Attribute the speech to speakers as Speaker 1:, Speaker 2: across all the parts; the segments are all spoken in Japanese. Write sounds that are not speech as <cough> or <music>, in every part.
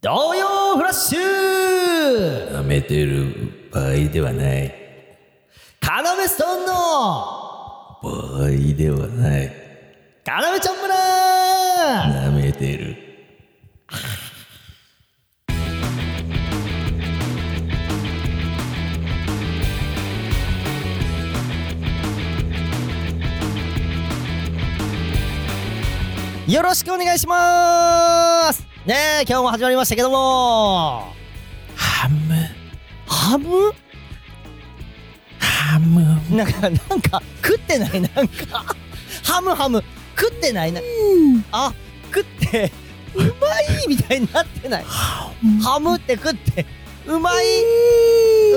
Speaker 1: 童謡フラッシュ
Speaker 2: 舐めてる場合ではない
Speaker 1: カナメストンの
Speaker 2: 場合ではない
Speaker 1: カナメちゃん村
Speaker 2: 舐めてる
Speaker 1: よろしくお願いしますねえ、今日も始まりましたけども
Speaker 2: ハム
Speaker 1: ハム
Speaker 2: ハム
Speaker 1: なんか、なんか、食ってないなんか、ハムハム、食ってないな。あ、食って、うまいみたいになってない。ハムって食って、うまい、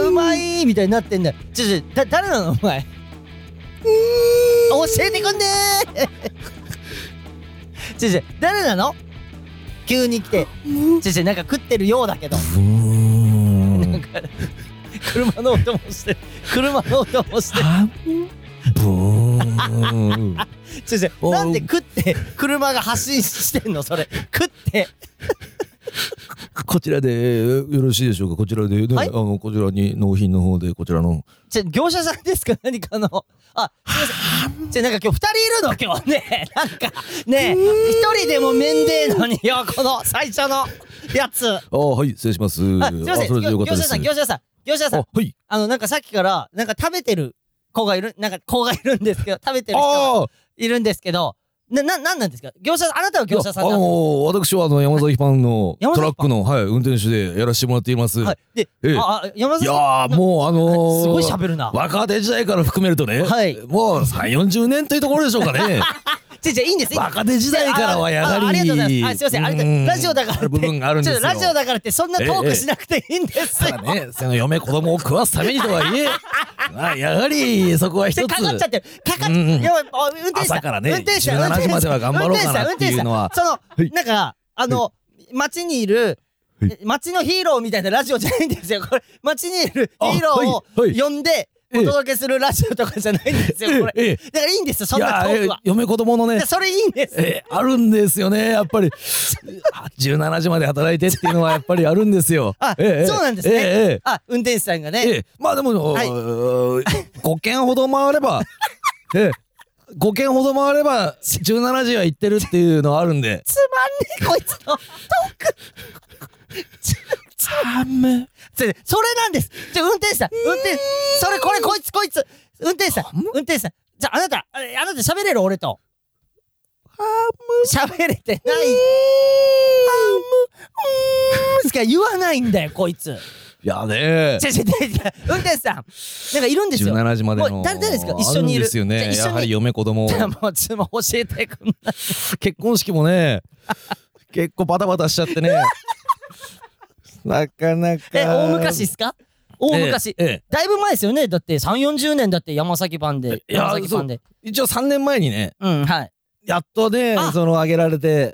Speaker 1: うまいみたいになってんだよ。ちょちょ、だ、誰なのお前。教えてくんねーちょちょ、誰なの急に来て。ちょちょ、なんか食ってるようだけど。
Speaker 2: ブーン
Speaker 1: 車の音もして、車の音もして。
Speaker 2: ハムブーン
Speaker 1: 先生
Speaker 2: おう
Speaker 1: なんで食って車が発進してんのそれ食って
Speaker 2: <laughs> こちらでよろしいでしょうかこちらで、ね
Speaker 1: はい
Speaker 2: あのこちらに納品の方でこちらの
Speaker 1: ちょ業者さんですか何かのあすいませんちょなんか今日二人いるの今日ね <laughs> なんかね一人でも面でえのによこの最初のやつあ
Speaker 2: あはい失礼しますあ
Speaker 1: すいません
Speaker 2: それでよか
Speaker 1: 業
Speaker 2: っ
Speaker 1: 者
Speaker 2: たで
Speaker 1: さ
Speaker 2: す
Speaker 1: ん業者さん業者さん
Speaker 2: あはい
Speaker 1: あのなんかさっきからなんか食べてる子がいるなんか子がいるんですけど食べてる人が
Speaker 2: ああ
Speaker 1: いるんですけどなななんなんですか業者さんあなたは業者さん
Speaker 2: いや
Speaker 1: な
Speaker 2: あ
Speaker 1: の
Speaker 2: の私はあの山崎ファンの
Speaker 1: 山
Speaker 2: ト
Speaker 1: 崎ファ
Speaker 2: ラ
Speaker 1: ン
Speaker 2: ックの、はい、運転手でやらせてもらっています、
Speaker 1: はいで、
Speaker 2: ええ
Speaker 1: ああ山
Speaker 2: い
Speaker 1: 崎
Speaker 2: や
Speaker 1: さん
Speaker 2: ーもうあのー、
Speaker 1: すごい喋るな
Speaker 2: 若手時代から含めるとね、
Speaker 1: はい
Speaker 2: もう3、40年というところでしょうかね。
Speaker 1: ちょちょいいんですいいんです
Speaker 2: 若手時代からはやはり。
Speaker 1: ああありがとうございますあすいませんありがとう
Speaker 2: うん
Speaker 1: ラジオだからって
Speaker 2: ある部分があるん
Speaker 1: ち
Speaker 2: です
Speaker 1: ょっ
Speaker 2: よ。
Speaker 1: とラジオだからってそんなトー
Speaker 2: え
Speaker 1: ク
Speaker 2: え
Speaker 1: しなくていいんですよ。
Speaker 2: ただね、その嫁子供を食わすためにとはいえ、まあやはりそこは一
Speaker 1: で
Speaker 2: つ。
Speaker 1: かかっちゃってる。かかっ
Speaker 2: うんうん
Speaker 1: やばいあ運転手さん
Speaker 2: 朝からね
Speaker 1: 運転手さん
Speaker 2: 17
Speaker 1: 運転手さん
Speaker 2: 時までは頑張ろうかなっていうのは
Speaker 1: 運転手さん運
Speaker 2: は
Speaker 1: 転手
Speaker 2: い
Speaker 1: さんその、なんか、あの、街にいる
Speaker 2: はい、
Speaker 1: 街のヒーローみたいなラジオじゃないんですよ。これ、街にいるヒ
Speaker 2: あ
Speaker 1: ーロ
Speaker 2: はいは
Speaker 1: ー
Speaker 2: い
Speaker 1: を呼んで、お
Speaker 2: ええ
Speaker 1: 届けするラジオとかじゃないんですよ、こ
Speaker 2: えええ
Speaker 1: れ。
Speaker 2: え
Speaker 1: だからいいんですよ、そ
Speaker 2: い
Speaker 1: んな
Speaker 2: や
Speaker 1: トークは
Speaker 2: え。嫁子供のね
Speaker 1: で、それいいんです。
Speaker 2: えあるんですよね、やっぱり。あ17時まで働いてっていうのはやっぱりあるんですよ。
Speaker 1: あ、
Speaker 2: ええええ
Speaker 1: そうなんです
Speaker 2: ええええ
Speaker 1: ね。あ、運転手さんがね。
Speaker 2: ええ、まあでも、 <laughs>
Speaker 1: はい
Speaker 2: 5件ほど回れ
Speaker 1: <laughs>
Speaker 2: ば、ええ、5件ほど回れば、17時は行ってるっていうのはあるんで。
Speaker 1: つまんねえ、こいつのトーク。
Speaker 2: あむ。
Speaker 1: それ <laughs> それなんですじゃあ運転手さん運転それこれこいつこいつ運転手さん運転手さんじゃああなたああなた喋れる俺と喋れてないしか言わないんだよこいつ
Speaker 2: いやね
Speaker 1: 違う違う違う違う運転手さんなんかいるんですよ
Speaker 2: 17時まで
Speaker 1: も
Speaker 2: の。
Speaker 1: う誰誰ですか一緒にいる
Speaker 2: あんですよ
Speaker 1: じゃあ
Speaker 2: ね。
Speaker 1: 一緒に
Speaker 2: やはり嫁
Speaker 1: <laughs>
Speaker 2: 子供。
Speaker 1: じゃあもうちょっともう教えてくんない
Speaker 2: 結婚式もね、結構バタバタしちゃって
Speaker 1: <laughs>
Speaker 2: ね。なかなか。
Speaker 1: え大昔っすか大昔、
Speaker 2: えええ
Speaker 1: だいぶ前ですよねだって3 4 0年だって山崎版で
Speaker 2: いや
Speaker 1: 山崎版で
Speaker 2: え一応3年前にね、
Speaker 1: うんはい
Speaker 2: やっとね
Speaker 1: あ、
Speaker 2: その、あげられて、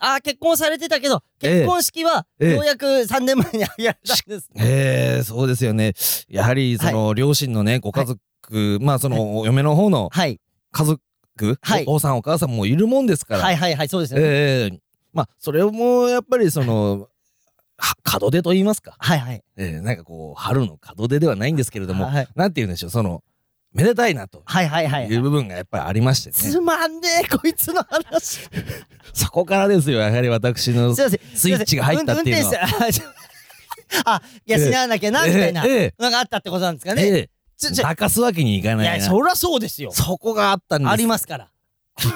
Speaker 1: あー結婚されてたけど
Speaker 2: ええ
Speaker 1: 結婚式は
Speaker 2: ええ
Speaker 1: ようやく3年前にあげられたん
Speaker 2: <laughs>
Speaker 1: です
Speaker 2: ええそうですよね。やはり、その、両親のね、ご家族、まあ、その、お嫁の方の
Speaker 1: はい
Speaker 2: 家族、
Speaker 1: はい
Speaker 2: お父さんお母さんもいるもんですから、
Speaker 1: はいはいはいそうですよね、
Speaker 2: ええまあ、それも、やっぱり、その、は門出と言いますか。
Speaker 1: はいはい
Speaker 2: ええなんかこう、春の門出ではないんですけれども、
Speaker 1: はい
Speaker 2: なんて言うんでしょう、その、めでたいなと。
Speaker 1: はいはいはい
Speaker 2: いう部分がやっぱりありましてね。
Speaker 1: つまんねえこいつの話すい
Speaker 2: <laughs> そこからですよ、やはり私の
Speaker 1: ません
Speaker 2: スイッチが入ったっていうのは。
Speaker 1: 運運転手さん <laughs> あいや死ななきゃなみたいな
Speaker 2: えええ
Speaker 1: のがあったってことなんですか
Speaker 2: ええ
Speaker 1: ね
Speaker 2: え
Speaker 1: ちょちょ
Speaker 2: 泣かすわけにいか
Speaker 1: い
Speaker 2: な
Speaker 1: や
Speaker 2: いな。
Speaker 1: そりゃそうですよ
Speaker 2: そこがあったんです。
Speaker 1: ありますからちょ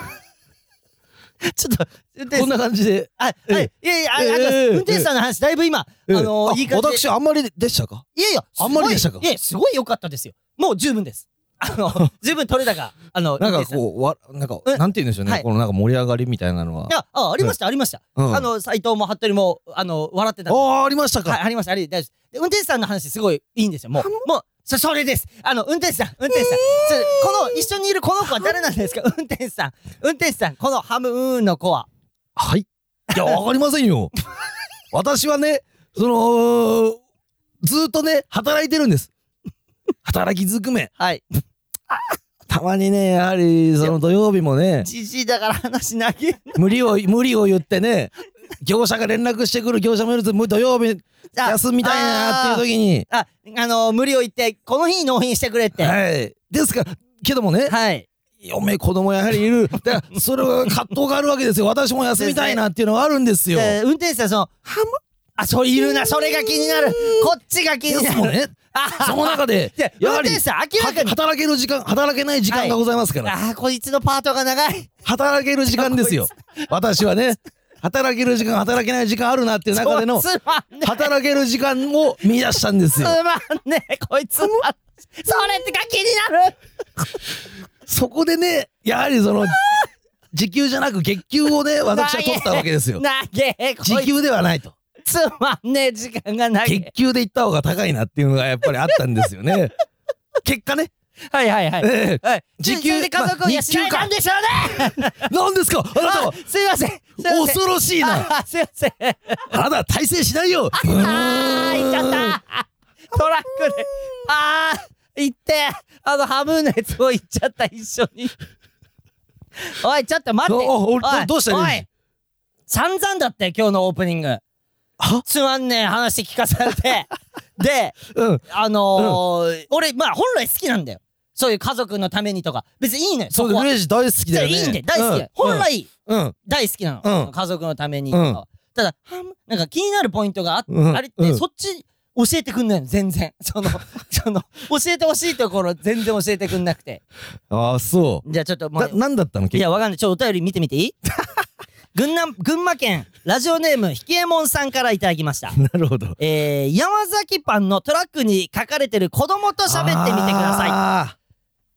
Speaker 1: っと運転手
Speaker 2: こんな感じで。
Speaker 1: はい
Speaker 2: ええ
Speaker 1: はいいやいやああり
Speaker 2: ええ
Speaker 1: がとうございます
Speaker 2: ええ
Speaker 1: 運転手さんの話だいぶ今あのいい感じで
Speaker 2: 私、あんまりでしたか
Speaker 1: いやいや、
Speaker 2: あんまりでした
Speaker 1: すご
Speaker 2: か
Speaker 1: いいや、すごい良かったですよ。もう十分です。あ
Speaker 2: <laughs>
Speaker 1: の、十分取れたが、あの、
Speaker 2: なん
Speaker 1: いいで
Speaker 2: か
Speaker 1: すよ
Speaker 2: こう、わなんか、
Speaker 1: うん
Speaker 2: なんて言うんでしょうね、
Speaker 1: はい
Speaker 2: このなんか盛り上がりみたいなのは。
Speaker 1: いや、あ、ありました、ありました。
Speaker 2: うん
Speaker 1: あの、斎藤も服部も、あの、笑ってたんで。
Speaker 2: ああ、ありましたか、
Speaker 1: はい、ありました、あり、大丈夫です。で運転手さんの話、すごいいいんですよ。もう、もう、そ、それです。あの、運転手さん、運転手さん。そこの、一緒にいるこの子は誰なんですか運転手さん。運転手さん、このハムーンの子は。
Speaker 2: はい。いや、わかりません
Speaker 1: <laughs>
Speaker 2: よ。私はね、その、ずーっとね、働いてるんです。働きづくめ。
Speaker 1: はい。
Speaker 2: たまにね、やはり、その土曜日もね、
Speaker 1: じじいだから話なげ。
Speaker 2: 無理を、無理を言ってね、業者が連絡してくる業者もいると、もう土曜日
Speaker 1: あ
Speaker 2: 休みたいなっていう時に、
Speaker 1: あ、あの無理を言って、この日に納品してくれって。はい。
Speaker 2: はい。ですから、けどもね、嫁、子供やはりい <laughs> る。だから、それは葛藤があるわけですよ。私も休みたいなっていうのはあるんですよ。
Speaker 1: で運転手さん、その、
Speaker 2: ハム
Speaker 1: あ、そういるな、それが気になる。こっちが気
Speaker 2: で
Speaker 1: にな
Speaker 2: す
Speaker 1: る。
Speaker 2: もん <laughs> ね。
Speaker 1: あ
Speaker 2: その中で
Speaker 1: で、
Speaker 2: やはり
Speaker 1: 運転手さん、明らか
Speaker 2: は
Speaker 1: に。
Speaker 2: 働ける時間、働けない時間がございますから。
Speaker 1: あー、こいつのパートが長い。
Speaker 2: 働ける時間ですよ。私はね、働ける時間、働けない時間あるなっていう中での
Speaker 1: そ、うつまんね
Speaker 2: 働ける時間を見出したんで
Speaker 1: つ
Speaker 2: すよ。
Speaker 1: まんねこいつは。それってか気になる。
Speaker 2: そこでね、やはりそ <laughs> の、時給じゃなく月給をね、私は取ったわけですよ。
Speaker 1: なげえ、こ
Speaker 2: 時
Speaker 1: い
Speaker 2: 給ではないと。
Speaker 1: つつまんねえ時間が長
Speaker 2: 月
Speaker 1: い。
Speaker 2: 給で行った方が高いなっていうのがやっぱりあったんですよ
Speaker 1: <laughs>
Speaker 2: ね。結果ね、
Speaker 1: はいはいはい。
Speaker 2: え
Speaker 1: はい、
Speaker 2: 時
Speaker 1: そ
Speaker 2: 給
Speaker 1: れで家族を養えたんでしょうね、
Speaker 2: え何ですかあなたは
Speaker 1: あすいませんすいません
Speaker 2: 恐ろしいな
Speaker 1: あすいません
Speaker 2: あなたは体制しないよ
Speaker 1: あー行っちゃったトラックであー行ってあのハムのやつも行っちゃった一緒においちょっと待って
Speaker 2: おおおど
Speaker 1: おい
Speaker 2: どうしたらいい
Speaker 1: おい散々だって今日のオープニング
Speaker 2: は
Speaker 1: つまんねえ話聞かされ
Speaker 2: <laughs>
Speaker 1: てで
Speaker 2: うん。
Speaker 1: あのー俺まあ本来好きなんだよそういう家族のためにとか別にいいのよ
Speaker 2: そ
Speaker 1: そう
Speaker 2: で
Speaker 1: こは
Speaker 2: フレージ大好きだよね。
Speaker 1: いいんで大好きだよ、
Speaker 2: うん
Speaker 1: 本来
Speaker 2: うん。
Speaker 1: 大好きなの、
Speaker 2: うん
Speaker 1: 家族のためにとかはただはんなんか気になるポイントがあ,、
Speaker 2: うん
Speaker 1: あれって、
Speaker 2: うん
Speaker 1: そっち教えてくんないの全然 <laughs> そのその教えてほしいところ全然教えてくんなくて
Speaker 2: ああ、そ
Speaker 1: じゃあちょっと
Speaker 2: う。
Speaker 1: も
Speaker 2: な、
Speaker 1: う
Speaker 2: なんだったの
Speaker 1: い
Speaker 2: 結局。
Speaker 1: やわかんないちょっとお便り見てみて
Speaker 2: <laughs>
Speaker 1: いい群南群馬県ラジオネームひきえもんさんからいただきました
Speaker 2: なるほど。
Speaker 1: えー、山崎パンのトラックに書かれてる子供と喋ってみてください
Speaker 2: さ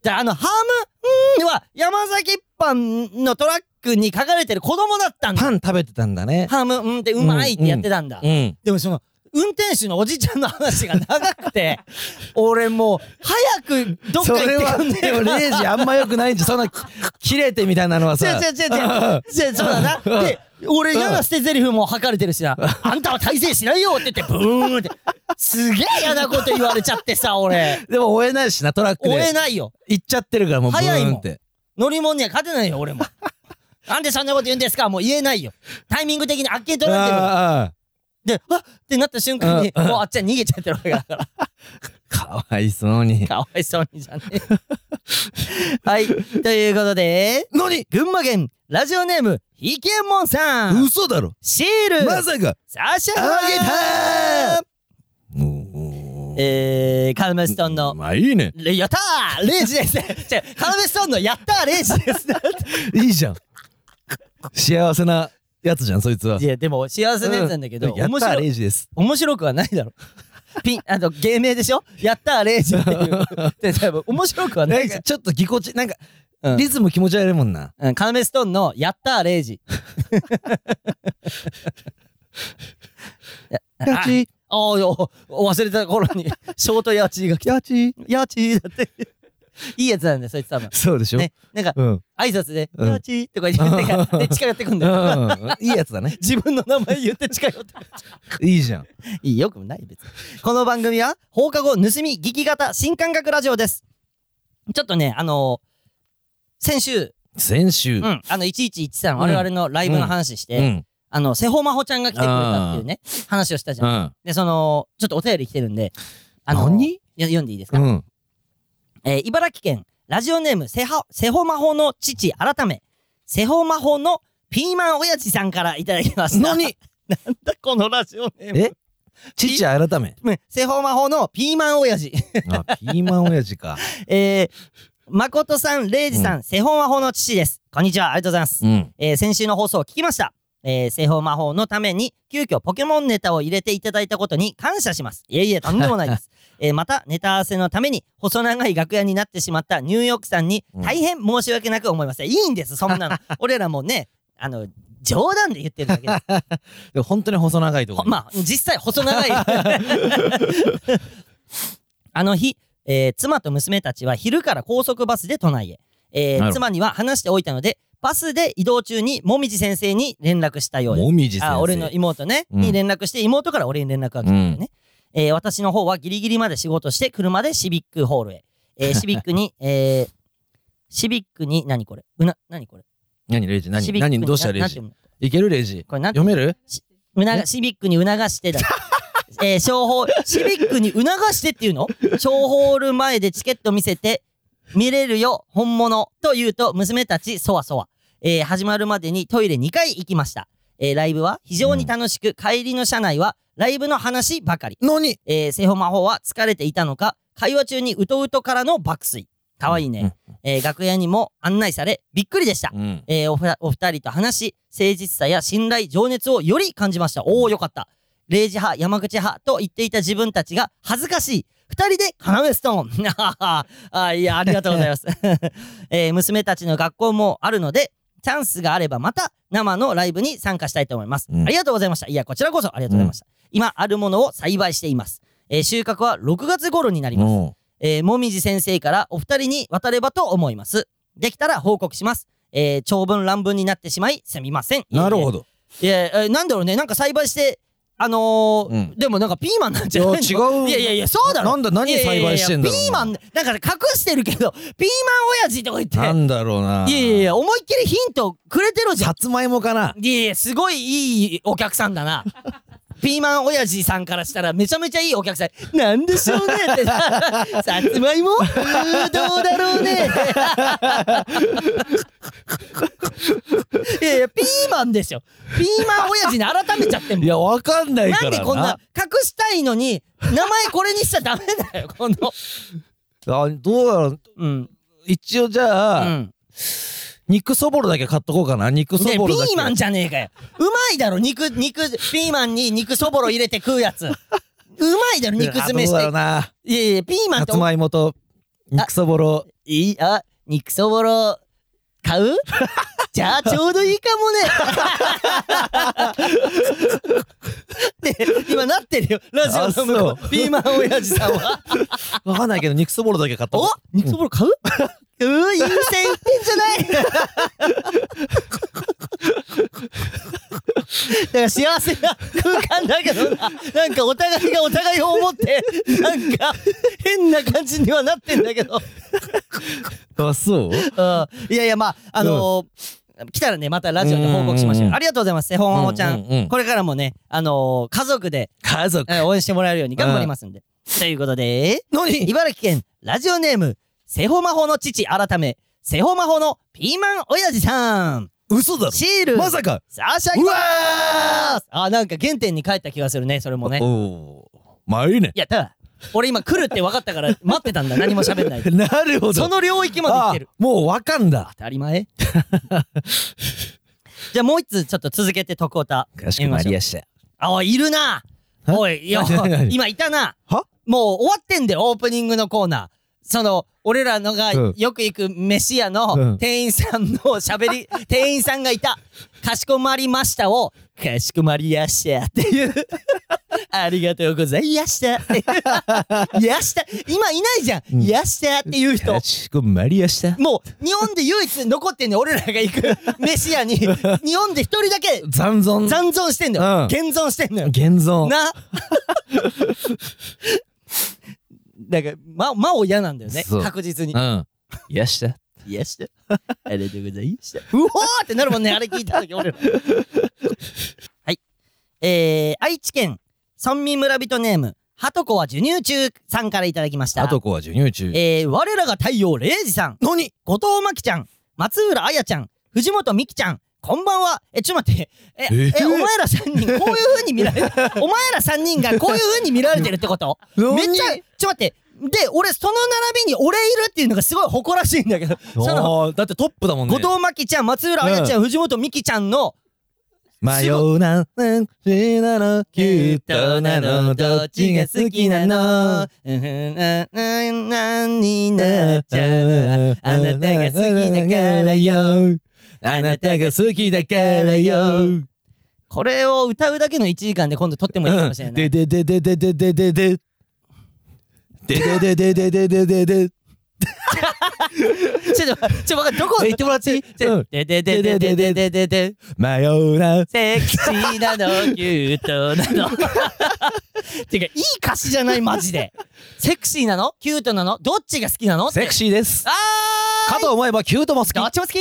Speaker 1: で、あの、ハム、んーは、山崎パンのトラックに書かれてる子供だったんだ。
Speaker 2: パン食べてたんだ
Speaker 1: <laughs>
Speaker 2: ね。
Speaker 1: ハム、うんってうまいってやってたんだ。
Speaker 2: うん。
Speaker 1: でもその、運転手のおじちゃんの話が長くて、 <laughs> 俺もう、早くどっ
Speaker 2: そ
Speaker 1: か
Speaker 2: れ
Speaker 1: 行って
Speaker 2: は、
Speaker 1: くんね
Speaker 2: でもレイジあんま良くないんじゃ、そんな、
Speaker 1: <laughs>
Speaker 2: き切れてみたいなのは
Speaker 1: 違う
Speaker 2: さ。
Speaker 1: 違う違う違う。違う、そうだな。で、俺嫌な捨て台詞も吐かれてるしな。あんたは大成しないよって言って、ブーンって。すげえ嫌なこと言われちゃってさ、俺。
Speaker 2: でも追えないしな、トラック
Speaker 1: 追え
Speaker 2: で。
Speaker 1: ないよ。
Speaker 2: 行っちゃってるから、もうブ
Speaker 1: 早いもん
Speaker 2: ーンって。
Speaker 1: 乗り物には勝てないよ、俺も。なんでそんなこと言うんですかもう言えないよ。タイミング的にあっけに取られてる。
Speaker 2: ああ、
Speaker 1: で、あっってなった瞬間に、
Speaker 2: うんうん
Speaker 1: もうあっちは逃げちゃってるわけだから。
Speaker 2: かわいそうに。
Speaker 1: <laughs> かわいそうにじゃねえ。 <laughs> はい。ということで、
Speaker 2: 何
Speaker 1: 群馬県ラジオネーム、ひけもんさん。
Speaker 2: 嘘だろ
Speaker 1: シール、
Speaker 2: まさか
Speaker 1: 差し上げ
Speaker 2: あ
Speaker 1: たえー、カルメストーンの、
Speaker 2: まあい
Speaker 1: <laughs>
Speaker 2: いね。
Speaker 1: レやったーレイジですね。 <laughs> じゃカルメストーンのやったーレイジ
Speaker 2: <laughs>
Speaker 1: ですね。。
Speaker 2: いいじゃん。幸せなやつじゃん、そいつはい
Speaker 1: や、でも幸せなやつなんだけど、
Speaker 2: うやっ
Speaker 1: 面
Speaker 2: た
Speaker 1: 白い
Speaker 2: レイジです。
Speaker 1: 面白くはないだろ。ピン、あと、芸名でしょやったー、レイジって
Speaker 2: <laughs>
Speaker 1: いう。で、多分、面白くはな
Speaker 2: なん
Speaker 1: いじゃ
Speaker 2: か
Speaker 1: ん。
Speaker 2: ちょっとぎこち、なんか
Speaker 1: うん、
Speaker 2: リズム気持ち悪いもんな。
Speaker 1: うん、カナメストーンの、やったー、レイジ。
Speaker 2: <laughs> やち、
Speaker 1: おーよ、お忘れた頃
Speaker 2: <laughs>
Speaker 1: に、ショートヤーチーが来た。
Speaker 2: やち。
Speaker 1: ヤーチーだって。いいやつなんだよ、そいつ多分。
Speaker 2: そうでしょ
Speaker 1: ね、なんか、
Speaker 2: うん。
Speaker 1: 挨拶で、
Speaker 2: うん
Speaker 1: ヤーチーとか言って、なんか
Speaker 2: <laughs>
Speaker 1: で、近寄ってくん
Speaker 2: う
Speaker 1: だよ。
Speaker 2: ん。いいやつだね。
Speaker 1: 自分の名前言って近寄ってくる。
Speaker 2: いいじゃん。
Speaker 1: いいよくもない、別に。この番組は、放課後盗み聞き型新感覚ラジオです。ちょっとね、あのー先週、
Speaker 2: 先週。
Speaker 1: うん、あの1113、
Speaker 2: ん
Speaker 1: 我々のライブの話して、
Speaker 2: うん。
Speaker 1: あの、瀬穂真帆ちゃんが来てくれたっていうね、話をしたじゃ。
Speaker 2: うんん。
Speaker 1: で、その、ちょっとお便り来てるんで、あの、
Speaker 2: 何
Speaker 1: よ読んでいいです
Speaker 2: う
Speaker 1: か、
Speaker 2: ん。
Speaker 1: えー茨城県、ラジオネーム、瀬穂、瀬穂真帆の父、改め、瀬穂真帆のピーマン親父さんからいただきました。
Speaker 2: 何
Speaker 1: <laughs> なんだこのラジオネーム。
Speaker 2: え父改
Speaker 1: <laughs>
Speaker 2: め。
Speaker 1: うん瀬穂真帆のピーマン親父。
Speaker 2: あ、ピーマン親父か。
Speaker 1: えー、誠さん、礼二さん、瀬穂真帆の父です。こんにちは、ありがとうございます。
Speaker 2: うん。
Speaker 1: えー先週の放送を聞きました。えー、西方魔法のために、急遽ポケモンネタを入れていただいたことに感謝します。いえいえ、とんでもない
Speaker 2: <laughs>
Speaker 1: です。えーまた、ネタ合わせのために、細長い楽屋になってしまったニューヨークさんに
Speaker 2: う、ん
Speaker 1: 大変申し訳なく思いました。いいんです、そん
Speaker 2: <laughs>
Speaker 1: なの。俺らもね、あの、冗談で言ってるだけです。
Speaker 2: でも本当に細長いとこ
Speaker 1: ほ。まあ、実際、細長
Speaker 2: <laughs>
Speaker 1: い。あの日、えー妻と娘たちは昼から高速バスで都内へ。えー
Speaker 2: なるほど
Speaker 1: 妻には話しておいたので、バスで移動中に、もみじ先生に連絡したようです。
Speaker 2: もみじ先生。
Speaker 1: あ俺の妹ね、
Speaker 2: うん
Speaker 1: に連絡して妹から俺に連絡が来たんだよね、えー私の方はギリギリまで仕事して車でシビックホールへ、
Speaker 2: <laughs>
Speaker 1: えーシビックに、えーシビックに何これうな何これ
Speaker 2: 何レイジ
Speaker 1: シ
Speaker 2: 何
Speaker 1: ビックに
Speaker 2: 何どうした
Speaker 1: な
Speaker 2: レイ
Speaker 1: なんて
Speaker 2: ジ
Speaker 1: 読むの
Speaker 2: いけるレイジ。
Speaker 1: これなんて
Speaker 2: 読める
Speaker 1: 促シビックに促してだ。えー、商法、シビックに促してっていうの商法ル前でチケット見せて、見れるよ、本物。と言うと、娘たち、そわそわ。えー始まるまでにトイレ2回行きました。えーライブは非常に楽しく、帰りの車内は、ライブの話ばかり。
Speaker 2: のに
Speaker 1: えー、セホマホは疲れていたのか、会話中にうとうとからの爆睡。かわいいね。えー楽屋にも案内され、びっくりでした。
Speaker 2: うん。
Speaker 1: えーおふたお二人と話し、誠実さや信頼、情熱をより感じました。おお、よかった。0時派、山口派と言っていた自分たちが恥ずかしい。二人でカナメストーン。あーいや、ありがとうござい
Speaker 2: <laughs>
Speaker 1: ます。 <laughs> えー娘たちの学校もあるので、チャンスがあればまた生のライブに参加したいと思います。
Speaker 2: うん
Speaker 1: ありがとうございました。いや、こちらこそありがとうございました。今、あるものを栽培しています。えー収穫は6月頃になります。
Speaker 2: うん
Speaker 1: えー、もみじ先生からお二人に渡ればと思います。できたら報告します。えー長文乱文になってしまい、すみません。
Speaker 2: なるほど。
Speaker 1: いやいやえーなんだろうね、なんか栽培して、あのー
Speaker 2: うん
Speaker 1: でもなんかピーマンなん
Speaker 2: い
Speaker 1: じ
Speaker 2: や
Speaker 1: ゃないの
Speaker 2: 違う。
Speaker 1: いやいやいや、そうだろ。
Speaker 2: なんだ、何栽培してんだろう
Speaker 1: いやいやいやピーマン、だから隠してるけど、ピーマン親父とか言って、
Speaker 2: なんだろうな。
Speaker 1: いやいやいや、思いっきりヒントくれてろじゃ
Speaker 2: さ
Speaker 1: ん。
Speaker 2: つまいもかな。
Speaker 1: いやいや、すごいいいお客さんだな。 <laughs> ピーマン親父さんからしたらめちゃめちゃいいお客さん。なんでしょうねって。 <laughs> さつまいもうーどうだろうね <laughs> って。いやいや、ピーマンでしょ。ピーマン親父に改めちゃってんも
Speaker 2: い
Speaker 1: ん。
Speaker 2: や、わかんないか
Speaker 1: なん
Speaker 2: ら
Speaker 1: でこんな。隠したいのに、名前これにしちゃダメだよ、この。
Speaker 2: あ、どうだろう。
Speaker 1: うん。
Speaker 2: 一応じ
Speaker 1: う
Speaker 2: ゃあ、
Speaker 1: ん。
Speaker 2: 肉そぼろだけ買っとこうかな。肉そ
Speaker 1: でピ
Speaker 2: ぼろだけ。
Speaker 1: ーマンじゃねえかようまいだろ肉肉ピーマンに肉そぼろ入れて食うやつうまいだろ肉詰めし
Speaker 2: いやどうだろう
Speaker 1: て
Speaker 2: な。
Speaker 1: いやいやピーマン
Speaker 2: さ
Speaker 1: って
Speaker 2: つまいもと肉そぼろ。
Speaker 1: いいあ肉そぼろ買うじゃあちょうどいいかも
Speaker 2: <laughs>
Speaker 1: ねで今なってるよラジオの向こ
Speaker 2: あそう
Speaker 1: うピーマン親父さんは
Speaker 2: わかんないけど、肉そぼろだけ買っと
Speaker 1: お
Speaker 2: こ
Speaker 1: 肉そぼろ <laughs> 買ううー、優先いってんじゃない <laughs> だから幸せな空間だけどな、なんかお互いがお互いを思って、なんか変な感じにはなってんだけど。
Speaker 2: う。あ、そう
Speaker 1: うんいやいや、まあ、あのー来たらね、またラジオで報告しましょ
Speaker 2: う
Speaker 1: う。
Speaker 2: ん
Speaker 1: ありがとうございます、セホンホちゃ
Speaker 2: うんうんうん
Speaker 1: ん。これからもね、あのー家族で
Speaker 2: 家族。
Speaker 1: えー応援してもらえるように頑張りますんで。ということで、
Speaker 2: 何
Speaker 1: 茨城県ラジオネーム、セホマホの父改め、セホマホのピーマン親父さん。
Speaker 2: 嘘だろ。
Speaker 1: シール、
Speaker 2: まさか。
Speaker 1: 差し上
Speaker 2: う
Speaker 1: げ
Speaker 2: わ
Speaker 1: ますあ、なんか原点に帰った気がするね、それもね。
Speaker 2: おーまあいいね。
Speaker 1: いや、ただ、俺今来るって分かった
Speaker 2: <laughs>
Speaker 1: から待ってたんだ、何も喋んないで。
Speaker 2: なるほど。
Speaker 1: その領域まで来てる。
Speaker 2: あもうわかんだ。
Speaker 1: 当たり前
Speaker 2: <laughs>
Speaker 1: じゃあもう一つちょっと続けて徳太
Speaker 2: か
Speaker 1: しこまり
Speaker 2: やした。
Speaker 1: あおいいるな
Speaker 2: え
Speaker 1: おいいや
Speaker 2: 何何何
Speaker 1: 今いたな
Speaker 2: は
Speaker 1: もう終わってんだよオープニングのコーナーその俺らのが
Speaker 2: うん
Speaker 1: よく行く飯屋
Speaker 2: うん
Speaker 1: の店員さんの喋
Speaker 2: <laughs>
Speaker 1: り店員さんがいた「かしこまりました」を「かしこまりやっしゃ」っていう
Speaker 2: <laughs>
Speaker 1: ありがとうございやしたっていうやした今いないじゃん、
Speaker 2: ん
Speaker 1: やしたっていう人
Speaker 2: かしこまりやした。
Speaker 1: もう日本で唯一残ってんねん俺らが行く飯
Speaker 2: <laughs>
Speaker 1: 屋に日本で一人だけ
Speaker 2: 残存。
Speaker 1: 残存してんの
Speaker 2: うん
Speaker 1: よ、現存してんのよ
Speaker 2: 現存。
Speaker 1: ななんかま間を嫌なんだよね
Speaker 2: そう
Speaker 1: 確実に
Speaker 2: うん。やした。
Speaker 1: 「いやしたありがとうございました」うおーってなるもんねあれ聞いた時俺ら
Speaker 2: <laughs>
Speaker 1: はいえー、愛知県村民村人ネームはとこは授乳中さんからいただきました
Speaker 2: あと子は授乳中。
Speaker 1: えー、我らが太陽0時さん
Speaker 2: 何
Speaker 1: 後藤真希ちゃん、松浦彩ちゃん、藤本美希ちゃん、こんばんは。え、ちょっと待って。え、
Speaker 2: え
Speaker 1: えお前ら3人、こういう風に見られて、
Speaker 2: <laughs>
Speaker 1: お前ら3人がこういう風に見られてるってこと
Speaker 2: 何
Speaker 1: めっちゃ、ちょっと待って。で、俺、その並びに俺いるっていうのがすごい誇らしいんだけど、その、
Speaker 2: おーだってトップだもんね
Speaker 1: 後。藤真希ちゃん、松浦彩ちゃん、藤本美希ちゃんの、
Speaker 2: 迷うな、うん、しなの、キュートなの、どっちが好きな
Speaker 1: う
Speaker 2: の、
Speaker 1: んうんうん何にな
Speaker 2: な
Speaker 1: っ
Speaker 2: っ
Speaker 1: ち
Speaker 2: ち
Speaker 1: ゃう
Speaker 2: ゃう
Speaker 1: あなたが好きだから
Speaker 2: よ。あなたが好きだからよ。
Speaker 1: これを歌うだけの1時間で今度撮ってもいいかもしれない
Speaker 2: で。でででででででで。ででででででででで。
Speaker 1: ちょっと、ちょ、わかんないどこ
Speaker 2: え言ってもらっていい
Speaker 1: ちょ
Speaker 2: うん
Speaker 1: ででででででででで。
Speaker 2: 迷うな。
Speaker 1: セクシーなの、キュートなの。てか、いい歌詞じゃない、マジで。セクシーなのキュートなのどっちが好きなの
Speaker 2: セクシーです。
Speaker 1: あ
Speaker 2: かと思えばキュートも好き
Speaker 1: どっちも好き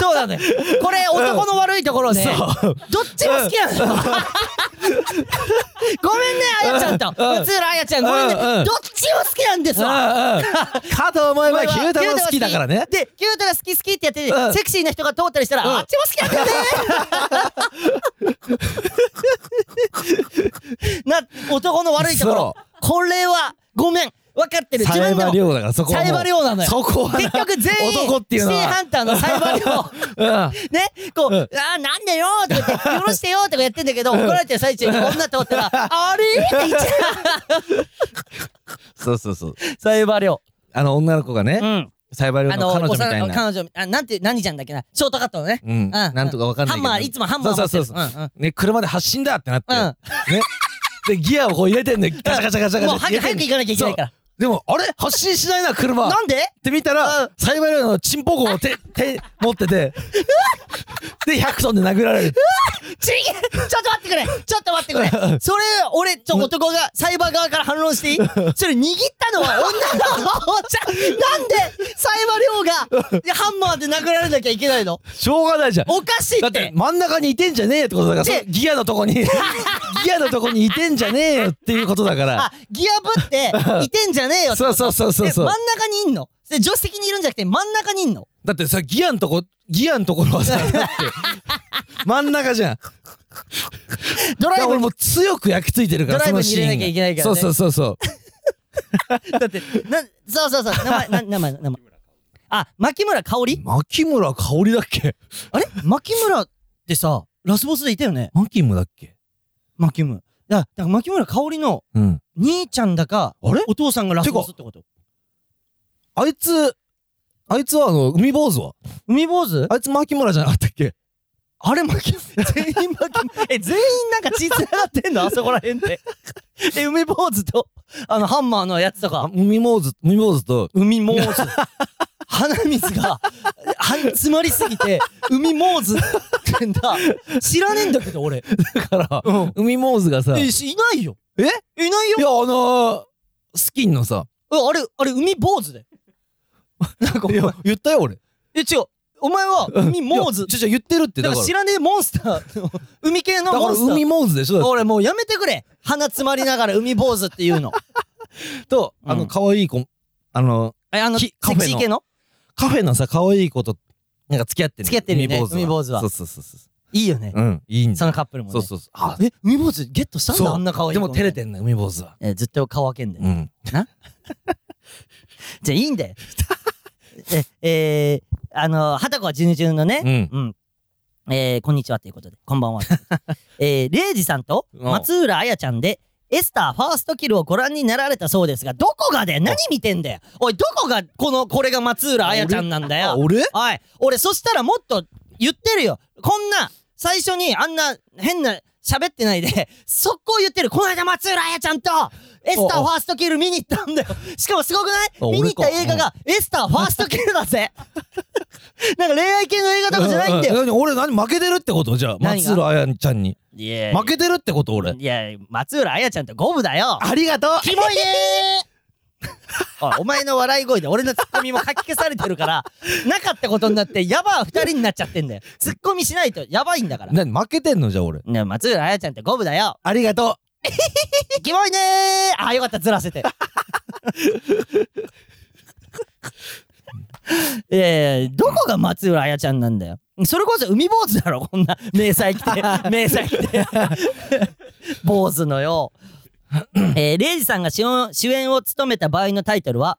Speaker 1: そうなのよ。これ男の悪いところね。
Speaker 2: そう
Speaker 1: どっちも好きなのよ。
Speaker 2: <laughs>
Speaker 1: ごめんね、あやちゃんと。
Speaker 2: うん
Speaker 1: 普通のあやちゃん、ごめんね。
Speaker 2: うんうん
Speaker 1: どっちも好きなんです
Speaker 2: うん
Speaker 1: わ。
Speaker 2: うんかと思えばキュートも好きだからね
Speaker 1: で、キュートが好き好きってやってて、
Speaker 2: うん
Speaker 1: セクシーな人が通ったりしたら、
Speaker 2: うん
Speaker 1: あっちも好きなんだよ
Speaker 2: <laughs>
Speaker 1: ね。な、男の悪いところ
Speaker 2: そ。
Speaker 1: これは、ごめん。分かってる。
Speaker 2: サ
Speaker 1: 自
Speaker 2: イ
Speaker 1: 分で
Speaker 2: バー
Speaker 1: も。
Speaker 2: 量だからそこはもう
Speaker 1: サイバー量なのよ
Speaker 2: そこはな
Speaker 1: 結局全員
Speaker 2: 男っていうの
Speaker 1: 正
Speaker 2: は
Speaker 1: 反対のサイバー量
Speaker 2: <laughs> うん
Speaker 1: ねこう、
Speaker 2: うん
Speaker 1: あーなんでよーとか言って許してよーとかやってんだけど怒られてる最中に女通ったら
Speaker 2: <laughs>
Speaker 1: あれーって言っちゃ
Speaker 2: そうそうそう
Speaker 1: うサイバー量
Speaker 2: あの女の子がね
Speaker 1: うん
Speaker 2: サイバー量
Speaker 1: あ
Speaker 2: の
Speaker 1: の
Speaker 2: 彼女みたい
Speaker 1: 幼
Speaker 2: な
Speaker 1: 彼女あなんて何ちゃんだっけなショートカットのね
Speaker 2: うんなんとかわかんない
Speaker 1: ハン
Speaker 2: けど
Speaker 1: マーいつもハンマー持
Speaker 2: そ
Speaker 1: ってる
Speaker 2: うそうそうそうね車で発進だってなってねでギアをこう入れてんのよガチャガチャガチャガチャ
Speaker 1: もう早く
Speaker 2: 入れ
Speaker 1: 早く
Speaker 2: てん
Speaker 1: 行
Speaker 2: の
Speaker 1: かなきゃいけないから
Speaker 2: でもあれ発進しないな車
Speaker 1: なんで
Speaker 2: って見た
Speaker 1: う
Speaker 2: ら
Speaker 1: ん、
Speaker 2: サイバー量のチンポコを手、手、持っ
Speaker 1: <laughs>
Speaker 2: てて、で、100トンで殴られる。
Speaker 1: ちげえちょっと待ってくれちょっと待ってくれそれ、俺、ちょ、男が、サイバー側から反論していいそれ握ったのは女の子じゃ、なんで、サイバー量が、ハンマーで殴られなきゃいけないの
Speaker 2: しょうがないじゃん。
Speaker 1: おかしい
Speaker 2: だ
Speaker 1: っ
Speaker 2: って
Speaker 1: て。
Speaker 2: 真ん中にいてんじゃねえってことだから
Speaker 1: で
Speaker 2: そ、ギアのと
Speaker 1: <laughs>
Speaker 2: こに、ギアのとこにいてんじゃねえよっていうことだから
Speaker 1: あ。、ギアぶって、いてんじゃねえよって
Speaker 2: そうそうそうそう
Speaker 1: で真
Speaker 2: そ
Speaker 1: ん
Speaker 2: う。
Speaker 1: 中にいんので助手席にいるんじゃなくて、真ん中にいんの
Speaker 2: だってさ、ギアのとこ、ギアのところはさ、だ
Speaker 1: <laughs>
Speaker 2: って、真ん中じゃん。
Speaker 1: ドラ
Speaker 2: だか
Speaker 1: イ
Speaker 2: ら
Speaker 1: ブ
Speaker 2: 俺もう強く焼き付いてるから、
Speaker 1: ドライブに
Speaker 2: そのシーン
Speaker 1: 入れなき
Speaker 2: が
Speaker 1: ゃいけないからね
Speaker 2: そうそうそうそう。
Speaker 1: だって、な、そうそうそう、名前、な名前、名前。あ、牧村香織
Speaker 2: 牧村香織だっけ
Speaker 1: あれ牧村ってさ、ラスボスでいたよね
Speaker 2: 牧村だっけ
Speaker 1: 牧村。だだから牧村香織の、
Speaker 2: うん。
Speaker 1: 兄ちゃんだか、
Speaker 2: あれ
Speaker 1: お父さんがラスボスってこと
Speaker 2: あいつ、あいつはあの、海坊主は
Speaker 1: 海坊主
Speaker 2: あいつ牧村じゃなかったっけ
Speaker 1: あれ負け、全員負
Speaker 2: <laughs>
Speaker 1: け、え、全員なんか血繋がってんのあそこら辺で。え、海坊主と、あの、ハンマーのやつと
Speaker 2: あ
Speaker 1: か、
Speaker 2: 海坊主、海坊主と、
Speaker 1: 海坊主。鼻水が、は詰まりすぎて、海坊主ってんだ。知らねえんだけど、俺。
Speaker 2: だから、
Speaker 1: うん。
Speaker 2: 海坊主がさ、い
Speaker 1: え、
Speaker 2: や、
Speaker 1: しいないよ。えいないよ
Speaker 2: あ。のー、スキンのさ、
Speaker 1: えあれ、あれ、海坊主で。なんかお
Speaker 2: い
Speaker 1: 前、
Speaker 2: や、言ったよ俺。
Speaker 1: え、違う。お前は、海坊
Speaker 2: い
Speaker 1: 主
Speaker 2: やちょ、ちょ、言ってるって、
Speaker 1: だ
Speaker 2: だ
Speaker 1: か
Speaker 2: からら。
Speaker 1: 知らねえモンスターの海系の
Speaker 2: だか
Speaker 1: モ
Speaker 2: ら
Speaker 1: ンスタ
Speaker 2: 海
Speaker 1: ー
Speaker 2: 坊主でしょだっ
Speaker 1: 俺もうやめてくれ鼻詰まりながら海坊主っていうの
Speaker 2: てと、
Speaker 1: うん
Speaker 2: あの、可愛い子、あの、
Speaker 1: えあのセ
Speaker 2: きカ
Speaker 1: ク
Speaker 2: フェの
Speaker 1: シー系の
Speaker 2: カフェのさ、可愛い子と、なんか付き合ってる。
Speaker 1: 付き合ってるよね海坊主は
Speaker 2: そうそうそうそ
Speaker 1: いいよね
Speaker 2: う。うん、いいんだ
Speaker 1: そ
Speaker 2: よ。
Speaker 1: のカップルもね
Speaker 2: そうそうそう。あ、
Speaker 1: え海坊主ゲットしたん
Speaker 2: そう
Speaker 1: だあんな可愛い
Speaker 2: で
Speaker 1: 子
Speaker 2: も照れてんの、海坊主は。
Speaker 1: えずっと顔開けんだ
Speaker 2: う
Speaker 1: よ
Speaker 2: ん。
Speaker 1: じゃあいいんだよ <laughs> ええーあのはたこはジュニジュンの
Speaker 2: う
Speaker 1: ね
Speaker 2: ん。
Speaker 1: うんえーこんにちはということでこんばんは <laughs> えーレイジさんと
Speaker 2: うん
Speaker 1: 松浦彩ちゃんでエスターファーストキルをご覧になられたそうですがどこがだよ何見てんだよおいどこがこのこれが松浦彩ちゃんなんだよ
Speaker 2: あ、俺
Speaker 1: はい。俺、そしたらもっと言ってるよ。こんな、最初にあんな変な喋ってないで、 <laughs> 速攻言ってる。この間松浦彩ちゃんと、エスターファーストキル見に行ったんだよ。しかもすごくない
Speaker 2: あ
Speaker 1: 見に行った
Speaker 2: 俺
Speaker 1: 映
Speaker 2: か
Speaker 1: 画が、エスターファーストキルだぜ。 <laughs> なんか恋愛系の映画とかじゃないんだ
Speaker 2: う
Speaker 1: よ。
Speaker 2: う何俺何負けてるってことじゃあ、
Speaker 1: 何が
Speaker 2: 松浦彩ちゃんに。
Speaker 1: いや
Speaker 2: 負けてるってこと俺。
Speaker 1: いや、松浦彩ちゃんと五分だよ。
Speaker 2: ありがとう
Speaker 1: キモいねーおいお前の笑い声で俺のツッコミもかき消されてるから、なかったことになって、ヤバー二人になっちゃってんだよ。ツッコミしないとヤバいんだから。
Speaker 2: 何負けてんのじゃあ俺。
Speaker 1: ね松浦彩ちゃんって五分だよ。
Speaker 2: ありがと
Speaker 1: キモいねーあ、よかった、ずらせて。 <laughs> いやいや、どこが松浦彩ちゃんなんだよ。それこそ海坊主だろ、こんな。迷彩着て、迷彩着て。坊主のよう。えー、レイジさんが主演主演を務めた場合のタイトルは、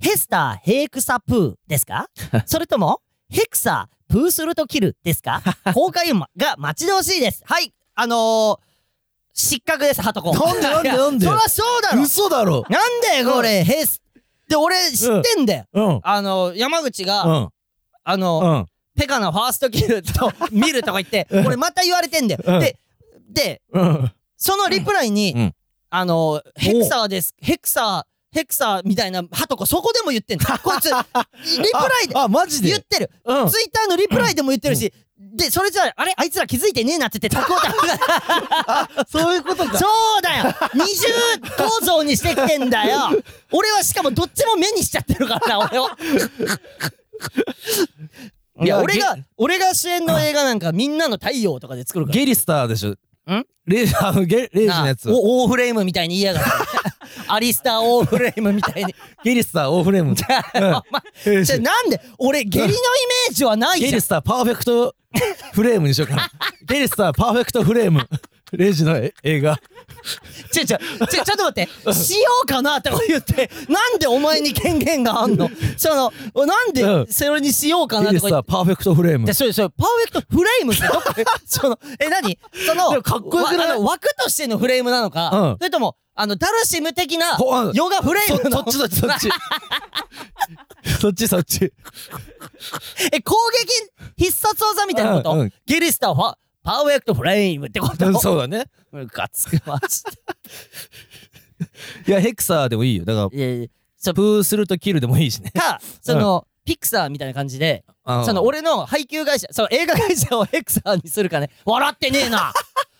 Speaker 1: ヘスター・ヘイクサ・プーですかそれとも、ヘクサー・プースルト・キルですか公開が待ち遠しいです。はい、あのー、失格です、ハトコ。
Speaker 2: なんでなんでなん
Speaker 1: <laughs>
Speaker 2: で
Speaker 1: いやそりゃそうだ
Speaker 2: う
Speaker 1: ろ
Speaker 2: 嘘だろ
Speaker 1: なんだよこれ、ヘスで俺知ってんだよ、
Speaker 2: うん。
Speaker 1: あの山口が、
Speaker 2: うん。
Speaker 1: あの、
Speaker 2: うん。
Speaker 1: ペカのファーストキル <laughs> と見るとか言って俺また言われてんだよ、
Speaker 2: うん
Speaker 1: でで
Speaker 2: うん。
Speaker 1: そのリプライに、
Speaker 2: うん
Speaker 1: あのヘクサーですヘクサーヘクサーみたいなハトコそこ <laughs> でも言ってんだこいつリプライで
Speaker 2: あ、マジで
Speaker 1: 言ってる
Speaker 2: うん。
Speaker 1: ツイッターのリプライでも言ってるし、で、それじゃあ、あれあいつら気づいてねえなって言って、タクオタクが、
Speaker 3: そういうことか。
Speaker 1: そうだよ二重構造にしてきてんだよ俺はしかもどっちも目にしちゃってるからな、俺を。いや、俺が、俺が主演の映画なんかみんなの太陽とかで作るから。
Speaker 2: ゲリスターでしょ。レイジ、あの、ゲレイジのやつ
Speaker 1: な。あおオーフレームみたいに言いやがって。アリスターオーフレームみたいに。
Speaker 2: ゲリスターオーフレー
Speaker 1: <laughs>
Speaker 2: ム。うん
Speaker 1: じゃあ <laughs> なんで、俺、下痢のイメージはないじ
Speaker 2: <laughs> ゲ
Speaker 1: ゃん。
Speaker 2: リスターパーフェクトフレームにしよう
Speaker 1: <laughs>
Speaker 2: かな。ゲリスターパーフェクトフレーム。レイジの映画。
Speaker 1: ちょ、ちょ、ちょ、ちょっと待って、しようかなとか言って、なんでお前に権限があんのその、なん
Speaker 2: う
Speaker 1: で
Speaker 2: ん
Speaker 1: それにしようかな
Speaker 2: ゲ
Speaker 1: とか言
Speaker 2: リスタ
Speaker 1: っ
Speaker 2: ーパーフェクトフレーム
Speaker 1: て。。それ、それ、パーフェクトフレーム
Speaker 2: <laughs>
Speaker 1: ってどこその、え、何そ
Speaker 2: で
Speaker 1: の、
Speaker 2: もかっこよくない
Speaker 1: わあの枠としてのフレームなの
Speaker 2: う
Speaker 1: か
Speaker 2: ん、
Speaker 1: それとも、あの、ダルシム的な
Speaker 2: ほうん
Speaker 1: ヨガフレーム
Speaker 2: そ
Speaker 1: の
Speaker 2: っちそっちそ
Speaker 1: <laughs>
Speaker 2: っち。そっちそっち。
Speaker 1: え、攻撃必殺技みたいなこ
Speaker 2: うんう
Speaker 1: と
Speaker 2: ん
Speaker 1: ゲリスターは、パーフェクトフレームってこと
Speaker 2: そうだね。
Speaker 1: ムカつくまし
Speaker 2: いや、ヘクサーでもいいよ。だから、
Speaker 1: いやいや、そ
Speaker 2: <laughs> プーするとキルでもいいしね。
Speaker 1: か、その、ピクサーみたいな感じで、
Speaker 2: あの
Speaker 1: その、俺の配給会社、その映画会社をヘクサーにするかね、笑ってねえ
Speaker 2: <laughs>
Speaker 1: な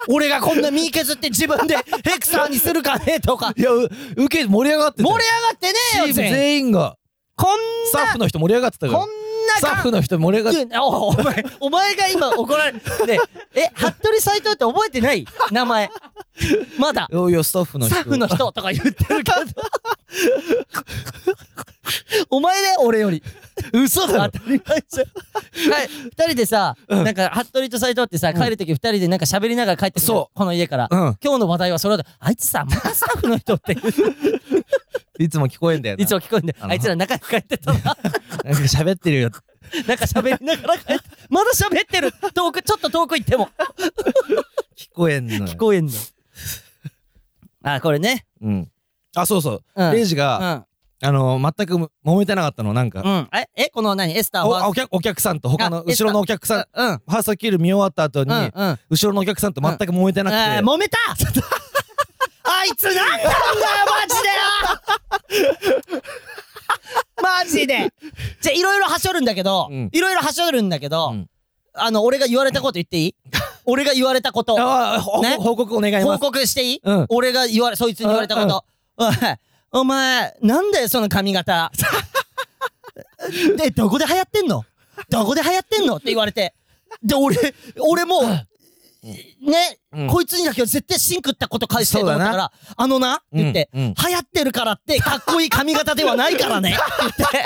Speaker 1: 俺がこんな身削って自分でヘクサーにするかねとか、
Speaker 2: いや、う受け盛り上がってた
Speaker 1: 盛り上
Speaker 2: よ
Speaker 1: がってねえよ
Speaker 2: チーム
Speaker 1: 全員
Speaker 2: 全員が、
Speaker 1: こん
Speaker 2: スタッフの人盛り上がってた
Speaker 1: な、
Speaker 2: か
Speaker 1: こ
Speaker 2: ら
Speaker 1: ん。
Speaker 2: スタ
Speaker 1: な
Speaker 2: ッ
Speaker 1: か
Speaker 2: フの人盛り上がって
Speaker 1: 言うおお前、お前が今怒られ、ねえ、え服部斎藤って覚えてない名前。まだ。
Speaker 2: いやいや、スタッフの
Speaker 1: ス
Speaker 2: 人。
Speaker 1: タッフの人とか言ってるけど。 <laughs> お前ね、俺より。嘘だ当たり前じゃん。はい、二人でさ、なんか、服部と斎藤ってさ、帰るとき二人でなんか喋りながら帰ってくる
Speaker 2: そ
Speaker 1: この家から。
Speaker 2: うん。
Speaker 1: 今日の話題はそれだ。あいつさ、またスタッフの人って <laughs> 言う
Speaker 2: いつも聞こえんだよな。
Speaker 1: いつも聞こえんで、
Speaker 2: あ
Speaker 1: あ
Speaker 2: の
Speaker 1: いつら仲良く帰ってたな。
Speaker 2: なんか喋ってるよ。
Speaker 1: なんか喋りながら帰って、まだ喋ってる。遠く、ちょっと遠く行っても。
Speaker 2: 聞こえんのよ。
Speaker 1: 聞こえんの。あ、これね。
Speaker 2: うん。あ、そうそう。
Speaker 1: うん。
Speaker 2: レイジ
Speaker 1: う
Speaker 2: が、
Speaker 1: ん。
Speaker 2: あの、全く揉めてなかったの、なん
Speaker 1: う
Speaker 2: か。
Speaker 1: ん。え、え、この何エスター
Speaker 2: おあ
Speaker 1: は。
Speaker 2: お客お客さんと他
Speaker 1: あ
Speaker 2: の
Speaker 1: え
Speaker 2: 後ろのお客さん
Speaker 1: うん。うん。
Speaker 2: ファーストキル見終わった後に
Speaker 1: うん。
Speaker 2: 後ろのお客さんと全く揉めてな
Speaker 1: あー
Speaker 2: く
Speaker 1: 揉めた <laughs> あいつなんなんだよ <laughs> マジでよマジでじゃあいろいろはしょるんだけど
Speaker 2: うん
Speaker 1: いろいろはしょるんだけど、
Speaker 2: うん
Speaker 1: あの俺が言われたこと言っていい <laughs> 俺が言われたこと
Speaker 2: てあーほ
Speaker 1: ね
Speaker 2: 報告お願いし
Speaker 1: 報
Speaker 2: ます
Speaker 1: 告していい、
Speaker 2: うん
Speaker 1: 俺が言われそいつに言われたこと、おいお前なんだよその髪型でどこで流行ってんのどこで流行ってんのって言われてで俺俺もうね、
Speaker 2: うん
Speaker 1: こいつにだけは絶対シンクったこと返してと思ったからあのなって言って、
Speaker 2: うんうん
Speaker 1: 流行ってるからってかっこいい髪型ではないからねって言って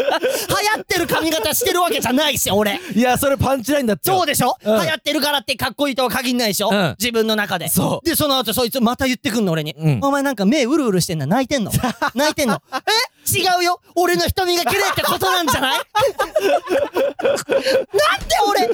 Speaker 1: 流行ってる髪型してるわけじゃないし俺
Speaker 2: いやそれパンチラインだって
Speaker 1: そうでしょ、
Speaker 2: うん
Speaker 1: 流行ってるからってかっこいいとは限んないでしょ、
Speaker 2: うん
Speaker 1: 自分の中で。
Speaker 2: そ
Speaker 1: <laughs> で、その後そいつまた言ってくんの俺に、
Speaker 2: うん
Speaker 1: お前なんか目うるうるしてんな。泣いてん
Speaker 2: <laughs>
Speaker 1: の泣いてんのえ違うよ俺の瞳が綺麗ってことなんじゃない <laughs> なんで俺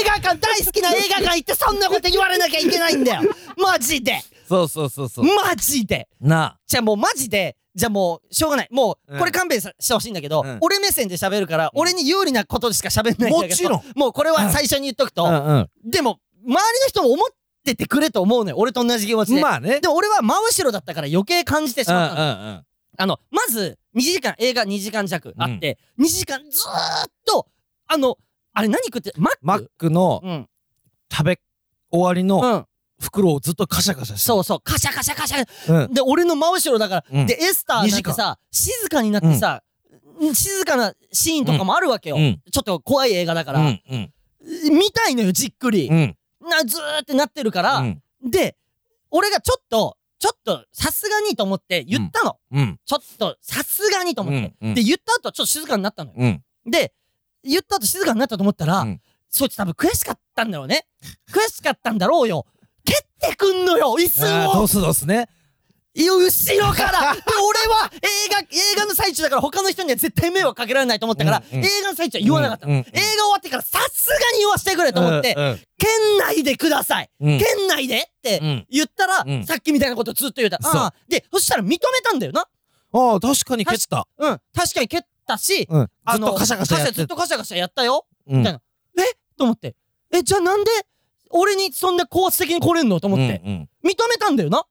Speaker 1: 映画館大好きな映画館行ってそんなこと言われなきゃいけないんだよマジで
Speaker 2: そうそうそうそう
Speaker 1: マジで
Speaker 2: な
Speaker 1: じゃあもうマジで、じゃあもうしょうがない。も
Speaker 2: う
Speaker 1: うんこれ勘弁さしてほしいんだけど、
Speaker 2: うん
Speaker 1: 俺目線で喋るから、俺に有利なことしか喋んないんだけど。
Speaker 2: もちろん。
Speaker 1: もうこれは最初に言っとくと、
Speaker 2: あうん
Speaker 1: でも、周りの人も思っててくれと思うのよ。俺と同じ気持ち
Speaker 2: うん
Speaker 1: で。
Speaker 2: まあね
Speaker 1: でも俺は真後ろだったから余計感じてし
Speaker 2: うんうん
Speaker 1: ま
Speaker 2: う
Speaker 1: ったの。
Speaker 2: ん
Speaker 1: あの、まず、2時間、映画2時間弱あって、2時間ずーっと、あの、あれ何食って、マック
Speaker 2: マックの
Speaker 1: うん。
Speaker 2: 食べ終わりの
Speaker 1: うん。
Speaker 2: 袋をずっとカシャカシャして
Speaker 1: そうそう。カシャカシャカシャ。
Speaker 2: うん
Speaker 1: で、俺の真後ろだから、
Speaker 2: うん
Speaker 1: で、エスターなんてさ、静かになってさ、静かなシーンとかもあるわけよ。
Speaker 2: うん
Speaker 1: ちょっと怖い映画だか
Speaker 2: う
Speaker 1: ら。
Speaker 2: んうん
Speaker 1: 見たいのよ、じっくり
Speaker 2: う。ん
Speaker 1: な、ずーってなってるから。
Speaker 2: うん
Speaker 1: で、俺がちょっと、ちょっと、さすがにと思って言ったの。
Speaker 2: うん
Speaker 1: ちょっと、さすがにと思って。
Speaker 2: うんうん
Speaker 1: で、言った後、ちょっと静かになったのよ。
Speaker 2: うん
Speaker 1: で、言った後静かになったと思ったら、
Speaker 2: うん
Speaker 1: そいつ多分悔しかったんだろうね。悔しかったんだろうよ。蹴ってくんのよ、椅子
Speaker 2: あ
Speaker 1: を
Speaker 2: ーどうすどうすね
Speaker 1: 後ろからで俺は映画映画の最中だから他の人には絶対迷惑かけられないと思ったから、
Speaker 2: うんうん
Speaker 1: 映画の最中は言わなかった、
Speaker 2: うんうん
Speaker 1: 映画終わってからさすがに言わせてくれと思って、県内でください、
Speaker 2: うんうん
Speaker 1: 県内でって
Speaker 2: うん
Speaker 1: 言ったら、
Speaker 2: うん
Speaker 1: さっきみたいなことずっと言うた、
Speaker 2: そう
Speaker 1: ああでそしたら認めたんだよな
Speaker 2: ああ確かに蹴った
Speaker 1: うん確かに蹴ったし、
Speaker 2: うんず
Speaker 1: あ
Speaker 2: っ
Speaker 1: の
Speaker 2: とカシャカシャやっ
Speaker 1: ずってとカシャカシャやったよ
Speaker 2: うん
Speaker 1: みたいなえと思ってえじゃあなんで俺にそんな高圧的に来れんのと思って、
Speaker 2: うんうん
Speaker 1: 認めたんだよな。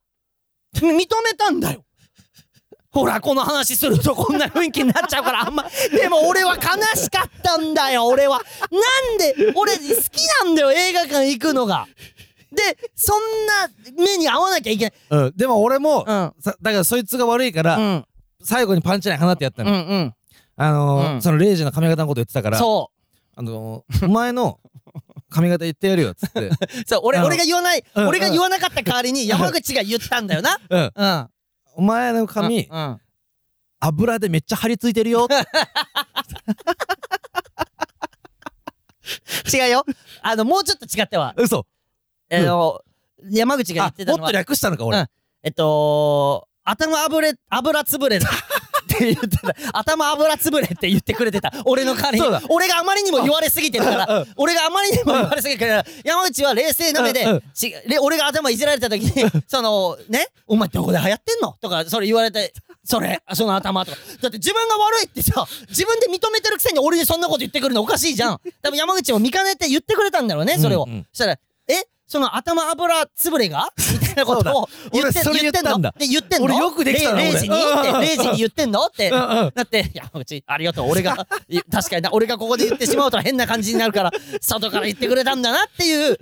Speaker 1: 認めたんだよ。ほら、この話するとこんな雰囲気になっちゃうから、あんま、でも俺は悲しかったんだよ、俺は。なんで、俺好きなんだよ、映画館行くのが。で、そんな目に合わなきゃいけない。
Speaker 2: うん、でも俺
Speaker 1: う
Speaker 2: も、
Speaker 1: ん。
Speaker 2: さだからそいつが悪いから、
Speaker 1: うん。
Speaker 2: 最後にパンチライン放ってやった
Speaker 1: う
Speaker 2: の、
Speaker 1: ん。うん。
Speaker 2: あのー
Speaker 1: うん
Speaker 2: そのレイジの髪型のこと言ってたから
Speaker 1: そ
Speaker 2: あのーお前の髪型言ってやるよっ
Speaker 1: <laughs>
Speaker 2: つって、
Speaker 1: う。そう、俺、
Speaker 2: あの
Speaker 1: 俺が言わない、
Speaker 2: うん
Speaker 1: 俺が言わなかった代わりに山口が言ったんだよな。
Speaker 2: うん、
Speaker 1: うん。
Speaker 2: お前の髪、
Speaker 1: うん。
Speaker 2: 油でめっちゃ張り付いてるよ
Speaker 1: 違うよ。あの、もうちょっと違ったわ。
Speaker 2: 嘘
Speaker 1: あの、山口が言
Speaker 2: あ
Speaker 1: ってた
Speaker 2: も
Speaker 1: の
Speaker 2: っ
Speaker 1: は
Speaker 2: と、略したのか俺、
Speaker 1: うんえっと、頭あぶれ、油つぶれだ。って言ってた。頭油つぶれって言ってくれてた。俺の代わりに
Speaker 2: そうだ。
Speaker 1: 俺があまりにも言われすぎてるから
Speaker 2: うん。
Speaker 1: 俺があまりにも言われすぎてるから。山口は冷静な目で
Speaker 2: うんうん、
Speaker 1: ちで俺が頭いじられた時に、その、ね、お前どこで流行ってんのとか、それ言われて、それ、その頭とか。だって自分が悪いってさ、自分で認めてるくせに俺にそんなこと言ってくるのおかしいじゃん。多分山口も見かねて言ってくれたんだろうね、それを。
Speaker 2: うんうん
Speaker 1: そしたら、えその頭油つぶれがみたいなことを言って
Speaker 2: 俺それ言ったんだ
Speaker 1: 言ってんので言ってんの
Speaker 2: 俺よくできたな
Speaker 1: れ0
Speaker 2: 俺
Speaker 1: 時にって0時に言ってんのって
Speaker 2: うんうん
Speaker 1: だって山口ありがとう俺
Speaker 2: <laughs>
Speaker 1: がい確かにな俺がここで言ってしまうと変な感じになるから外から言ってくれたんだなっていう。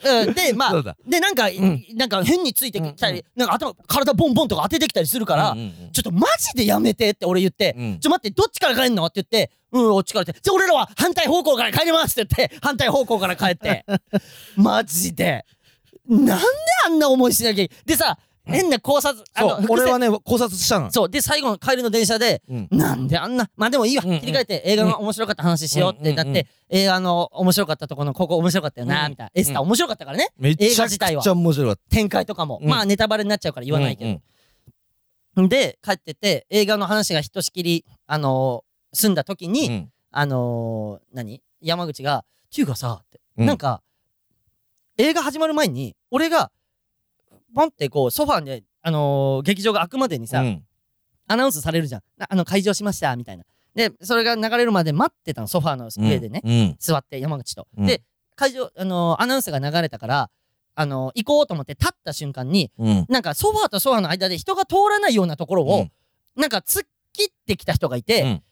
Speaker 1: うん、でま
Speaker 2: そう
Speaker 1: あ
Speaker 2: だ
Speaker 1: でなんか、
Speaker 2: ん
Speaker 1: なんか変についてきたり、なんか頭体ボンボンとか当ててきたりするから、
Speaker 2: うんうんうん
Speaker 1: ちょっとマジでやめてって俺言って、
Speaker 2: うん
Speaker 1: ちょ待ってどっちから帰んのって言ってうんこっちからってじゃあ俺らは反対方向から帰りますって言って反対方向から帰って
Speaker 2: <laughs>
Speaker 1: マジでなんであんな思いしなきゃいけないでさ変な考察あの
Speaker 2: そう
Speaker 1: 伏線
Speaker 2: 俺はね考察したの
Speaker 1: そうで最後の帰りの電車で、
Speaker 2: うん
Speaker 1: なんであんなまあでもいいわ
Speaker 2: うんうん
Speaker 1: 切り替えて映画の面白かった話しようってなって、
Speaker 2: うんうんうん
Speaker 1: 映画の面白かったところのここ面白かったよなみたいな、エスター面白かったからね
Speaker 2: め
Speaker 1: 映
Speaker 2: ち
Speaker 1: 画
Speaker 2: ゃ
Speaker 1: 自
Speaker 2: く
Speaker 1: 体は
Speaker 2: ちゃ面白かった
Speaker 1: 展開とかも、
Speaker 2: うん
Speaker 1: まあネタバレになっちゃうから言わないけど、
Speaker 2: うん
Speaker 1: で帰ってて映画の話がひとしきりあのー、済んだ時
Speaker 2: う
Speaker 1: に、
Speaker 2: んうん
Speaker 1: あのー、何山口が「っていうかさ」って、
Speaker 2: うん
Speaker 1: なんか映画始まる前に俺がポンってこうソファーで、あのー、劇場が開くまでにさ、
Speaker 2: うん
Speaker 1: アナウンスされるじゃんなあの会場しましたみたいなでそれが流れるまで待ってたのソファーの上でね、
Speaker 2: うん
Speaker 1: 座って山口と、
Speaker 2: うん
Speaker 1: で会場、あのー、アナウンスが流れたから、あのー、行こうと思って立った瞬間に
Speaker 2: うん
Speaker 1: なんかソファーとソファーの間で人が通らないようなところを、なんか突っ切ってきた人がいて、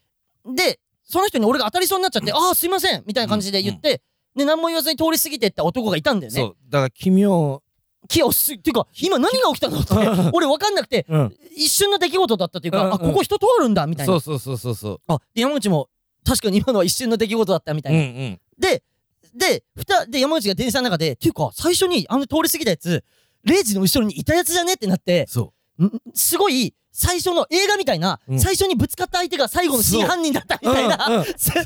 Speaker 1: でその人に俺が当たりそうになっちゃって「ああすいません」みたいな感じで言って、で何も言わずに通り過ぎてった男がいたんだよ
Speaker 2: そ
Speaker 1: ね。
Speaker 2: うだから君を
Speaker 1: 気をすっていうか今何が起きたのって
Speaker 2: <laughs>
Speaker 1: 俺分かんなくて
Speaker 2: うん
Speaker 1: 一瞬の出来事だったというか、
Speaker 2: うんうん
Speaker 1: あここ人通るんだみたいな
Speaker 2: そうそうそうそうそう
Speaker 1: あで山口も確かに今のは一瞬の出来事だったみたいな。
Speaker 2: うん
Speaker 1: ででふたで山口が電車の中でっていうか最初にあの通り過ぎたやつレイジの後ろにいたやつじゃねってなって
Speaker 2: そ
Speaker 1: んすごい、最初の映画みたいな、
Speaker 2: うん
Speaker 1: 最初にぶつかった相手が最後の真犯人だったみたいな、
Speaker 2: うんうん
Speaker 1: す
Speaker 2: <laughs>
Speaker 1: すげえ映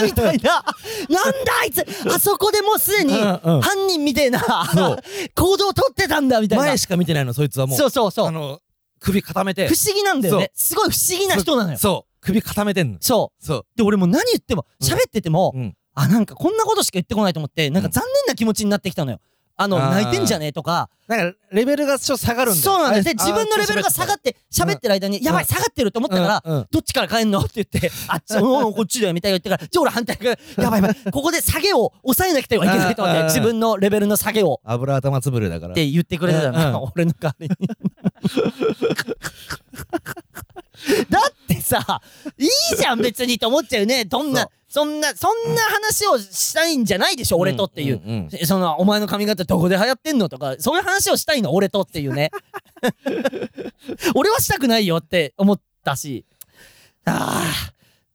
Speaker 1: 画みたいな、なんだあいつ、あそこでもうすでに
Speaker 2: うんうん
Speaker 1: 犯人みたいな
Speaker 2: そう
Speaker 1: 行動をとってたんだみ
Speaker 2: う
Speaker 1: たいな
Speaker 2: 前。しか見てないのそいつはもう
Speaker 1: そうそうそう。
Speaker 2: あ
Speaker 1: 不
Speaker 2: の首固めて
Speaker 1: 思議なんだよね。すごい不思議な人なのよ。
Speaker 2: そう首固めてんの
Speaker 1: そ
Speaker 2: そう
Speaker 1: う。で、俺もう何言っても、
Speaker 2: うん
Speaker 1: 喋ってても、
Speaker 2: うん
Speaker 1: あ、なんかこんなことしか言ってこないと思って、なんか残念な気持ちになってきたのよ。あの、
Speaker 2: あー
Speaker 1: 泣いてんじゃねえとか、
Speaker 2: なんかレベルがちょっと下がるんだ
Speaker 1: そうなんだよ。で、自分のレベルが下がって、喋ってる間に、やばい、下がってると思ったから、
Speaker 2: ら
Speaker 1: どっちから帰んのって言って、あっち、うんこっちだよ、みたいな言って
Speaker 2: <laughs>
Speaker 1: から、じゃあ俺反対から、やばいやばい、ここで下げを抑えなくてはいけないと思って、
Speaker 2: うんうんうん
Speaker 1: 自分のレベルの下げを。
Speaker 2: 油頭つぶれだから
Speaker 1: って言ってくれてたの、
Speaker 2: うんう
Speaker 1: 俺の代わりに。 <laughs> だってさ、いいじゃん別にと思っちゃうよね。どんな、そんな、そんな話をしたいんじゃないでしょ、俺とっていう。
Speaker 2: んんん
Speaker 1: その、お前の髪型どこで流行ってんのとか、そういう話をしたいの、俺とって
Speaker 2: <laughs>
Speaker 1: いうね。俺はしたくないよって思ったし。ああ、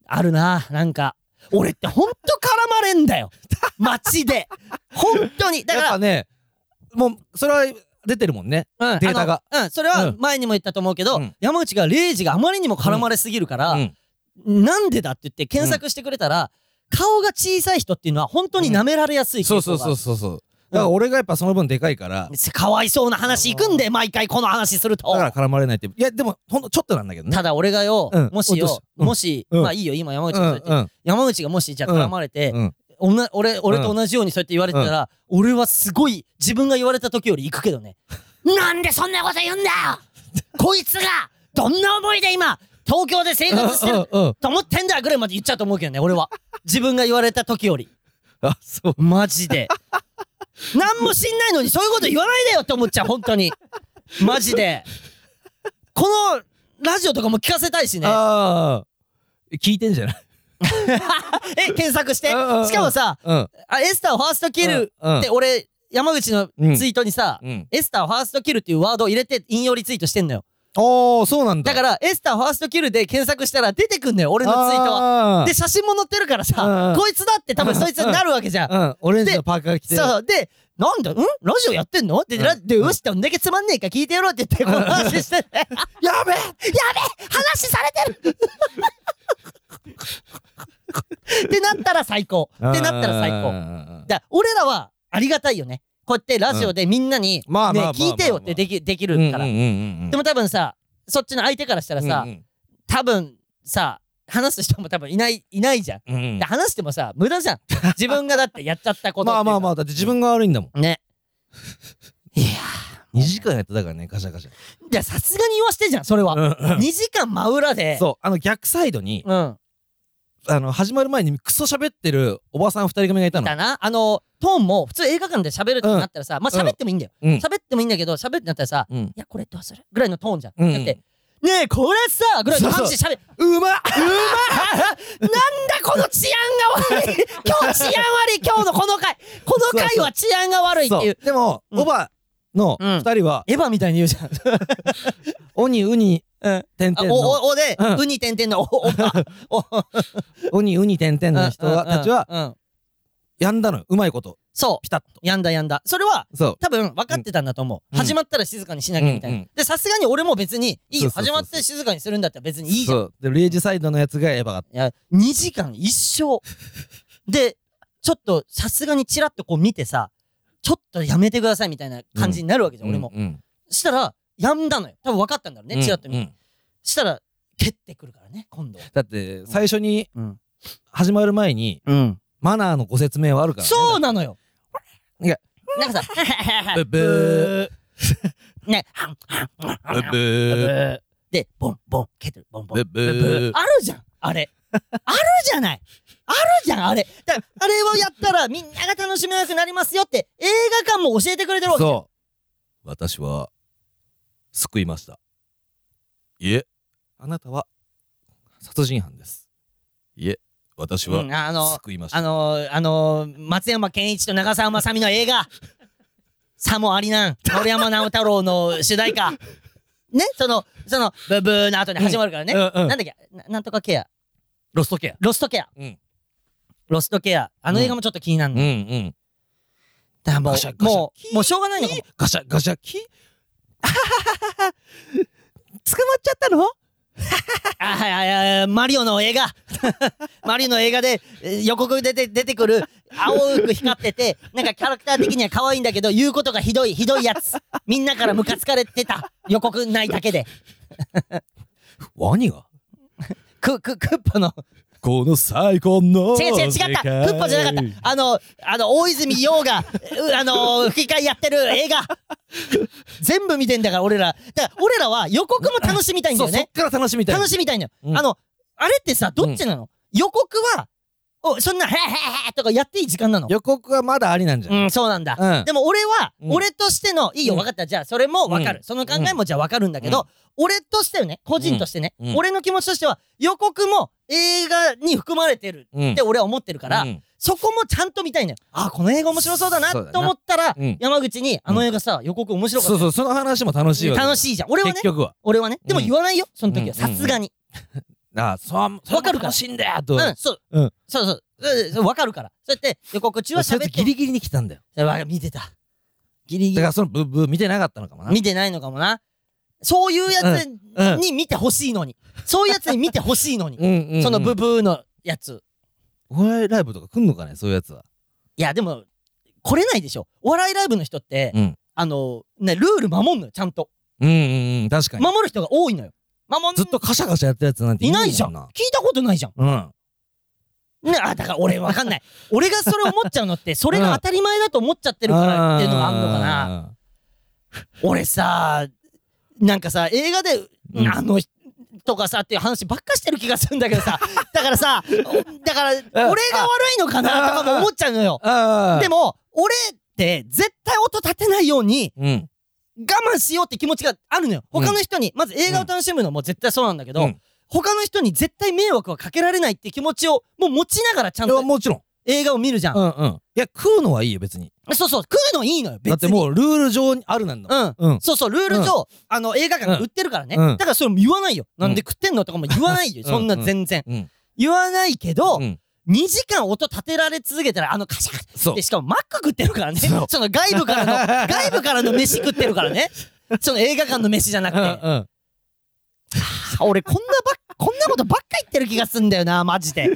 Speaker 1: あるな、なんか。俺ってほんと絡まれんだよ。街で。ほんとに。だ
Speaker 2: やっ
Speaker 1: か
Speaker 2: ぱねもうそれは出てるもんね
Speaker 1: ら、うん
Speaker 2: データが。
Speaker 1: あのうん、それ
Speaker 2: う
Speaker 1: は
Speaker 2: ん
Speaker 1: 前にも言ったと思うけど、
Speaker 2: うん
Speaker 1: 山内が、レイジがあまりにも絡まれすぎるから、
Speaker 2: うん
Speaker 1: なんでだって言って検索してくれたら、顔が小さい人っていうのは本当に舐められやすい傾向
Speaker 2: そ
Speaker 1: があ
Speaker 2: う
Speaker 1: る
Speaker 2: そうそうそうそうだから俺がやっぱその分でかいから
Speaker 1: かわいそうな話行くんで、毎回この話すると。
Speaker 2: だから絡まれないっていやでもほんとちょっとなんだけどね
Speaker 1: ただ俺がよ、
Speaker 2: うん
Speaker 1: もし
Speaker 2: 落
Speaker 1: よ
Speaker 2: とし、うん
Speaker 1: もし、
Speaker 2: うん
Speaker 1: まあいいよ、今山口
Speaker 2: う
Speaker 1: がそうんやって、
Speaker 2: うん
Speaker 1: 山口がもし、じゃあ
Speaker 2: うん
Speaker 1: 絡まれて、
Speaker 2: うん
Speaker 1: おな俺、俺と同じようにそうやって言われてたら、俺はすごい、自分が言われた時より行くけどね。なんでそんなこと言うんだよこいつが、どんな思いで今、東京で生活してる
Speaker 2: うんうん
Speaker 1: と思ってんだぐらいまで言っちゃうと思うけどね、俺は。自分が言われた時より。
Speaker 2: あそう
Speaker 1: マジで。 <laughs> 何も知んないのにそういうこと言わないでよって思っちゃう、本当に。マジで。この、ラジオとかも聞かせたいしね。
Speaker 2: ああ。聞いてんじゃない
Speaker 1: <laughs> え、検索して。し
Speaker 2: うんうんうん
Speaker 1: かもさ、
Speaker 2: うん。
Speaker 1: あ、エスターをファーストキル
Speaker 2: うん
Speaker 1: って、俺、山口のツイートにさ、
Speaker 2: うん。
Speaker 1: エスターをファーストキルっていうワードを入れて引用リツイートしてんのよ。
Speaker 2: ああ、そうなんだ。
Speaker 1: だから、エスターファーストキルで検索したら出てくんのよ、俺のツイートは。
Speaker 2: は
Speaker 1: で、写真も載ってるから
Speaker 2: うんう
Speaker 1: さ
Speaker 2: ん、
Speaker 1: こいつだって多分そいつになるわけじゃん。
Speaker 2: うん、オレンジのパーカー着て。
Speaker 1: そうそう。で、なんだ、んラジオやってんのって、
Speaker 2: うん
Speaker 1: ラで、うし、どんだけつまんねえか聞いてやろうって言って、この話
Speaker 2: <laughs>
Speaker 1: してて。やべえやべえ話されてるってなったら最高。
Speaker 2: うん
Speaker 1: ってなったら最
Speaker 2: う
Speaker 1: 高。
Speaker 2: んうん
Speaker 1: だ俺らはありがたいよね。こうやってラジオでみんなに、ね、
Speaker 2: まあまあまあまあまあ
Speaker 1: 聞いてよってできでき
Speaker 2: うん
Speaker 1: るから
Speaker 2: うん。うんうん
Speaker 1: でも多分さ、そっちの相手からしたらさ、
Speaker 2: うん
Speaker 1: 多分さ、話す人も多分いない、いないじゃん。
Speaker 2: うんうん
Speaker 1: で話してもさ、無駄じゃん。自分がだってやっちゃったことっていうか。
Speaker 2: <laughs> まあまあまあ、だって自分が悪いんだもん。
Speaker 1: ね。いやー、
Speaker 2: 2時間やってたからね、ガシャガシャ。
Speaker 1: いや、さすがに言わしてじゃん、それは。
Speaker 2: うんうん
Speaker 1: 2時間真裏で。
Speaker 2: そう、あの逆サイドに、
Speaker 1: うん。
Speaker 2: あの、始まる前にクソ喋ってるおばさん二人組がいたの
Speaker 1: だ。な。あの、トーンも、普通映画館で喋るってなったらさ、まあ喋ってもいいんだよ。
Speaker 2: うん
Speaker 1: 喋ってもいいんだけど、喋ってなったらさ、
Speaker 2: うん
Speaker 1: いや、これどうするぐらいのトーンじゃん。
Speaker 2: うん
Speaker 1: だって、ねえ、これさぐらいの感じで喋る。なん
Speaker 2: うまっ
Speaker 1: だこの治安が悪い今日治安悪い今日のこの回この回は治安が悪いって
Speaker 2: そ
Speaker 1: いう
Speaker 2: う。でも、
Speaker 1: うん
Speaker 2: おばの
Speaker 1: うん
Speaker 2: 二人は、
Speaker 1: エヴァみたいに言うじゃん。
Speaker 2: おにうに、
Speaker 1: うん
Speaker 2: てん
Speaker 1: あ
Speaker 2: てん
Speaker 1: お
Speaker 2: の、
Speaker 1: おおで、
Speaker 2: うん
Speaker 1: ウニてんてんのおおおお
Speaker 2: <laughs> おにうにてんてんの人はたちは、
Speaker 1: うんうんうん
Speaker 2: やんだのようまいこと。
Speaker 1: そう
Speaker 2: ピタッと。
Speaker 1: やんだやんだそれは
Speaker 2: そう。
Speaker 1: 多分分かってたんだと思う、
Speaker 2: うん
Speaker 1: 始まったら静かにしなきゃみたいな、
Speaker 2: うんうん
Speaker 1: でさすがに俺も別にいいよ
Speaker 2: そうそうそう
Speaker 1: 始
Speaker 2: そう
Speaker 1: まって静かにするんだったら別にいいじゃんい
Speaker 2: そう。で、0時サイドのやつがエヴァだっ
Speaker 1: や2時間一生でちょっとさすがにチラッとこう見てさちょっとやめてくださいみたいな感じになるわけじゃ
Speaker 2: た。
Speaker 1: ん、俺も
Speaker 2: うんうん
Speaker 1: したらやんだのよ多分分かったんだろうねチラッと見て、
Speaker 2: うんうん
Speaker 1: したら蹴ってくるからね今度は
Speaker 2: だって、最初に
Speaker 1: うん、
Speaker 2: 始まる前に、
Speaker 1: うん、
Speaker 2: マナーのご説明はあるからね。
Speaker 1: そうなのよ
Speaker 2: いや
Speaker 1: なんかさ
Speaker 2: ブブ
Speaker 1: ね
Speaker 2: ブブー。
Speaker 1: で、ボンボン、蹴ってる、ボンボン。
Speaker 2: ブブー
Speaker 1: ブブーあるじゃん、あれ。あるじゃない。あるじゃん、あれ。だあれをやったら、みんなが楽しめなくなりますよって、映画館も教えてくれてるわけ。
Speaker 2: そう。私は、救いました。いえ、あなたは、殺人犯です。いえ、私
Speaker 1: うん、あの、
Speaker 2: 救いま
Speaker 1: あ。の、あの、松山ケンイチと長澤まさみの映画、さもありなん、森山直太朗の主題歌。ね、その、その、ブブーの後に始まるからね。
Speaker 2: うんうん
Speaker 1: なんだっけ、ななんとかケア、
Speaker 2: ロストケア。
Speaker 1: ロストケア。
Speaker 2: うん
Speaker 1: ロストケア。あの映画もちょっと気になるの。
Speaker 2: うんうん。
Speaker 1: だからも
Speaker 2: ガシャ
Speaker 1: う、
Speaker 2: ガシャ
Speaker 1: もう、もうしょうがないのかも。
Speaker 2: ガシャガシャキあはははは。捕まっちゃったの
Speaker 1: <laughs> あ、はいはいはい、マリオの映画。 <laughs> マリオの映画でえー予告で出て出てくる、青く光ってて、なんかキャラクター的には可愛いんだけど、言うことがひどい、ひどいやつ。みんなからムカつかれてた。予告ないだけで。
Speaker 2: ワニが
Speaker 1: ク、ク、クッパの。
Speaker 2: この最高の
Speaker 1: 違う違う違った。クッパじゃなかった。あの、あの、大泉洋が、うあの、吹き替えやってる映画。全部見てんだから、俺ら。だから、俺らは予告も楽しみたいんだよ
Speaker 2: そう、
Speaker 1: ね
Speaker 2: そっ。から楽しみたい。
Speaker 1: 楽しみたいのよ。
Speaker 2: うん
Speaker 1: あの、あれってさ、どっちなの、予告は、お、そんな、へへへとかやっていい時間なの
Speaker 2: 予告はまだありなんじゃ
Speaker 1: う
Speaker 2: ない
Speaker 1: ん、そうなんだ。
Speaker 2: うん
Speaker 1: でも俺は、
Speaker 2: うん
Speaker 1: 俺としての、いいよ、
Speaker 2: うん
Speaker 1: 分かった。じゃあ、それも分かる。
Speaker 2: うん
Speaker 1: その考えもじゃあ分かるんだけど、俺としてね、個人としてね、
Speaker 2: うんうん
Speaker 1: 俺の気持ちとしては、予告も映画に含まれてる
Speaker 2: うん
Speaker 1: って俺は思ってるから、
Speaker 2: うん
Speaker 1: そこもちゃんと見たいのよ。あ、この映画面白そうだな
Speaker 2: そうだな
Speaker 1: と思ったら、
Speaker 2: うん
Speaker 1: 山口に、あの映画さ、予告面白かった
Speaker 2: そ
Speaker 1: よ。
Speaker 2: うそう、その話も楽しいわけ。
Speaker 1: 楽
Speaker 2: し
Speaker 1: しいじゃん。俺はね
Speaker 2: 結、局は。
Speaker 1: 俺はね、でも
Speaker 2: うん
Speaker 1: 言わないよ、その時は。
Speaker 2: うんう
Speaker 1: さ
Speaker 2: んうん
Speaker 1: すがに。
Speaker 2: ああ、そう、それも
Speaker 1: わかるから
Speaker 2: 楽しいんだよと。
Speaker 1: うん、そう。
Speaker 2: うん
Speaker 1: そうそう。うんそうわかるから。そうやって、予告中は
Speaker 2: それ
Speaker 1: 喋
Speaker 2: で
Speaker 1: って
Speaker 2: ギリギリに来たんだよ。
Speaker 1: も。見てた。ギリギ
Speaker 2: だか
Speaker 1: リ。
Speaker 2: らそのブッブー見てなかったのかもな。
Speaker 1: 見てないのかもな。そういうや
Speaker 2: うんう
Speaker 1: つに見てほしいのに。そういうやつに見てほしいのに。
Speaker 2: <laughs> うんうんうん
Speaker 1: そのブブーのやつ。
Speaker 2: お笑いライブとか来んのかねそういうやつは。
Speaker 1: いや、でも、来れないでしょ。お笑いライブの人って
Speaker 2: うん、
Speaker 1: あの、ね、ルール守んのよ、ちゃんと。
Speaker 2: うんうんうん、確かに。
Speaker 1: 守る人が多いのよ。守ん
Speaker 2: ずっとカシャカシャやってるやつなんて
Speaker 1: い
Speaker 2: も
Speaker 1: ないじゃん。聞いたことないじゃん。
Speaker 2: うん。
Speaker 1: ね、あ、だから俺わかんない。俺がそれ思っちゃうのって、それが当たり前だと思っちゃってるからっていうのがあるのかな。
Speaker 2: な。
Speaker 1: 俺さなんかさ映画で、
Speaker 2: うん
Speaker 1: あの人とかさっていう話ばっかしてる気がするんだけ
Speaker 2: <laughs>
Speaker 1: どさだからさおだから俺が悪いのかなとかも思っちゃうのよ
Speaker 2: ああ。
Speaker 1: で
Speaker 2: も、
Speaker 1: も俺って絶対音立てないように
Speaker 2: うん。
Speaker 1: 我慢しようって気持ちがあるのよ。
Speaker 2: うん
Speaker 1: 他の人に、まず映画を楽しむのも絶対そうなんだけど、
Speaker 2: うん
Speaker 1: 他の人に絶対迷惑はかけられないって気持ちをもう持ちながらちゃん
Speaker 2: いや
Speaker 1: と
Speaker 2: もちろん。
Speaker 1: 映画を見るじゃん。
Speaker 2: うんうん。いや、食うのはいいよ、別に。
Speaker 1: そうそう、食うのいいのよ、別に。
Speaker 2: だってもうルール上にあるなんだもん。
Speaker 1: うん。
Speaker 2: うん。
Speaker 1: そうそう、ルール上、あの、映画館が
Speaker 2: うん
Speaker 1: 売ってるからね。
Speaker 2: う
Speaker 1: だ
Speaker 2: ん
Speaker 1: からそれも言わないよ。
Speaker 2: うん
Speaker 1: なんで食ってんのとかも言わないよ。
Speaker 2: うん
Speaker 1: そんな全然。
Speaker 2: うん
Speaker 1: 言わないけど、
Speaker 2: うん
Speaker 1: 2時間音立てられ続けたら、あの、カシャカシ
Speaker 2: そ
Speaker 1: ャ
Speaker 2: う
Speaker 1: で、。しかもマック食ってるからね。
Speaker 2: そう
Speaker 1: その外部からの、
Speaker 2: <laughs>
Speaker 1: 外部からの飯食ってるからね。その映画館の飯じゃなく
Speaker 2: うんう
Speaker 1: て。
Speaker 2: ん。
Speaker 1: 俺、こんなばっ、こんなことばっか言ってる気がすんだよな、マジで。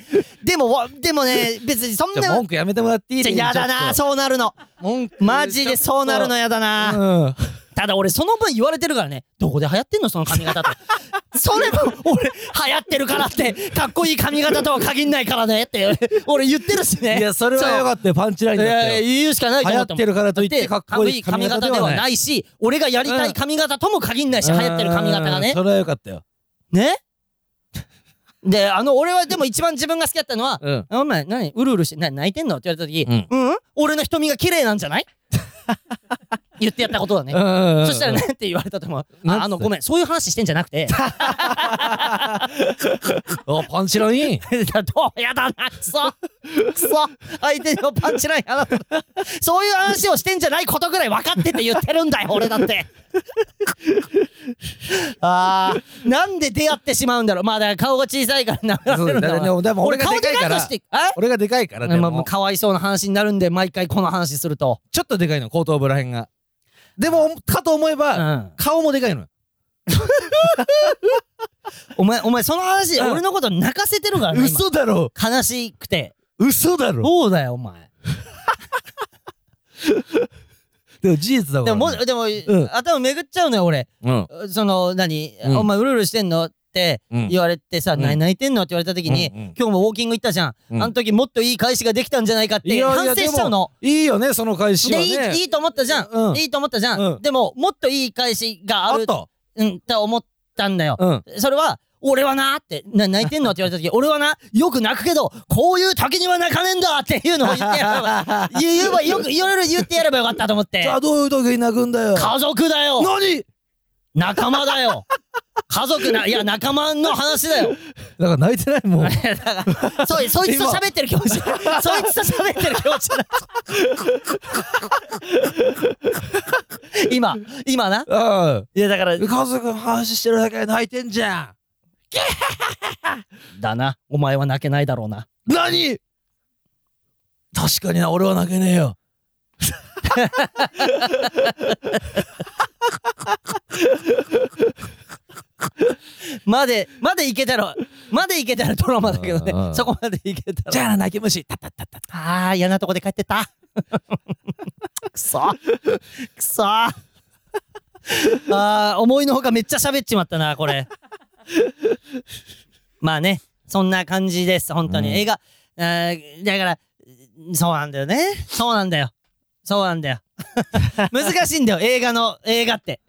Speaker 1: でも、わでもね、別にそん
Speaker 2: じゃ
Speaker 1: な、
Speaker 2: あ文句やめてもらっていい
Speaker 1: じゃあやだな、そうなるの。
Speaker 2: 文句
Speaker 1: マジでそうなるのやだな。
Speaker 2: うん。
Speaker 1: ただ俺その分言われてるからね、どこで流行ってんのその髪 <laughs> 型と。それも俺流行ってるからって、かっこいい髪型とは限んないからねって、俺言ってるしね。
Speaker 2: いや、それはよ
Speaker 1: っ
Speaker 2: かったよ、パンチライ
Speaker 1: た
Speaker 2: ンだったよ。
Speaker 1: 言うしかない
Speaker 2: 流
Speaker 1: か
Speaker 2: 行
Speaker 1: な
Speaker 2: っ
Speaker 1: と思
Speaker 2: てるからといっ
Speaker 1: で
Speaker 2: て、かっこいい
Speaker 1: かっこ
Speaker 2: 髪
Speaker 1: いい髪
Speaker 2: 型
Speaker 1: 型
Speaker 2: で
Speaker 1: で
Speaker 2: は
Speaker 1: は
Speaker 2: ない。
Speaker 1: ないし、俺がやりたい髪型とも限んないし、流行ってる髪型が
Speaker 2: うん
Speaker 1: ね。
Speaker 2: それはよかったよ。
Speaker 1: ねで、あの、俺はでも一番自分が好きだったのは、
Speaker 2: うん。
Speaker 1: あお前、何うるうるして、な泣いてんのって言われた時、
Speaker 2: うん
Speaker 1: うん、俺の瞳が綺麗なんじゃない <laughs> 言ってやったことだね。
Speaker 2: そ
Speaker 1: そしたら、なんて言われたと思う。
Speaker 2: なんつっ
Speaker 1: あ
Speaker 2: た
Speaker 1: あの、ごめん、そういう話してんじゃなく <laughs> て、
Speaker 2: あ、パンチライン。
Speaker 1: どうやだな、く <laughs> そ、くそ、相手のパンチラインやなそういう話をしてんじゃないことぐらい分かってて言ってるん <laughs> だよ、俺だって。あー、なんで出会ってしまうんだろう。まあ、だから顔が小さいから <laughs> なめら
Speaker 2: そう
Speaker 1: れるんだ
Speaker 2: だ
Speaker 1: ろ
Speaker 2: ね
Speaker 1: うな。
Speaker 2: でもでも
Speaker 1: 俺
Speaker 2: 俺が
Speaker 1: 顔
Speaker 2: でか
Speaker 1: で
Speaker 2: い
Speaker 1: か
Speaker 2: か
Speaker 1: く
Speaker 2: ら
Speaker 1: して、え
Speaker 2: 俺がでかいからで
Speaker 1: まあまあ、
Speaker 2: も
Speaker 1: かわいそうな話になるんで、毎回この話すると。
Speaker 2: ちょっとでかいの後頭部らへんがでもかと思え
Speaker 1: う
Speaker 2: ば
Speaker 1: ん。
Speaker 2: 顔もでかいの
Speaker 1: お前、お前、その話、
Speaker 2: うん
Speaker 1: 俺のこと泣かせてるからね。今
Speaker 2: だろ
Speaker 1: 悲しくて。
Speaker 2: 嘘だろ
Speaker 1: そうだよ、お前。
Speaker 2: でも事実だか
Speaker 1: で
Speaker 2: ら
Speaker 1: も、もでも、
Speaker 2: ん
Speaker 1: 頭めぐっちゃうのよ、俺。
Speaker 2: うん
Speaker 1: その、何、
Speaker 2: うん
Speaker 1: お前、うるうるしてんのって
Speaker 2: うん
Speaker 1: 言われてさ、
Speaker 2: うん
Speaker 1: 何泣いてんのって言われた時に、
Speaker 2: うんうん
Speaker 1: 今日もウォーキング行ったじゃん。
Speaker 2: うん
Speaker 1: あの時、もっといい返しができたんじゃないかって、
Speaker 2: いやいや
Speaker 1: 反省しちゃうの。
Speaker 2: いいよねその返しは
Speaker 1: で、いい、
Speaker 2: ね
Speaker 1: いいと思ったじゃん。
Speaker 2: うん
Speaker 1: いいと思ったじゃん。
Speaker 2: うん
Speaker 1: でも、もっといい返しがあ
Speaker 2: あ
Speaker 1: る
Speaker 2: っ、た
Speaker 1: うん、と思ったんだよ。
Speaker 2: うん
Speaker 1: それは、俺はなって、な泣いてんのって言われた時、俺はな、よく泣くけど、こういう時には泣かねえんだっていうのを言ってやれ
Speaker 2: <laughs>
Speaker 1: ば、言えばよく、いろいろ言ってやればよかったと思って
Speaker 2: じ。ゃあどういう時に泣くんだよ
Speaker 1: 家族だよ
Speaker 2: 何
Speaker 1: 仲間だよ家族な、いや、仲間の話だよ。
Speaker 2: だから泣いてないもん
Speaker 1: <laughs> そう、そいつと喋ってる気持ち。 <laughs> そいつと喋ってる気持ちだ。今、今な。
Speaker 2: うん
Speaker 1: いや、だから、
Speaker 2: 家族の話してるだけで泣いてんじゃ
Speaker 1: だな。お前は泣けないだろうな。
Speaker 2: ん何確かにな俺は泣けねえよ
Speaker 1: まで、までいけたら、までいけたらドラマだけど
Speaker 2: うんうんう
Speaker 1: ね。
Speaker 2: ん
Speaker 1: そこまでいけた
Speaker 2: じ
Speaker 1: ら。
Speaker 2: ゃあな泣き虫タッタッタッタッ
Speaker 1: ああ、嫌なとこで帰ってった。くそ。くそ。ああ、思いのほかめっちゃ喋っちまったな、これ。まあね、そんな感じです、本当に。
Speaker 2: うん
Speaker 1: 映画、あーだから、そうなんだよね。そうなんだよ。そうなんだよ。難しいんだよ、映画の、映画って。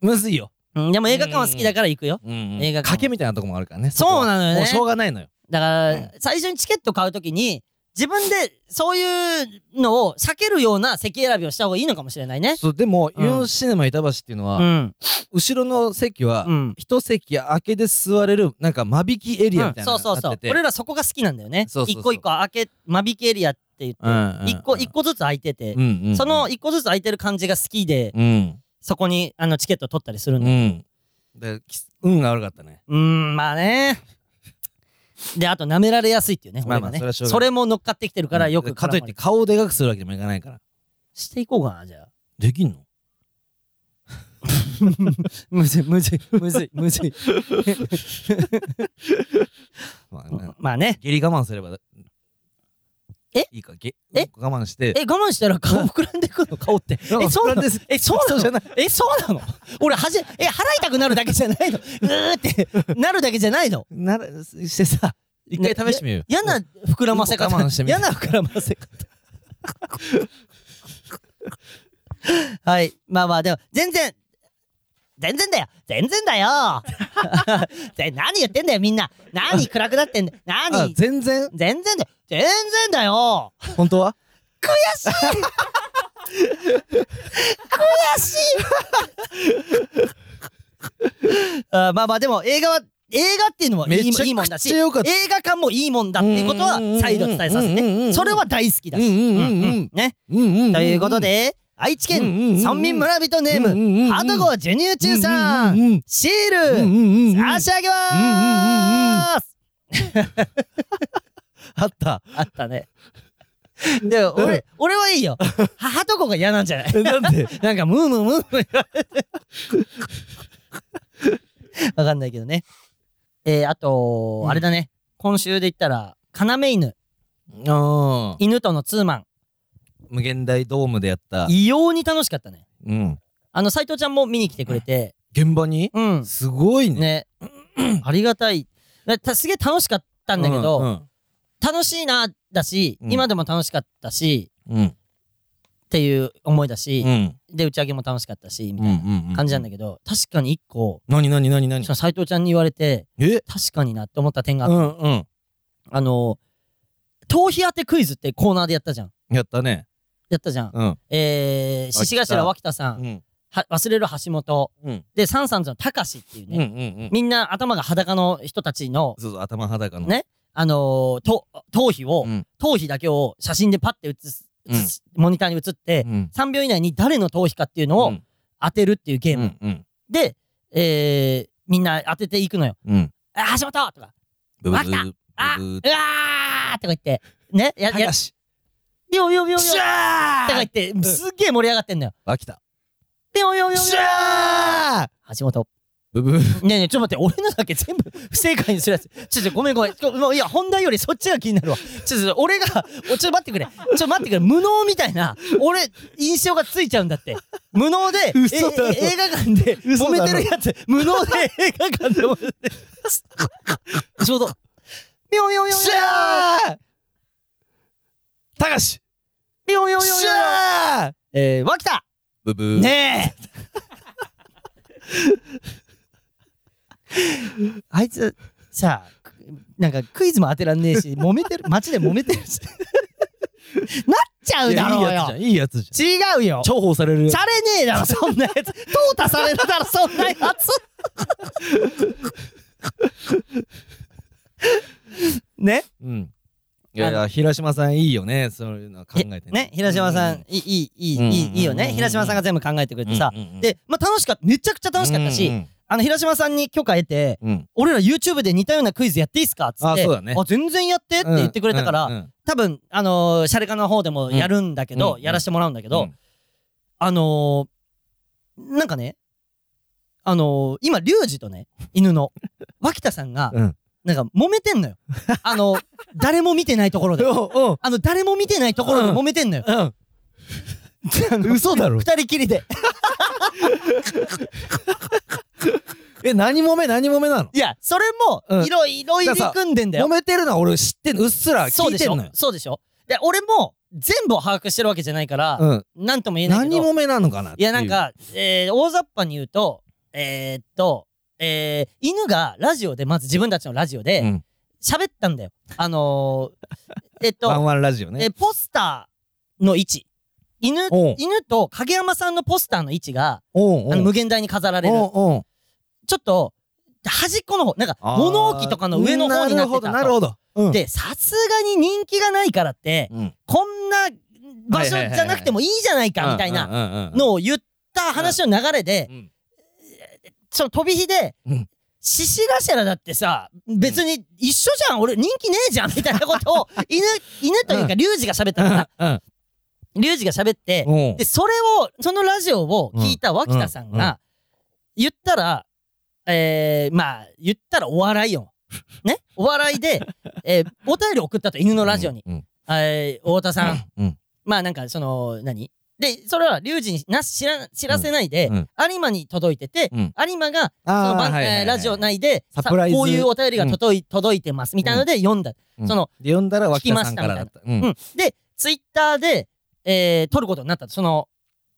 Speaker 2: むずいよ
Speaker 1: うん、でも映画館は好きだから行くよ。映
Speaker 2: 映
Speaker 1: 画
Speaker 2: 画
Speaker 1: 館
Speaker 2: 賭けみたいなとこもあるからね
Speaker 1: そう
Speaker 2: こは
Speaker 1: なのよね
Speaker 2: もうしょうがないのよ
Speaker 1: だから、
Speaker 2: うん
Speaker 1: 最初にチケット買うときに、自分でそういうのを避けるような席選びをした方がいいのかもしれないね。
Speaker 2: そうでも、
Speaker 1: うん
Speaker 2: イオンシネマ板橋っていうのは、
Speaker 1: うん。
Speaker 2: 後ろの席は、
Speaker 1: うん。
Speaker 2: 一席空けで座れるなんか間引きエリアみたいな
Speaker 1: そう
Speaker 2: の
Speaker 1: そう
Speaker 2: が
Speaker 1: そ
Speaker 2: あ
Speaker 1: う
Speaker 2: っ。てて
Speaker 1: 俺らそこが好きなんだよね。
Speaker 2: そうそうそう
Speaker 1: 一個一個開け、間引きエリアって言って、
Speaker 2: うんうん
Speaker 1: 一個一個ずつ空いてて、
Speaker 2: うんうんうん
Speaker 1: その一個ずつ空いてる感じが好きで、
Speaker 2: うん
Speaker 1: そこにあのチケット取ったりする
Speaker 2: うん
Speaker 1: だ。
Speaker 2: んでき運が悪かったね
Speaker 1: うーん、まあね。で、あと舐められやすいっていうね、
Speaker 2: まあまあ
Speaker 1: 俺がね
Speaker 2: それはしょうがない
Speaker 1: それも乗っかってきてるからよ
Speaker 2: うん
Speaker 1: く
Speaker 2: かといっ
Speaker 1: 絡ま
Speaker 2: て
Speaker 1: れ
Speaker 2: 顔をでかくするわけにもいかないから
Speaker 1: していこうかな、じゃあ。
Speaker 2: できんの
Speaker 1: むずい、むずい、むずい、むずい。
Speaker 2: まあね
Speaker 1: <laughs> まあね。
Speaker 2: 下痢我慢すれば
Speaker 1: え
Speaker 2: いいかげ
Speaker 1: え
Speaker 2: 我慢して
Speaker 1: え、我慢したら顔膨らんでくの顔って。え、そうなの
Speaker 2: です
Speaker 1: え、そうな
Speaker 2: そうじゃ
Speaker 1: の
Speaker 2: ない
Speaker 1: え、そうなの俺、はじ、え、払いたくなるだけじゃないのうーって、なるだけじゃないの
Speaker 2: ならしてさ一回試してみようよ
Speaker 1: 嫌な膨らませ方。
Speaker 2: 我慢してみて
Speaker 1: 嫌な膨らませ方。はい。まあまあ、でも、全然、全然だよ全然だよ <laughs> で何言ってんだよ、みんな何暗くなってんだよ
Speaker 2: あ
Speaker 1: 何
Speaker 2: 全然
Speaker 1: 全然だよ全然だよ
Speaker 2: 本当は
Speaker 1: 悔しい悔しい <laughs> あーまあまあでも映画は映画っていうのもいい
Speaker 2: め
Speaker 1: い
Speaker 2: ち
Speaker 1: い
Speaker 2: ゃ
Speaker 1: もん
Speaker 2: く
Speaker 1: だし
Speaker 2: ちゃ良かった。
Speaker 1: 映画館もいいもんだっていうことは再度伝えさせて
Speaker 2: て
Speaker 1: それは大好き
Speaker 2: う
Speaker 1: だ
Speaker 2: ん
Speaker 1: し、
Speaker 2: うんう
Speaker 1: うん
Speaker 2: ん
Speaker 1: ね、
Speaker 2: うん。
Speaker 1: ということ、で愛知
Speaker 2: うんうんう
Speaker 1: 県
Speaker 2: んうん
Speaker 1: 村民村人ネーム、
Speaker 2: ム
Speaker 1: ハトコ授乳中さん、
Speaker 2: うんうん
Speaker 1: シール、
Speaker 2: うんうん。
Speaker 1: 差し上げまーす、
Speaker 2: あった。
Speaker 1: あったね。でも俺、俺はいいよ。母と子が嫌なんじゃない
Speaker 2: なん
Speaker 1: <laughs>
Speaker 2: で
Speaker 1: なんか、ムームームームー言われてわかんないけどね。えー、あと、
Speaker 2: うん
Speaker 1: あれだね。今週で言ったら、要犬、
Speaker 2: あー
Speaker 1: 犬とのツーマン、
Speaker 2: 無限大ドームでやった。
Speaker 1: 異様に楽しかったね。
Speaker 2: うん。
Speaker 1: あの、斎藤ちゃんも見に来てくれて、
Speaker 2: 現場に
Speaker 1: うん。
Speaker 2: すごいね。
Speaker 1: ね、 <clears throat> ありがたい。だたすげえ楽しかったんだけど、楽しいな、だし、
Speaker 2: うん
Speaker 1: 今でも楽しかったし、
Speaker 2: うん。うん。
Speaker 1: っていう思いだ
Speaker 2: う
Speaker 1: し、
Speaker 2: ん。
Speaker 1: で、打ち上げも楽しかったし、み
Speaker 2: う。
Speaker 1: たいなん
Speaker 2: うん。
Speaker 1: 感じなん
Speaker 2: だ
Speaker 1: だけど、確かに一個、
Speaker 2: けど。何何何何
Speaker 1: その斎藤ちゃんに言われて、
Speaker 2: え
Speaker 1: 確かになって思った点があっ
Speaker 2: う
Speaker 1: て、
Speaker 2: んうん。
Speaker 1: あの、頭皮当てクイズってコーナーでやったじゃん。
Speaker 2: やったね。
Speaker 1: やったじゃん。
Speaker 2: うん。
Speaker 1: えー、獅子頭脇田さ、
Speaker 2: うんん。
Speaker 1: は忘れる橋本、
Speaker 2: うん。
Speaker 1: で、サンサンズの高志っていう
Speaker 2: うんう
Speaker 1: ね、
Speaker 2: んうん。
Speaker 1: みんな頭が裸の人たちの、
Speaker 2: そうそう、頭裸の。
Speaker 1: ねあのーと、頭皮を、
Speaker 2: うん。
Speaker 1: 頭皮だけを写真でパッて写す、
Speaker 2: うん
Speaker 1: 写すモニターに写って、
Speaker 2: うん。
Speaker 1: 3秒以内に誰の頭皮かっていうの
Speaker 2: う
Speaker 1: を
Speaker 2: ん
Speaker 1: 当てるっていうゲー
Speaker 2: う
Speaker 1: ム。
Speaker 2: んうん。
Speaker 1: で、えー、みんな当てていくのよ。
Speaker 2: うん。
Speaker 1: あ、橋本とか、
Speaker 2: ブブ
Speaker 1: わかった
Speaker 2: ー。
Speaker 1: あ
Speaker 2: ブブー
Speaker 1: うわーとか言って、ね、や、や、
Speaker 2: 林。
Speaker 1: ビョビョビョビョ
Speaker 2: シ
Speaker 1: と
Speaker 2: ャ
Speaker 1: か言
Speaker 2: ー
Speaker 1: って、すっげえ盛り上がってんのよ。
Speaker 2: 飽きた。
Speaker 1: ビョビョビョビ
Speaker 2: シ
Speaker 1: ョ。
Speaker 2: ャー
Speaker 1: 橋本。<laughs>
Speaker 2: ブブー。
Speaker 1: ねえねえ、ちょっと待って、俺のだけ全部不正解にするやつ。ちょ、ちょ、ごめんごめん。ちょもういや、本題よりそっちが気になるわ。ちょ、ちょ、俺が、おちょ、待ってくれ。ちょ、っと待ってくれ。無能みたいな、俺、印象がついちゃうんだって。無能で、ええ
Speaker 2: 嘘だろ
Speaker 1: 映画館で、揉
Speaker 2: 嘘だ
Speaker 1: め
Speaker 2: ろ
Speaker 1: てるやつ、無能で映画館で揉めてる。ちょうど。ビョンビョンビョンビョン
Speaker 2: シャーたかし
Speaker 1: ビョンビョンビョンビョン
Speaker 2: シャー
Speaker 1: えー、脇田
Speaker 2: ブブー。
Speaker 1: ねえ <laughs> あいつさあなんかクイズも当てらんねえ
Speaker 2: <laughs>
Speaker 1: し揉めてる街で揉めてるしなっちゃう
Speaker 2: い
Speaker 1: だ
Speaker 2: やい
Speaker 1: ろ
Speaker 2: いうやつじゃん。いいやつじ
Speaker 1: よ違うよ
Speaker 2: ゃん。重宝されるよ
Speaker 1: されねえだろそんなやつ淘汰されるだろそんなや
Speaker 2: <laughs>
Speaker 1: つね
Speaker 2: うん。いやいや、平島さんいいよね。そういうの考えて
Speaker 1: ね平島さん、
Speaker 2: う
Speaker 1: いいいいい
Speaker 2: うんうん
Speaker 1: いいいよね、
Speaker 2: うん
Speaker 1: 平島さんが全部考えてくれ
Speaker 2: ん
Speaker 1: てさ、、で、まあ、楽しかっためちゃくちゃ楽しかったし、
Speaker 2: うん
Speaker 1: あの平島さんに許可得て
Speaker 2: うんうん。
Speaker 1: 俺ら YouTube で似たようなクイズやっていいっすかっつって
Speaker 2: あそうだね
Speaker 1: 全然やってって言ってくれたから、
Speaker 2: うんうん
Speaker 1: 多分あのー、シャレカの方でもやるんだけど、
Speaker 2: うん
Speaker 1: やらしてもらうんだけど、
Speaker 2: うん
Speaker 1: あのー、なんかねあのー、今リュウジとね犬
Speaker 2: <laughs>
Speaker 1: の脇田さんが、
Speaker 2: うん
Speaker 1: なんか揉めてんのよあの誰も見てないところで
Speaker 2: うん
Speaker 1: あの誰も見てないところで揉めてんのよ、
Speaker 2: うん。
Speaker 1: <laughs>
Speaker 2: うん。嘘だろ。
Speaker 1: 二人きりで
Speaker 2: <laughs> え、何もめ何もめなの
Speaker 1: いやそれ
Speaker 2: う
Speaker 1: も
Speaker 2: ん
Speaker 1: いろいろ入り組んでんだよ
Speaker 2: 揉めてるのは俺知ってんの。うっすら
Speaker 1: そう
Speaker 2: 聞
Speaker 1: で
Speaker 2: い
Speaker 1: してょ
Speaker 2: んのよ。
Speaker 1: そうでしょで俺も全部を把握してるわけじゃないから、
Speaker 2: うん。
Speaker 1: なんとも言えないけ
Speaker 2: 何
Speaker 1: ど
Speaker 2: もめなのかなって
Speaker 1: いうやなん、か、えー、大雑把に言うとえー、っとえー、犬がラジオでまず自分たちのラジオ
Speaker 2: う
Speaker 1: で
Speaker 2: ん
Speaker 1: 喋ったんだよ、あの
Speaker 2: <laughs>
Speaker 1: ー、えっ
Speaker 2: ワン
Speaker 1: と、
Speaker 2: ワンラジオ
Speaker 1: え
Speaker 2: ね。
Speaker 1: ーポスターの位置犬
Speaker 2: おう
Speaker 1: 犬と影山さんのポスターの位置が
Speaker 2: おう
Speaker 1: あ
Speaker 2: お
Speaker 1: の
Speaker 2: う
Speaker 1: 無限大に飾られる
Speaker 2: おうおう
Speaker 1: ちょっと端っこの方なんか
Speaker 2: あー
Speaker 1: 物置とかの上の方になってたと
Speaker 2: なるほど、なるほど。うん、
Speaker 1: でさすがに人気がないからって、
Speaker 2: うん、
Speaker 1: こんな場所じゃなくてもいいじゃないかみたいな
Speaker 2: な
Speaker 1: のを言った話の流れで、
Speaker 2: うん
Speaker 1: その飛び火で
Speaker 2: うん、
Speaker 1: 獅子頭だってさ、別に一緒じゃん、俺人気ねえじゃんみたいなこと
Speaker 2: <laughs>
Speaker 1: を、犬、犬というか、リュウジが喋ったのか
Speaker 2: うん
Speaker 1: な。リュウジが喋って、
Speaker 2: うん
Speaker 1: で、それを、そのラジオを聞いた脇田さん
Speaker 2: うんう
Speaker 1: が、言ったら、えー、まあ、言ったらお笑いよ。ねお笑いで、えー、お便り送ったと、犬のラジオに。
Speaker 2: うん
Speaker 1: えー太田さん、
Speaker 2: うん
Speaker 1: まあなんかその何でそれはリュウジにな知ら知らせないで、
Speaker 2: うん
Speaker 1: 有馬に届いてて、
Speaker 2: うん
Speaker 1: 有馬が
Speaker 2: あ
Speaker 1: そ
Speaker 2: ー
Speaker 1: の番、
Speaker 2: はいはいは
Speaker 1: えー
Speaker 2: い
Speaker 1: ラジオ内で
Speaker 2: サプライズ
Speaker 1: さこういうお便りが届い,、届いてますみたいので読んだ、
Speaker 2: うん
Speaker 1: その
Speaker 2: で呼んだら脇田さんからだった。う
Speaker 1: うん
Speaker 2: ん
Speaker 1: でツイッターで、えー、取ることになったその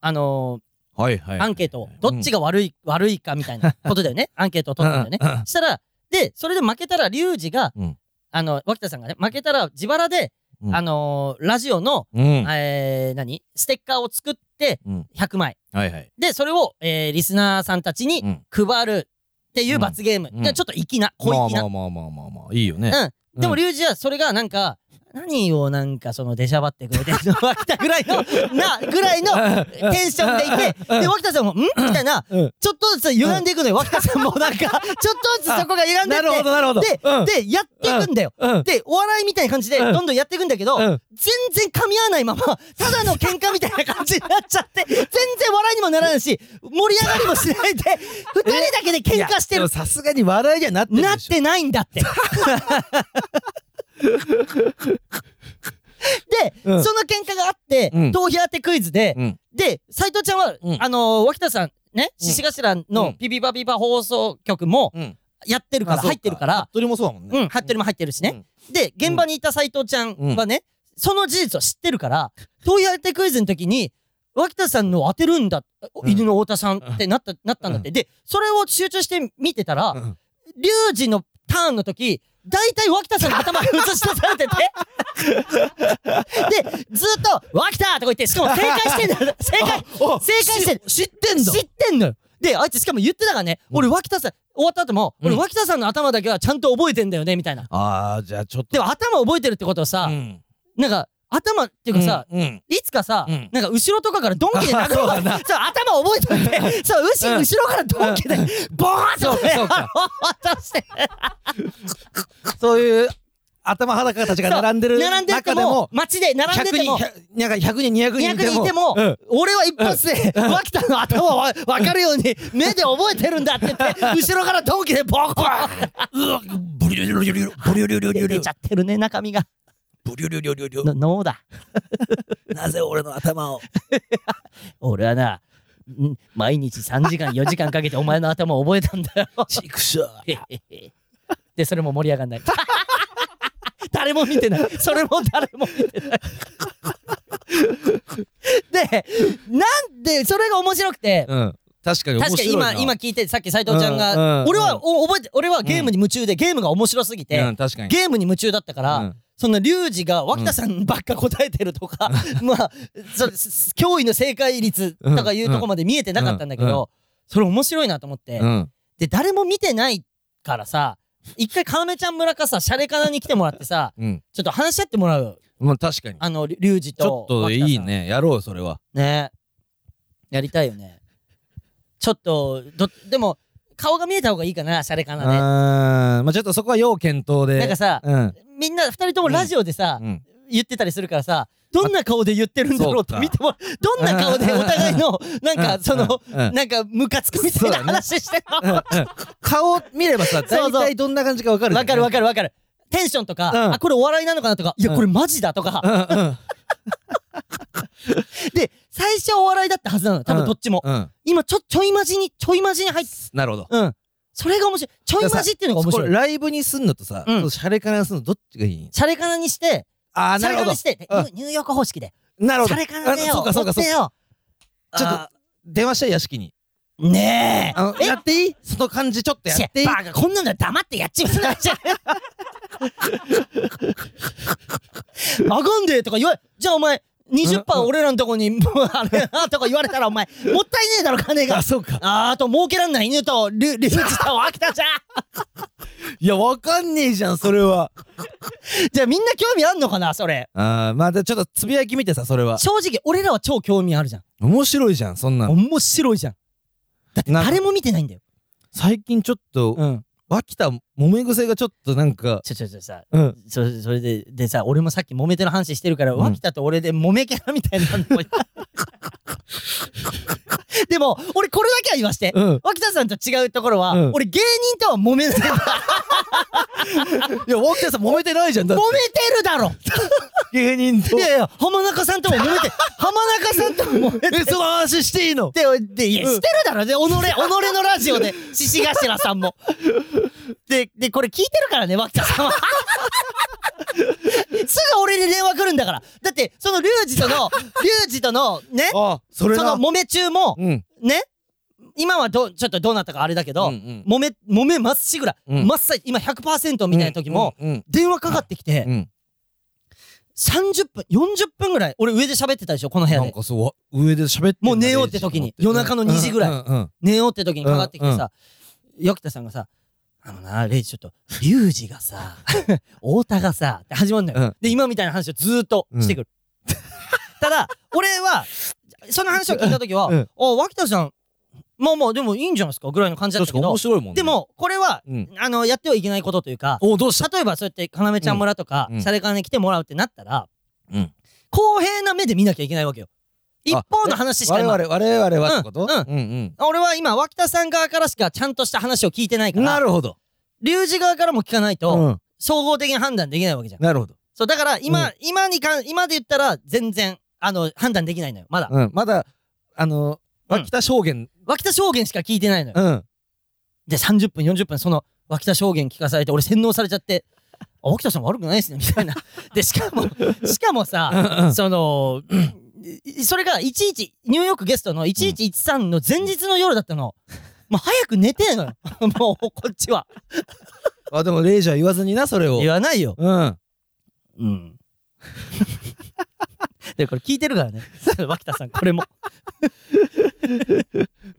Speaker 1: あの
Speaker 2: はいは
Speaker 1: ー
Speaker 2: い。
Speaker 1: アンケートをどっちが悪い、悪いかみたいなことだ
Speaker 2: <laughs>
Speaker 1: よねアンケートを取ったんだよね
Speaker 2: ね。
Speaker 1: したらでそれで負けたらリュウジが、
Speaker 2: うん
Speaker 1: あの脇田さんがね負けたら自腹で、
Speaker 2: うん
Speaker 1: あのーラジオの、
Speaker 2: うんうん
Speaker 1: えー何ステッカーを作って
Speaker 2: うん
Speaker 1: 100枚
Speaker 2: はいはい。
Speaker 1: で、それを、えーリスナーさんたちに
Speaker 2: うん
Speaker 1: 配るっていう罰ゲーム。
Speaker 2: うん
Speaker 1: じゃあちょっと粋な、小
Speaker 2: まあ
Speaker 1: 粋
Speaker 2: ま
Speaker 1: な。
Speaker 2: あまあまあまあまあ、いいよね。
Speaker 1: うん。でも、龍二はそれがなんか、何をなんかその出しゃばってくれてるの脇田ぐらい
Speaker 2: <laughs>
Speaker 1: の、な、ぐらいのテンションでいて、で、脇田さんも、んみたいな、
Speaker 2: うん
Speaker 1: ちょっとずつ歪んでいくのよ。脇田さんもなんか、ちょっとずつそこが歪んで
Speaker 2: <laughs> な
Speaker 1: っ
Speaker 2: るほど、なるほど。うん
Speaker 1: て、で、で、やっていくんだよ。
Speaker 2: うん
Speaker 1: で、お笑いみたいな感じで、
Speaker 2: うん
Speaker 1: どんどんやっていくんだけど、
Speaker 2: うん
Speaker 1: 全然噛み合わないまま、ただの喧嘩みたいな感じになっちゃって、全然笑いにもならないし、盛り上がりもしない
Speaker 2: <laughs>
Speaker 1: で、二人だけで喧嘩して
Speaker 2: いやでも
Speaker 1: る。
Speaker 2: さすがに笑いにはなってる
Speaker 1: な
Speaker 2: で
Speaker 1: っ
Speaker 2: しょ。
Speaker 1: てないんだ
Speaker 2: <laughs>
Speaker 1: って。で、
Speaker 2: うん
Speaker 1: その喧嘩があって、
Speaker 2: うん
Speaker 1: 頭皮当てクイズで、
Speaker 2: うん
Speaker 1: で、斎藤ちゃんは、
Speaker 2: うん
Speaker 1: あのー脇田さん、ね、獅子頭
Speaker 2: う
Speaker 1: の
Speaker 2: ん
Speaker 1: ピピパピパ放送局も
Speaker 2: うん。
Speaker 1: やってるから、
Speaker 2: あそうか
Speaker 1: 入ってるから、
Speaker 2: 服部もそうだもん
Speaker 1: う
Speaker 2: ね。
Speaker 1: ん、ハッテルも入ってるしね。で、現場にいた斎藤ちゃんはね、その事実を知ってるから、頭皮当てクイズの時に、脇田さんの当てるんだ、
Speaker 2: うん
Speaker 1: 犬の太田さんってなった、なったんだって。で、それを集中して見てたら、
Speaker 2: うん
Speaker 1: リュウジのターンの時、大体脇田さんの頭に映し出されてて。で、ずっと、脇田とか言って、しかも正解してん
Speaker 2: <laughs>
Speaker 1: だよ。正解
Speaker 2: あ
Speaker 1: 正解してる
Speaker 2: 知ってんだ
Speaker 1: 知ってんのよ。で、あいつしかも言ってたからね、
Speaker 2: うん
Speaker 1: 俺脇田さん、終わった後も、俺
Speaker 2: うん
Speaker 1: 脇田さんの頭だけはちゃんと覚えてんだよね、みたいな。
Speaker 2: ああ、じゃあちょっと。
Speaker 1: でも頭覚えてるってことはさ、
Speaker 2: うん
Speaker 1: なんか、頭っていうかさ、
Speaker 2: うんうん
Speaker 1: いつかさ、
Speaker 2: うん
Speaker 1: なんか後ろとかからドンキで殴る
Speaker 2: そ
Speaker 1: そう
Speaker 2: うだな
Speaker 1: 頭覚えといて、そう、牛、
Speaker 2: うん
Speaker 1: 後ろからドンキで、ボーンとね、 <laughs>
Speaker 2: そうか
Speaker 1: 渡して、
Speaker 2: そういう頭裸たちが並んでる
Speaker 1: 並んでて
Speaker 2: 中で
Speaker 1: も
Speaker 2: も、、
Speaker 1: 街で並んで
Speaker 2: 100
Speaker 1: て
Speaker 2: 人、
Speaker 1: も、
Speaker 2: 100なんか100人、200人いて
Speaker 1: 200人
Speaker 2: も。
Speaker 1: いても、
Speaker 2: うん
Speaker 1: 俺は一発で、脇田の頭をわ分かるように、目で覚えてるんだ
Speaker 2: <laughs>
Speaker 1: って言って、後ろからドンキでボコーンっ
Speaker 2: うわブリュリュリュリュリュブリュリュリュリ
Speaker 1: て
Speaker 2: ュリ
Speaker 1: 出
Speaker 2: ュ
Speaker 1: ちゃってるね、中身が。
Speaker 2: ブリュリュリュリュリュ
Speaker 1: の脳だ。
Speaker 2: なぜ俺の頭を
Speaker 1: 俺はな、ん毎日3時間、4時間かけてお前の頭を覚えたんだよ。
Speaker 2: ちくしょう
Speaker 1: <laughs> で、それも盛り上がんない。誰も見てない。それも誰も見てない。 <laughs> で、なんで、それが面白くて、
Speaker 2: うん確かに面
Speaker 1: 確か
Speaker 2: 白
Speaker 1: に
Speaker 2: いな
Speaker 1: 今、今聞いて、さっき斎藤ちゃんが、
Speaker 2: うんうん
Speaker 1: 俺は、お覚えて、俺はゲームに夢中で、ゲームが面白すぎて、
Speaker 2: うん確かに
Speaker 1: ゲームに夢中だったから、
Speaker 2: うん
Speaker 1: そのリュウジが脇田さんばっか答えてるとか、 <laughs> まあそす驚異の正解率とかいうとこまで見えてなかったんだけど、
Speaker 2: うんう
Speaker 1: それ面白いなと思って、
Speaker 2: うん
Speaker 1: で誰も見てないからさ一回要ちゃん村かさシャレかなに来てもらってさ
Speaker 2: うん
Speaker 1: ちょっと話し合ってもらう
Speaker 2: まあ確かに
Speaker 1: あのリリュウジ
Speaker 2: ちょ
Speaker 1: と
Speaker 2: っと
Speaker 1: 脇田さん
Speaker 2: いいねやろうそれは
Speaker 1: ねやりたいよねちょっとどでも顔が見えた方がいいかなシャレかなで、
Speaker 2: あーまあちょっとそこは要検討で
Speaker 1: なんかさ
Speaker 2: うん
Speaker 1: みんな二人ともラジオでさ、
Speaker 2: うん
Speaker 1: 言ってたりするからさどんな顔で言ってるんだろうって
Speaker 2: そうか
Speaker 1: 見てもらうどんな顔でお互いのなん
Speaker 2: う
Speaker 1: か
Speaker 2: ん
Speaker 1: その
Speaker 2: うんうん
Speaker 1: なんかムカつくみたいな
Speaker 2: そうだね
Speaker 1: 話してる
Speaker 2: うんうん顔見ればさ
Speaker 1: そうそう
Speaker 2: 大体どんな感じかわかる
Speaker 1: わかるわ
Speaker 2: か
Speaker 1: かるわかるテンションとか、
Speaker 2: うん
Speaker 1: あこれお笑いなのかなとかいや
Speaker 2: うん
Speaker 1: これマジだとか、
Speaker 2: るうん
Speaker 1: で最初お笑いだったはずなの多分どっちも、
Speaker 2: うんうん
Speaker 1: 今ちょちょいマジにちょいマジに入って
Speaker 2: なるほど
Speaker 1: うんそれが面白いちょいマジっていうのが面
Speaker 2: こ
Speaker 1: 白
Speaker 2: れ
Speaker 1: い
Speaker 2: ライブにすんのとさ
Speaker 1: うん
Speaker 2: そうシャレからにすんのどっちがいい
Speaker 1: シャレかなにして
Speaker 2: ああ
Speaker 1: シャ
Speaker 2: な
Speaker 1: レかな
Speaker 2: るほど
Speaker 1: にしてで
Speaker 2: うん
Speaker 1: ニュニューヨーク方式で
Speaker 2: なるほ
Speaker 1: シ
Speaker 2: ど
Speaker 1: ャレかなでよ
Speaker 2: あそうかそうかそ
Speaker 1: 追
Speaker 2: うか
Speaker 1: ってよ
Speaker 2: ちょっと
Speaker 1: あ
Speaker 2: 電話した屋敷に
Speaker 1: ーねえ
Speaker 2: あの
Speaker 1: え
Speaker 2: やっていいその感じちょっとやっていい
Speaker 1: バカこんなの黙ってやっちまう
Speaker 2: <laughs>
Speaker 1: じゃん。あかんでとか言われ、じゃあお前、20%俺らのとこに、 <laughs> もうあれなとか言われたらお前、もったいねえだろ、金
Speaker 2: <laughs>
Speaker 1: が。
Speaker 2: そうか。
Speaker 1: あーあと儲けらんない犬とリュリュウジと
Speaker 2: <laughs>
Speaker 1: 飽きたじゃん
Speaker 2: いや、わかんねえじゃん、それは。
Speaker 1: じゃあみんな興味あんのかなそれ
Speaker 2: ああ、まあ、でちょっとつぶやき見てさ、それは。
Speaker 1: 正直俺らは超興味あるじゃん
Speaker 2: 面白いじゃん、そんなの。
Speaker 1: 面白いじゃん
Speaker 2: なんか
Speaker 1: 誰も見てないんだよ
Speaker 2: 最近ちょっと、
Speaker 1: うん
Speaker 2: 脇田、揉め癖がちょっとなんか、
Speaker 1: ちょちょちょさ
Speaker 2: うん。
Speaker 1: そそれででさ俺もさっき揉めてる話してるから、
Speaker 2: うん
Speaker 1: 脇田と俺で揉めキャラみたいなのも <laughs> でも俺これだけは言わして、
Speaker 2: うん。
Speaker 1: 脇田さんと違うところは、
Speaker 2: うん
Speaker 1: 俺芸人とは揉めない <laughs> 揉めて
Speaker 2: いや、脇田さん揉めてないじゃん、だって。
Speaker 1: るだろ
Speaker 2: 芸人と
Speaker 1: い。やいや浜中さんとも揉
Speaker 2: <laughs>
Speaker 1: めて浜中さんとも揉めて
Speaker 2: え、その話していいの
Speaker 1: で、で、いや、
Speaker 2: うん
Speaker 1: してるだろ、で、己、己のラジオで、獅子頭さんも。で、で、これ聞いてるからね、脇田
Speaker 2: <laughs>
Speaker 1: さんは。すぐ俺に電話来るんだから。だって、そのリュウジとの、リュウジとの、ね、
Speaker 2: ああ、そ
Speaker 1: そ
Speaker 2: れな。
Speaker 1: の揉め中も、
Speaker 2: うん。
Speaker 1: ね、今はど、ちょっとどうなったかあれだけど、
Speaker 2: うんうん
Speaker 1: 揉め、揉めまっしぐら、
Speaker 2: うん
Speaker 1: 真っ最、今100%みたいな時も、、
Speaker 2: うん。
Speaker 1: 電話かかってきて、
Speaker 2: うん。
Speaker 1: 30分、40分ぐらい、俺上で喋ってたでしょ、この部屋
Speaker 2: なん
Speaker 1: で。
Speaker 2: かそうわ、上で喋ってんだ
Speaker 1: もう寝ようって時に夜中の2時ぐらい
Speaker 2: うんうんうん。
Speaker 1: 寝ようって時にかかってきてさ、よきたさんがさ、あのな、レイジちょっと、リュウジがさ、 <laughs> 太田がさ、って始まるのよ。
Speaker 2: うん
Speaker 1: で、今みたいな話をずーっとしてくる。 <laughs> ただ、俺は、その話を聞いたときは、
Speaker 2: うん
Speaker 1: お脇田さん、まあまあ、でもいいんじゃないですかぐらいの感じだった
Speaker 2: 確か
Speaker 1: け
Speaker 2: に
Speaker 1: ど
Speaker 2: 面、白いもんね。
Speaker 1: で、も、これは、
Speaker 2: うん。
Speaker 1: あの、やってはいけないことというか、
Speaker 2: おどうした
Speaker 1: 例えばそうやって、要ちゃん村とか
Speaker 2: うんう、ん
Speaker 1: シャレカに来てもらうってなったら、
Speaker 2: うん
Speaker 1: 公平な目で見なきゃいけないわけよ。一方の話しか
Speaker 2: 我
Speaker 1: 今
Speaker 2: 々、我々はってこと
Speaker 1: うん
Speaker 2: うんうん
Speaker 1: 俺は今、脇田さん側からしかちゃんとした話を聞いてないか
Speaker 2: な
Speaker 1: ら、
Speaker 2: るほど。
Speaker 1: 龍二側からも聞かないと、
Speaker 2: うん
Speaker 1: 総合的な判断できないわけじゃん。
Speaker 2: なるほど。
Speaker 1: そう、だから今、今にかん、今で言ったら全然、あの、判断できないのよ、まだ。
Speaker 2: うん。まだ、あ
Speaker 1: う
Speaker 2: の、
Speaker 1: ん
Speaker 2: 脇田証言。
Speaker 1: 脇田証言しか聞いてないのよ。
Speaker 2: うん。
Speaker 1: で、30分、40分、その脇田証言聞かされて、俺洗脳されちゃって、あ、脇田さん悪くないですね、みたいな。で、しかも、しかもさ、
Speaker 2: うん
Speaker 1: その、いそれがいちいち、ニューヨークゲストの1113の前日の夜だったの。もう早く寝てえのよ。 <laughs> もう、こっちは。
Speaker 2: あ、でも、レイジは言わずにな、それを。
Speaker 1: 言わないよ。
Speaker 2: うん。
Speaker 1: うん。で、これ聞いてるからね。脇田さん、これも。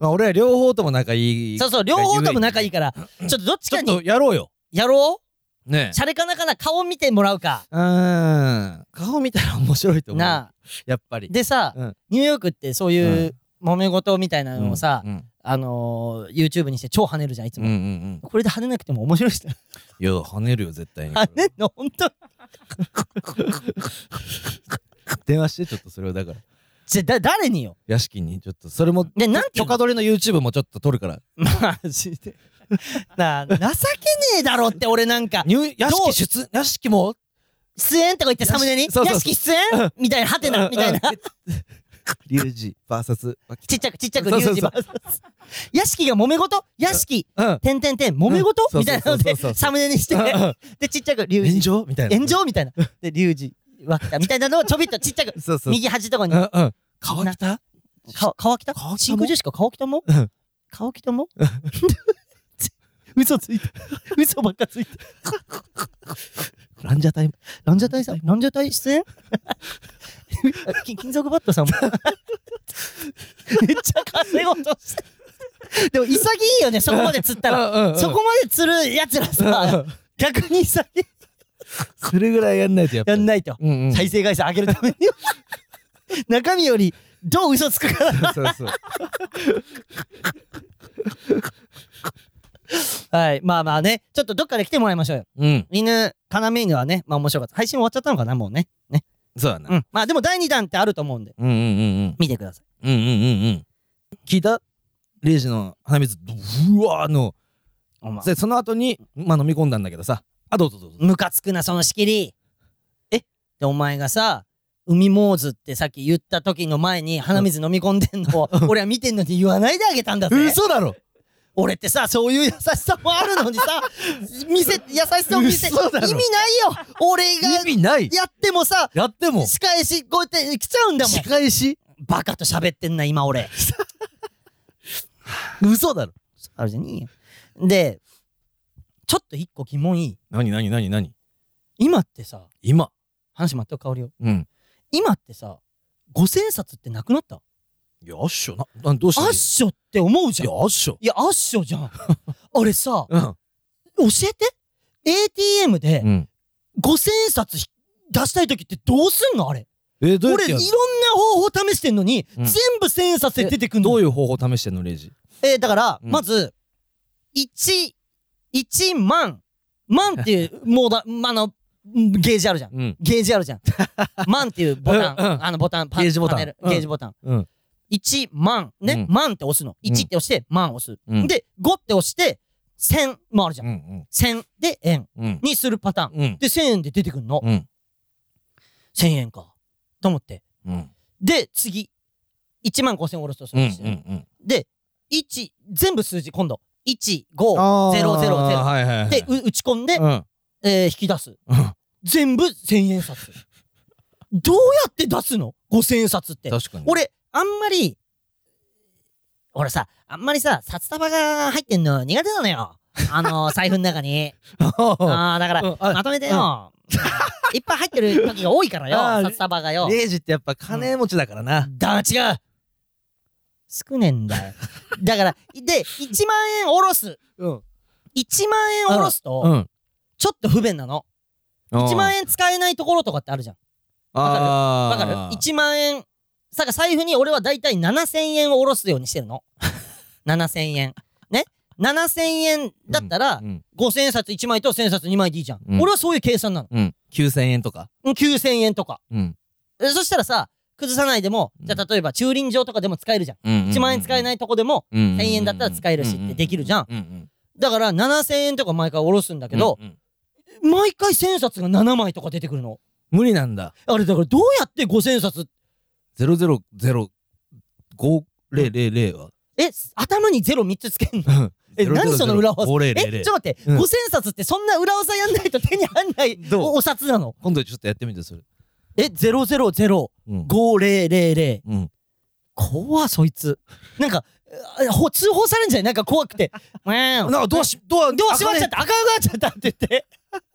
Speaker 2: まあ、俺は両方とも仲いい。
Speaker 1: そうそう、両方とも仲いいから、ちょっとどっち
Speaker 2: ちょ
Speaker 1: か
Speaker 2: っ
Speaker 1: に
Speaker 2: とやろうよ。
Speaker 1: やろ
Speaker 2: ね
Speaker 1: うシャレかなかな顔見てもらうか。
Speaker 2: え。うん。顔見たら面白いと思う。
Speaker 1: なあ。
Speaker 2: やっぱり。
Speaker 1: でさ
Speaker 2: うん、
Speaker 1: ニューヨークってそういうう揉め事みたいなのをさ
Speaker 2: う、ん
Speaker 1: あのー、YouTube にして超跳ねるじゃん、いつ
Speaker 2: うんうんう
Speaker 1: も。
Speaker 2: ん。
Speaker 1: これで跳ねなくても面白いし。
Speaker 2: いや、跳ねるよ、絶対に。
Speaker 1: 跳ねんの、ほんと。
Speaker 2: <laughs> 電話して、ちょっとそれを、だから、
Speaker 1: じゃ、だ、誰によ。
Speaker 2: 屋敷に、ちょっと、それも、
Speaker 1: で、なんて
Speaker 2: 許可取りの YouTube もちょっと撮るから。
Speaker 1: マジで。なあ、情けねえだろって、俺なんか。
Speaker 2: ニュー屋敷出、屋敷も
Speaker 1: 出演とか言ってサムネに
Speaker 2: よしそうそう
Speaker 1: 屋敷出演みたいな、ハテナみたいな。
Speaker 2: <laughs> リュウジ VS 脇
Speaker 1: ちっちゃくちっちゃく
Speaker 2: そう
Speaker 1: リュ
Speaker 2: そ
Speaker 1: ウ
Speaker 2: う
Speaker 1: ジ
Speaker 2: そう
Speaker 1: バーサス屋敷が揉め事屋敷、
Speaker 2: うん
Speaker 1: てんてんてん、揉め事
Speaker 2: うん
Speaker 1: みたいなの
Speaker 2: そ
Speaker 1: で、
Speaker 2: うそうそうそう
Speaker 1: サムネにして、
Speaker 2: うん
Speaker 1: で、ちっちゃくリュウ
Speaker 2: 炎
Speaker 1: ジ、
Speaker 2: 上みたいな
Speaker 1: 炎上みたいな。で、リュウジ、わきたみたいなのをちょびっとちっちゃく、
Speaker 2: そうそう
Speaker 1: 右端とか
Speaker 2: う
Speaker 1: に
Speaker 2: んう、ん川北
Speaker 1: か川北
Speaker 2: 川北
Speaker 1: 真
Speaker 2: も
Speaker 1: 空ジェシカ川北も
Speaker 2: うん
Speaker 1: 川北も嘘ついて嘘ばっかついて
Speaker 2: ランジャタイム
Speaker 1: ランジャタイさんランジャタイ出演 <laughs> 金金属バットさんもめっちゃ稼ごうとしてでも潔いよねそこまで釣ったら
Speaker 2: うんうんうん
Speaker 1: そこまで釣るやつら
Speaker 2: うんう
Speaker 1: さ
Speaker 2: ん
Speaker 1: 逆に潔い
Speaker 2: それぐらいやんないとやっぱ
Speaker 1: や
Speaker 2: り
Speaker 1: んないと
Speaker 2: うんうん
Speaker 1: 再生回数上げるために中身よりどう嘘つくか
Speaker 2: そうそう
Speaker 1: はいまあまあねちょっとどっかで来てもらいましょうよ
Speaker 2: うん
Speaker 1: 犬、要犬はね、まあ面白かった。配信終わっちゃったのかな、もうね。ね。
Speaker 2: そうだな
Speaker 1: うん。まあでも第2弾ってあると思うんで、
Speaker 2: うんうんうん
Speaker 1: 見てください。
Speaker 2: うんうんうんうんうん聞いたレイジの鼻水うわーの
Speaker 1: お前。
Speaker 2: でその後にまあ飲み込んだんだけどさあどうぞどうぞ
Speaker 1: ムカつくな、その仕切り。えで、お前がさ、海坊主ってさっき言った時の前に鼻水飲み込んでんのを、俺は見てんのに言わないであげたんだぜ。
Speaker 2: 嘘だろ
Speaker 1: 俺ってさ、そういう優しさもあるのにさ、見せ、優しさを見せ、意味
Speaker 2: 嘘だ
Speaker 1: ない
Speaker 2: ろ
Speaker 1: よ俺が
Speaker 2: 意味ない
Speaker 1: やってもさ、
Speaker 2: やっても
Speaker 1: 仕返し、こうやって来ちゃうんだもん
Speaker 2: 仕。返し
Speaker 1: バカと喋ってんな、今俺。
Speaker 2: <laughs> 嘘だろ
Speaker 1: あれじゃねえよ。で、ちょっと一個疑問いい。
Speaker 2: 何何何何
Speaker 1: 今ってさ、
Speaker 2: 今
Speaker 1: 話全く変わるよ。
Speaker 2: うん
Speaker 1: 今ってさ、五千冊ってなくなった
Speaker 2: いやあっしょななどうし
Speaker 1: ア
Speaker 2: た
Speaker 1: ッショって思うじゃ
Speaker 2: い
Speaker 1: ん。い
Speaker 2: やあっしょ
Speaker 1: や、アッショじゃん。 <laughs> あれさ、
Speaker 2: うん
Speaker 1: 教えて !ATM で
Speaker 2: うん
Speaker 1: 五千冊ひ出したい時ってどうすんのあれ。
Speaker 2: えーどうやっ
Speaker 1: 俺、い
Speaker 2: て
Speaker 1: ろ
Speaker 2: や
Speaker 1: ん
Speaker 2: る
Speaker 1: な方法試してんのに、
Speaker 2: うん
Speaker 1: 全部千円冊で出てくんの。
Speaker 2: どういう方法試してんのレイジ
Speaker 1: えー、だから、
Speaker 2: うん
Speaker 1: まず、一、一万、万って <laughs> いう、もうだ、まあの、ゲージあるじゃん。
Speaker 2: うん
Speaker 1: ゲージあるじゃん。万っていうボタン、
Speaker 2: うんうん
Speaker 1: あのボタン、パ
Speaker 2: ゲージボタン
Speaker 1: パネル
Speaker 2: うん
Speaker 1: ゲージボタン。
Speaker 2: うん
Speaker 1: 1万、ね、
Speaker 2: うん
Speaker 1: 万って押すの。
Speaker 2: うん
Speaker 1: 1って押して、万押す。
Speaker 2: うん
Speaker 1: で、5って押して、1000もあるじゃ。
Speaker 2: うんん
Speaker 1: 1000で円
Speaker 2: うんうん
Speaker 1: にするパターン。
Speaker 2: うん
Speaker 1: で、1000円で出てくんの。
Speaker 2: うん
Speaker 1: 1000円か。と思って。
Speaker 2: うん
Speaker 1: で、次。1万5000下ろすとす
Speaker 2: うん
Speaker 1: る
Speaker 2: うん
Speaker 1: んですよ
Speaker 2: うん
Speaker 1: で、1、全部数字、今度。1、5、
Speaker 2: あー
Speaker 1: 0、0、
Speaker 2: はいはい
Speaker 1: 0。
Speaker 2: はい
Speaker 1: で、う打ち込んで
Speaker 2: う、ん
Speaker 1: えー引き出す。
Speaker 2: うん
Speaker 1: 全部千円札。どうやって出すの五千円札って。
Speaker 2: 確かに <laughs>
Speaker 1: 俺、あんまり、俺さ、あんまりさ、札束が入ってんの苦手なのよ。あ
Speaker 2: <laughs>
Speaker 1: の、財布の中に。ああ、だから、
Speaker 2: あ
Speaker 1: まとめてよ。いっぱい入ってる時が多いから
Speaker 2: <laughs> あ
Speaker 1: よ、
Speaker 2: ー
Speaker 1: 札束がよ。
Speaker 2: レイジってやっぱ金持ちだからな
Speaker 1: だ、違う少ねえんだよ。だから、で、1万円おろす。
Speaker 2: うん。
Speaker 1: 1万円おろす
Speaker 2: う
Speaker 1: と、
Speaker 2: ん。
Speaker 1: ちょっと不便なの。1万
Speaker 2: 円
Speaker 1: 円使えないところとかってあるじゃん。
Speaker 2: あ
Speaker 1: わ
Speaker 2: ー
Speaker 1: かる ?1 万円。さか財布に俺はだいたい7000円をおろすようにしてる
Speaker 2: <laughs>
Speaker 1: の。7000円。ね ?7000 円だったら
Speaker 2: う、ん
Speaker 1: 5000円札1枚と1000円札2枚でいいじゃん。
Speaker 2: うん
Speaker 1: 俺はそういう計算なの。
Speaker 2: うん。9000円とか。
Speaker 1: 9000円とか。
Speaker 2: うん。
Speaker 1: えそしたらさ、崩さないでも、じゃあ例えば駐輪場とかでも使えるじゃん。1
Speaker 2: 1。
Speaker 1: 万円使えないいとこでも、
Speaker 2: 1000
Speaker 1: 1000円だったら使えるしってできるじゃん。
Speaker 2: うんうん。
Speaker 1: だから7000円とか毎回おろすんだけど、
Speaker 2: うんうん、
Speaker 1: 毎回1000円札が7枚とか出てくるの。
Speaker 2: 無理なんだ。
Speaker 1: あれだからどうやって5000円札、
Speaker 2: 000500は。
Speaker 1: え、頭にゼロ3つつけんのえ、
Speaker 2: 000
Speaker 1: 何その裏技え、ちょっ
Speaker 2: 5000
Speaker 1: と待って、
Speaker 2: うん
Speaker 1: 5000冊ってそんな裏技やんないと手に入んない
Speaker 2: どう
Speaker 1: おお札なの
Speaker 2: 今度ちょっとやってみて、それ。
Speaker 1: え、0005000。
Speaker 2: うん。うん。
Speaker 1: 怖っそいつ。なんか、あほ通報されんじゃないなんか怖 <laughs> くて。な
Speaker 2: なんかドアし、ドア、
Speaker 1: どう閉まっちゃっ
Speaker 2: った
Speaker 1: 赤くなっちゃったって言って。 <laughs>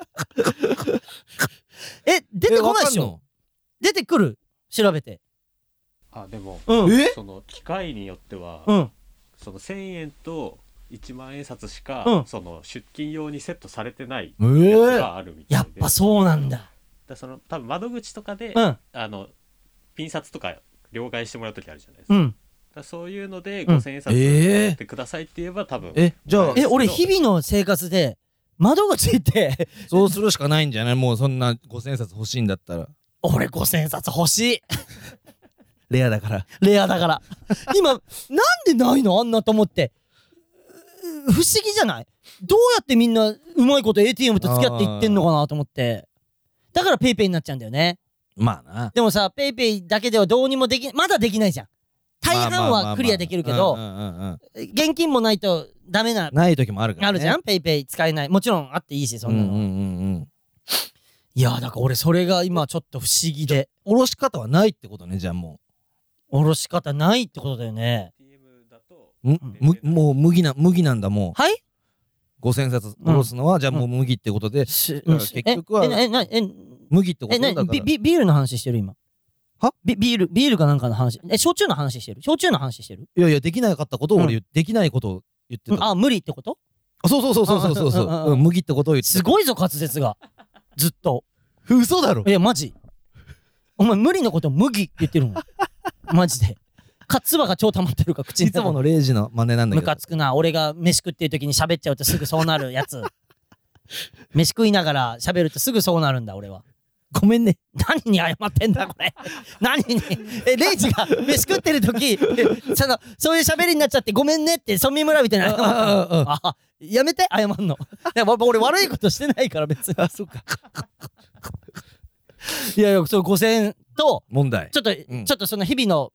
Speaker 1: え、出てこないでしょ出てくる調べて。
Speaker 4: あでも
Speaker 1: うん。
Speaker 2: え
Speaker 4: その機械によっては、
Speaker 1: うん。
Speaker 4: その1,000円と1万円札しか、
Speaker 1: うん
Speaker 4: その出勤用にセットされてない
Speaker 2: え
Speaker 4: やつ
Speaker 2: ぇ
Speaker 4: があるみたい
Speaker 1: や
Speaker 4: で
Speaker 1: っ、ぱそうなんだ。
Speaker 4: だその多分窓口とかで、
Speaker 1: うん。
Speaker 4: あのピン札とか両替してもらう時あるじゃないですか,、
Speaker 1: うん。
Speaker 4: そういうので
Speaker 1: うん
Speaker 4: 5,000円札
Speaker 2: え
Speaker 4: ってくださいって言えば多分、
Speaker 2: え、じゃあ
Speaker 4: そう、
Speaker 1: え、
Speaker 4: そう
Speaker 1: 俺日々の生活で、窓口行って、
Speaker 2: そうするしかないんじゃないもうそんな5000冊欲しいんだったら。
Speaker 1: 俺5000冊欲しい。
Speaker 2: レアだから。
Speaker 1: レアだから。今、なんでないのあんなと思って。う不思議じゃないどうやってみんなうまいこと ATM と付き合っていってんのかなと思って。だからペイペイになっちゃうんだよね。
Speaker 2: まあな。
Speaker 1: でもさ、ペイペイだけではどうにもでき、まだできないじゃん。大半はクリアできるけ
Speaker 2: う
Speaker 1: ど、
Speaker 2: んうんうん
Speaker 1: 現金もないとダメな、
Speaker 2: ない時もあるから、ね。
Speaker 1: あるじゃ
Speaker 2: ん
Speaker 1: んペイペイ使えない。もちろんあっていいし、そんな
Speaker 2: うんう
Speaker 1: の。
Speaker 2: んうんうん。
Speaker 1: いや、だから俺それが今ちょっと不思議で、
Speaker 2: おろし方はないってことね、じゃあも
Speaker 1: おろし方ないってことだよね。
Speaker 4: ATM だと
Speaker 2: う。んむもう麦な、麦なんだも。
Speaker 1: はいう
Speaker 2: 5000冊おろすのは、じゃあもう麦ってことで、
Speaker 1: し
Speaker 2: だから結局は
Speaker 1: え、え、え、なえ、
Speaker 2: 麦ってこと
Speaker 1: え、
Speaker 2: だ
Speaker 1: な
Speaker 2: から。
Speaker 1: ビビビールの話してる今。
Speaker 2: は
Speaker 1: ビビール、ビールかなんかの話。え、焼酎の話してる焼酎の話してる
Speaker 2: いやいや、できなかったことを俺
Speaker 1: うん
Speaker 2: 言う、できないことを言ってた。
Speaker 1: あ、無理ってこと
Speaker 2: あ、そうそうそうそうそうそう。
Speaker 1: ああああ
Speaker 2: うんうん麦ってことを言って
Speaker 1: すごいぞ、滑舌が。ずっと。
Speaker 2: た。嘘だろ
Speaker 1: いや、マジ。お前、無理のこと麦って言ってるもん。マジで。か、唾が超溜まってるから、口に。
Speaker 2: いつもの0時の真似なんだ
Speaker 1: ム
Speaker 2: けど
Speaker 1: カ。つくな。俺が飯食ってる時に喋っちゃうとすぐそうなるや
Speaker 2: <laughs>
Speaker 1: つ。飯食いながら喋るとすぐそうなるんだ、俺は。
Speaker 2: ごめんね。
Speaker 1: 何に謝ってんだこれ何にえレイジが飯食ってる時えそのそういう喋りになっちゃってごめんねってソミ村みたいな謝る
Speaker 2: あああ
Speaker 1: あやめて謝んのいや俺俺悪いことしてないから別にあそっかいやいやその5000円と
Speaker 2: 問題
Speaker 1: ち。ょっと、
Speaker 2: うん
Speaker 1: ちょっとその日々の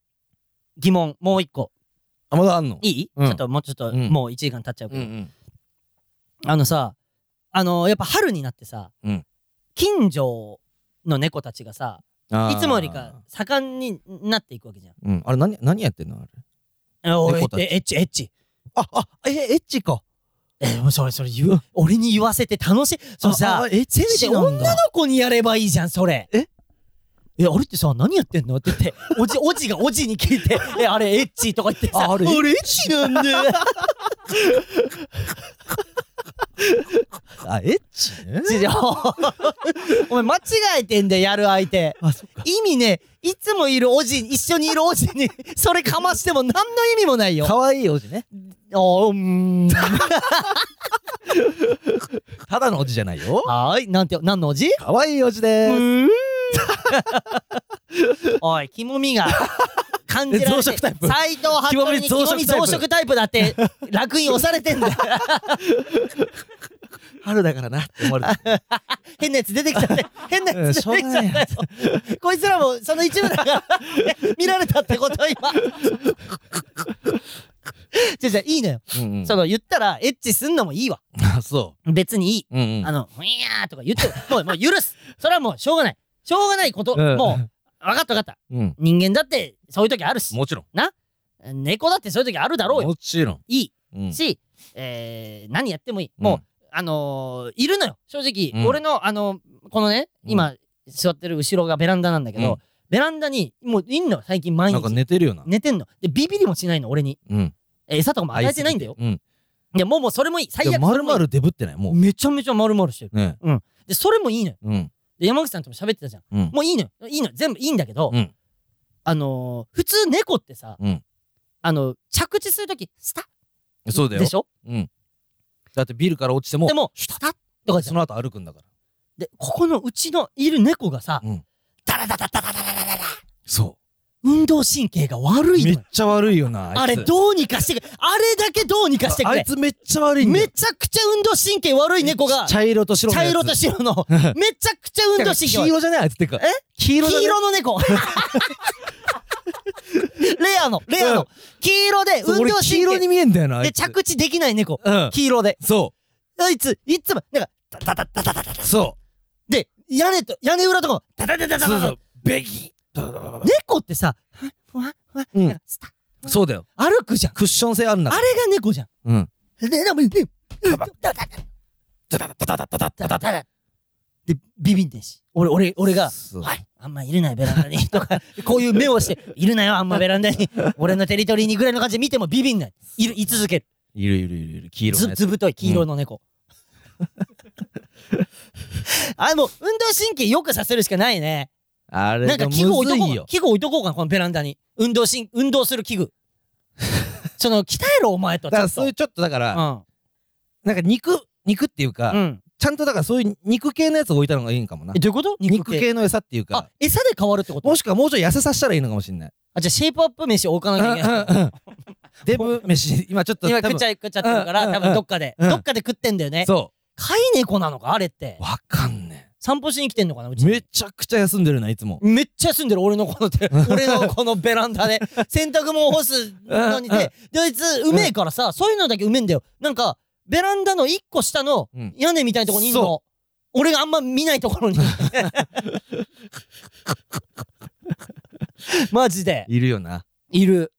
Speaker 1: 疑問もう一個
Speaker 2: あ、まだあんの
Speaker 1: いい、
Speaker 2: うん
Speaker 1: ちょっともうちょっと、
Speaker 2: うん
Speaker 1: もう1時間経っちゃうけ
Speaker 2: うん
Speaker 1: ど、
Speaker 2: うん。
Speaker 1: あのさあのやっぱ春になってさ、
Speaker 2: うん
Speaker 1: 近所の猫たちがさ、
Speaker 2: あ
Speaker 1: い
Speaker 2: ー
Speaker 1: つもよりか。盛んになっていくわけじゃん。
Speaker 2: うん。あれ、何、何やってんのあれ。
Speaker 1: おい
Speaker 2: 猫たち
Speaker 1: えエッチエッチ。
Speaker 2: あ、あ、え、エッチか。
Speaker 1: え、もうそれ、それ言う。俺に言わせて楽しい。それさ、
Speaker 2: エッ
Speaker 1: せめて女の子にやればいいじゃん、それ。
Speaker 2: え
Speaker 1: え、あれってさ、何やってんのって言って、おじ、お <laughs> じがおじに聞いて、え、あれエッチとか言ってさ、
Speaker 2: ああれエッ
Speaker 1: ッチ
Speaker 2: チ
Speaker 1: なんだよ。
Speaker 2: <laughs> あ、エッチね。
Speaker 1: 違うお前間違えてんだよ、やる相手。
Speaker 2: あ、そっか。
Speaker 1: 意味ね、いつもいるおじ、一緒にいるおじに、それかましても何の意味もないよ。
Speaker 2: 可愛いおじね。
Speaker 1: おうーん。
Speaker 2: ただのおじじゃないよ。
Speaker 1: <laughs> はーい、なんて、何のおじ
Speaker 2: 可愛いおじでーす。
Speaker 1: おい、肝みが感じられて
Speaker 2: 増殖タイプ
Speaker 1: 斎藤八斗に
Speaker 2: 肝
Speaker 1: 肝
Speaker 2: み
Speaker 1: み
Speaker 2: 増
Speaker 1: 増
Speaker 2: 殖
Speaker 1: 殖タイプだって、楽印押されてんだよ。
Speaker 2: 春だからなって思われて
Speaker 1: 変なやつ出てきちゃって、変なやつ出てきちゃっ
Speaker 2: うんしょうがな
Speaker 1: たよ。こいつらもその一部だから、見られたってこと今。じゃじゃいいのよ。
Speaker 2: る。うんうん
Speaker 1: その言ったら、エッチすんのもいいわ。
Speaker 2: あ、そ
Speaker 1: 別にいい。
Speaker 2: う。うんうん。
Speaker 1: あの、ふにゃーとか言っても、もう、もう許す。それはもうしょうがない。しょうがないこと、
Speaker 2: うん
Speaker 1: もう、分かった分かった。
Speaker 2: うん。
Speaker 1: 人間だってそういう時あるし、
Speaker 2: もちろん。
Speaker 1: 猫だってそういう時あるだろうよ。
Speaker 2: もちろん。
Speaker 1: いい。
Speaker 2: うん。
Speaker 1: し、えー何やってもいい。
Speaker 2: うん
Speaker 1: もう、あのーいるのよ。正直、
Speaker 2: うん
Speaker 1: 俺の、あのーこのね、
Speaker 2: うん
Speaker 1: 今、座ってる後ろがベランダなんだけど、
Speaker 2: うん
Speaker 1: ベランダに、もういんの、最近毎
Speaker 2: な
Speaker 1: 日
Speaker 2: んか。寝てるよな。
Speaker 1: 寝てんの。で、ビビりもしないの、俺に。
Speaker 2: うん。
Speaker 1: 餌とかも与えてないんだよ。
Speaker 2: うん。
Speaker 1: いや、もうもうそれもいい。最悪。
Speaker 2: まる
Speaker 1: そ
Speaker 2: ま
Speaker 1: れ
Speaker 2: るデブってない、も
Speaker 1: もいい。めちゃめちゃ丸々してる。
Speaker 2: う。ね。
Speaker 1: で、それもいいのよ。
Speaker 2: うん。
Speaker 1: で、山口さんとも喋ってたじゃん。
Speaker 2: うん。
Speaker 1: もういいのよ。いいのよ。全部いいんだけど、
Speaker 2: うん
Speaker 1: あのー普通猫ってさ、
Speaker 2: うん
Speaker 1: あの、着地するとき、スタッ
Speaker 2: そうだよ
Speaker 1: で。しょ
Speaker 2: うん。だってビルから落ちても
Speaker 1: で、も、スタッとかじゃ
Speaker 2: そ
Speaker 1: ん
Speaker 2: の後歩くんだから。
Speaker 1: で、ここのうちのいる猫がさ、
Speaker 2: うん
Speaker 1: ダラダラダラダラダラダラ
Speaker 2: そ
Speaker 1: 運動神経が悪
Speaker 2: う。
Speaker 1: い
Speaker 2: め
Speaker 1: の
Speaker 2: っ
Speaker 1: よ。
Speaker 2: ちゃ悪いよな。
Speaker 1: あれ
Speaker 2: いつ
Speaker 1: どうにかしてくれ。あれだけどうにかしてく
Speaker 2: あい
Speaker 1: れ。
Speaker 2: つめっちゃ悪いんだよ
Speaker 1: めちゃくちゃ運動神経悪い猫が、
Speaker 2: 茶色と白の
Speaker 1: 茶
Speaker 2: やつ
Speaker 1: 色と白
Speaker 2: <laughs>
Speaker 1: の、めちゃくちゃ運動神経
Speaker 2: 黄
Speaker 1: 悪い。
Speaker 2: 色じゃないあいつってか。え黄色じ
Speaker 1: 黄
Speaker 2: ゃない
Speaker 1: 色の猫レアのレア
Speaker 2: うん
Speaker 1: の黄色で
Speaker 2: そう
Speaker 1: 運
Speaker 2: 俺
Speaker 1: 動
Speaker 2: 黄色
Speaker 1: 神
Speaker 2: に
Speaker 1: 経
Speaker 2: 見えんだよな。あい
Speaker 1: で
Speaker 2: つ
Speaker 1: 着地できない猫
Speaker 2: うん。
Speaker 1: 黄色で
Speaker 2: そ
Speaker 1: あいついつもなんかダダダダダダダ
Speaker 2: う。そ
Speaker 1: で屋根と屋根裏とかもダダダダ
Speaker 2: う。
Speaker 1: ダ
Speaker 2: そう
Speaker 1: ダ
Speaker 2: そ
Speaker 1: ダ
Speaker 2: う。べき。ね
Speaker 1: 猫ってさふわふわ
Speaker 2: うん
Speaker 1: なんかスタッ
Speaker 2: そうだよ。
Speaker 1: 歩くじゃん
Speaker 2: クッション性あるん
Speaker 1: あ
Speaker 2: だ
Speaker 1: れが
Speaker 2: から。
Speaker 1: 猫じゃん
Speaker 2: うん。
Speaker 1: ででもねダダダダ
Speaker 2: ダダダダダダダ
Speaker 1: ダダ
Speaker 2: ダダ
Speaker 1: ダダでビビんでんし俺俺俺が
Speaker 2: そう
Speaker 1: はい、あんまいるなよ、ベランダ
Speaker 2: <laughs>
Speaker 1: に。とか、こういう目をして、いるなよ、あんまベランダに。俺のテリトリーにぐらいの感じで見てもビビん
Speaker 2: <laughs>
Speaker 1: ない。いる、い続ける。
Speaker 2: いるいるいるいる。黄色の
Speaker 1: ず、
Speaker 2: やつ。
Speaker 1: ずぶとい黄色の
Speaker 2: <laughs>
Speaker 1: 猫。あれもう、運動神経よくさせるしかないね。
Speaker 2: あれ
Speaker 1: なんか器具置いとこ
Speaker 2: むず
Speaker 1: うか
Speaker 2: いよ。
Speaker 1: 器具置いとこうかな、このベランダに。運動しん、運動する
Speaker 2: <laughs>
Speaker 1: 器具。その、鍛えろ、お前と。
Speaker 2: だからそういううちょっとだから、
Speaker 1: ん。
Speaker 2: なんか肉、肉っていう
Speaker 1: う
Speaker 2: か、
Speaker 1: ん。
Speaker 2: ちゃんとだからそういう肉系のやつを置いたのがいいんかもな
Speaker 1: え、。どういうこと
Speaker 2: 肉。系の餌っていう
Speaker 1: あ
Speaker 2: か、、
Speaker 1: 餌で変わるってこと
Speaker 2: もしくはもうちょい痩せさせたらいいのかもしれない。
Speaker 1: あ、じゃあシェイプアップ飯を置かなきゃいけない。
Speaker 2: デブ飯、今ちょっと
Speaker 1: 今
Speaker 2: 多
Speaker 1: 食っ
Speaker 2: 分
Speaker 1: ちゃ食っちゃってるから、
Speaker 2: うん
Speaker 1: 多分どっかで、
Speaker 2: うん
Speaker 1: どっかで食ってんだよね。
Speaker 2: そ
Speaker 1: 飼い猫なのかあれって
Speaker 2: う。。わかんね
Speaker 1: 散歩しに来てんのかなう
Speaker 2: え。
Speaker 1: ち
Speaker 2: めちゃくちゃ休んでるな、いつも。
Speaker 1: めっちゃ住んでる俺のこの手俺のこのベランダ
Speaker 2: <laughs>
Speaker 1: で洗濯物干すのに
Speaker 2: うんう
Speaker 1: で
Speaker 2: ん
Speaker 1: であいつうめえからさそういうのだけうめえんだよなんかベランダの一個下の
Speaker 2: うん
Speaker 1: 屋根みたいなとこにいんの
Speaker 2: そ
Speaker 1: 俺があんま見ないところ
Speaker 2: <laughs>
Speaker 1: にマジで
Speaker 2: いるよな。
Speaker 1: いる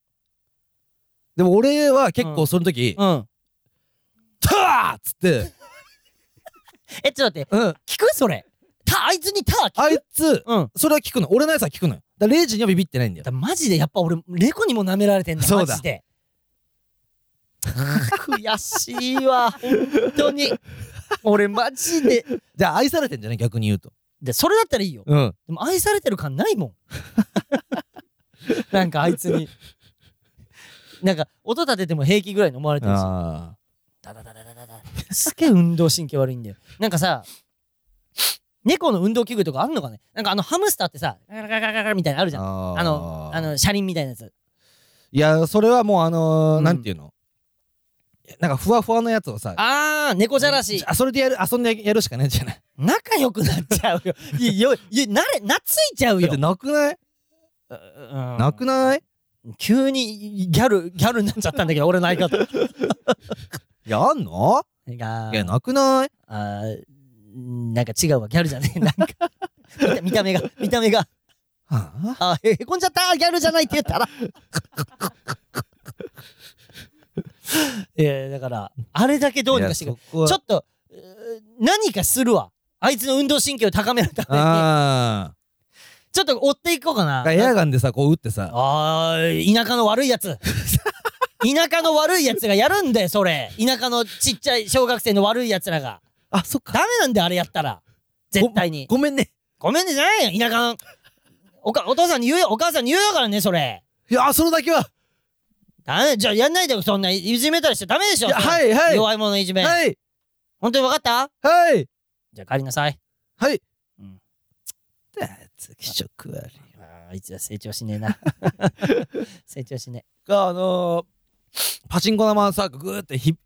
Speaker 2: でも俺は結
Speaker 1: うん
Speaker 2: 構その時、
Speaker 1: うん
Speaker 2: ターっつって、
Speaker 1: えちょっと待って
Speaker 2: うん、
Speaker 1: 聞くそれたあいつにた
Speaker 2: あいつ、
Speaker 1: うん
Speaker 2: それは聞くの。俺のやつは聞くのよ。だからレイジにはビビってないんだよ
Speaker 1: だ。マジでやっぱ俺猫にも舐められてんだ
Speaker 2: そ
Speaker 1: マ
Speaker 2: うだ
Speaker 1: ジで悔しいわ本当に俺マジで
Speaker 2: じゃあ愛されてんじゃない逆に言うと。
Speaker 1: でそれだったらいいよ
Speaker 2: うん。
Speaker 1: でも愛されてる感ないもん <laughs> なんかあいつになんか音立てても平気ぐらいに思われてるし
Speaker 2: あ
Speaker 1: ダダダダダダダすげえ運動神経悪いんだよなんかさ猫の運動器具とかあんのかねなんかあのハムスターってさガラガラガラガラみたいなのあるじゃん
Speaker 2: あ
Speaker 1: あのあ
Speaker 2: あの、
Speaker 1: の車輪みたいなやつ
Speaker 2: いや、それはもうあの
Speaker 1: う
Speaker 2: ー、
Speaker 1: ん
Speaker 2: なんていうのなんかふわふわのやつをさ、
Speaker 1: あー猫じゃらし
Speaker 2: あ、それでやる、遊んでやるしかないんじゃない
Speaker 1: 仲良くなっちゃうよ。いや、よ、いや、なれ、懐いちゃう
Speaker 2: だっ
Speaker 1: よ
Speaker 2: て。なくない
Speaker 1: うん
Speaker 2: なくない
Speaker 1: 急にギャル、ギャルになっちゃったんだけど、俺の相方。
Speaker 2: いや、あんの
Speaker 1: が
Speaker 2: いや、なくない
Speaker 1: あーなんか違うわ、ギャルじゃねえ。なんか、見た見た目が、見た目が、
Speaker 2: はあ
Speaker 1: あーへへこんじゃった、ギャルじゃないって言ったら。えー、だから、あれだけどうにかしてくれ。
Speaker 2: いやそこは
Speaker 1: ちょっと、うー何かするわ。あいつの運動神経を高めるために。
Speaker 2: あ
Speaker 1: ちょっと追っていこうか
Speaker 2: あ。
Speaker 1: な。
Speaker 2: エアガンでさ、こう撃ってさ、
Speaker 1: あー田舎の悪いや <laughs> つ田舎の悪いやつがやるんだよそれ田舎のちっちゃい小学生の悪いやつらが
Speaker 2: あ、そっか。
Speaker 1: ダメなんだよあれやったら絶対に
Speaker 2: ごめんね。
Speaker 1: ごめんねじゃないよ田舎のおかお父さんに言うよお母さんに言うよからねそれ
Speaker 2: いや、それだけは、
Speaker 1: ダメじゃあやんないでよそんないじめたりしちゃダメでしょ
Speaker 2: いや
Speaker 1: それ
Speaker 2: はいはい
Speaker 1: 弱い者のいじめ、
Speaker 2: はい、
Speaker 1: 本当に分かった
Speaker 2: はい、
Speaker 1: じゃあ帰りなさい
Speaker 2: はい
Speaker 1: うん。
Speaker 2: 気色悪い。
Speaker 1: あーあいつは成長しねえな <laughs> 成長しね
Speaker 2: が、あのー、パチンコ玉さ、ぐーってひ、ん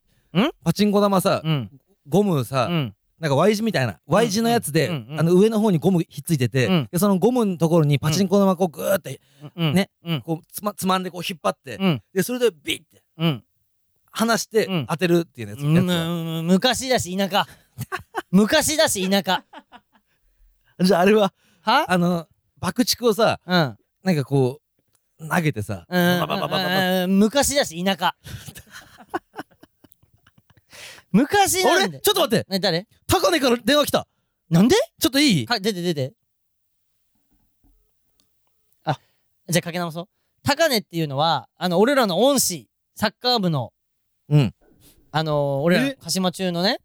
Speaker 2: パチンコ玉さ
Speaker 1: え、うん
Speaker 2: ゴム
Speaker 1: う
Speaker 2: さ、
Speaker 1: ん
Speaker 2: なんか Y 字みたいな、Y 字のやつで、
Speaker 1: うんうん
Speaker 2: あの上の方にゴムひっついてて、
Speaker 1: うん
Speaker 2: でそのゴムのところにパチンコ玉こうぐーって、
Speaker 1: うん
Speaker 2: ね
Speaker 1: うん
Speaker 2: こうつまつまんでこう引っ張って、
Speaker 1: うん
Speaker 2: で、それでビッて
Speaker 1: うん
Speaker 2: 離して
Speaker 1: うん
Speaker 2: 当てるっていうやつ。
Speaker 1: うん
Speaker 2: やつ
Speaker 1: うん昔だし田舎 <laughs> 昔だし田舎
Speaker 2: はじゃああれは、
Speaker 1: は
Speaker 2: あの、爆竹をさ、
Speaker 1: うん
Speaker 2: なんかこう、投げてさ、
Speaker 1: うん
Speaker 2: ババババババ
Speaker 1: うん昔だし田
Speaker 2: <laughs>
Speaker 1: 舎昔
Speaker 2: あ
Speaker 1: な
Speaker 2: れ
Speaker 1: ん
Speaker 2: ち
Speaker 1: で
Speaker 2: ょっと待って
Speaker 1: ね誰
Speaker 2: 高根から電話来た
Speaker 1: なんで
Speaker 2: ちょっといい
Speaker 1: か出て出てあじゃあかけ直そう高根っていうのはあの俺らの恩師サッカー部の、
Speaker 2: うん。
Speaker 1: あのー、俺らの
Speaker 2: え
Speaker 1: 鹿島中のね。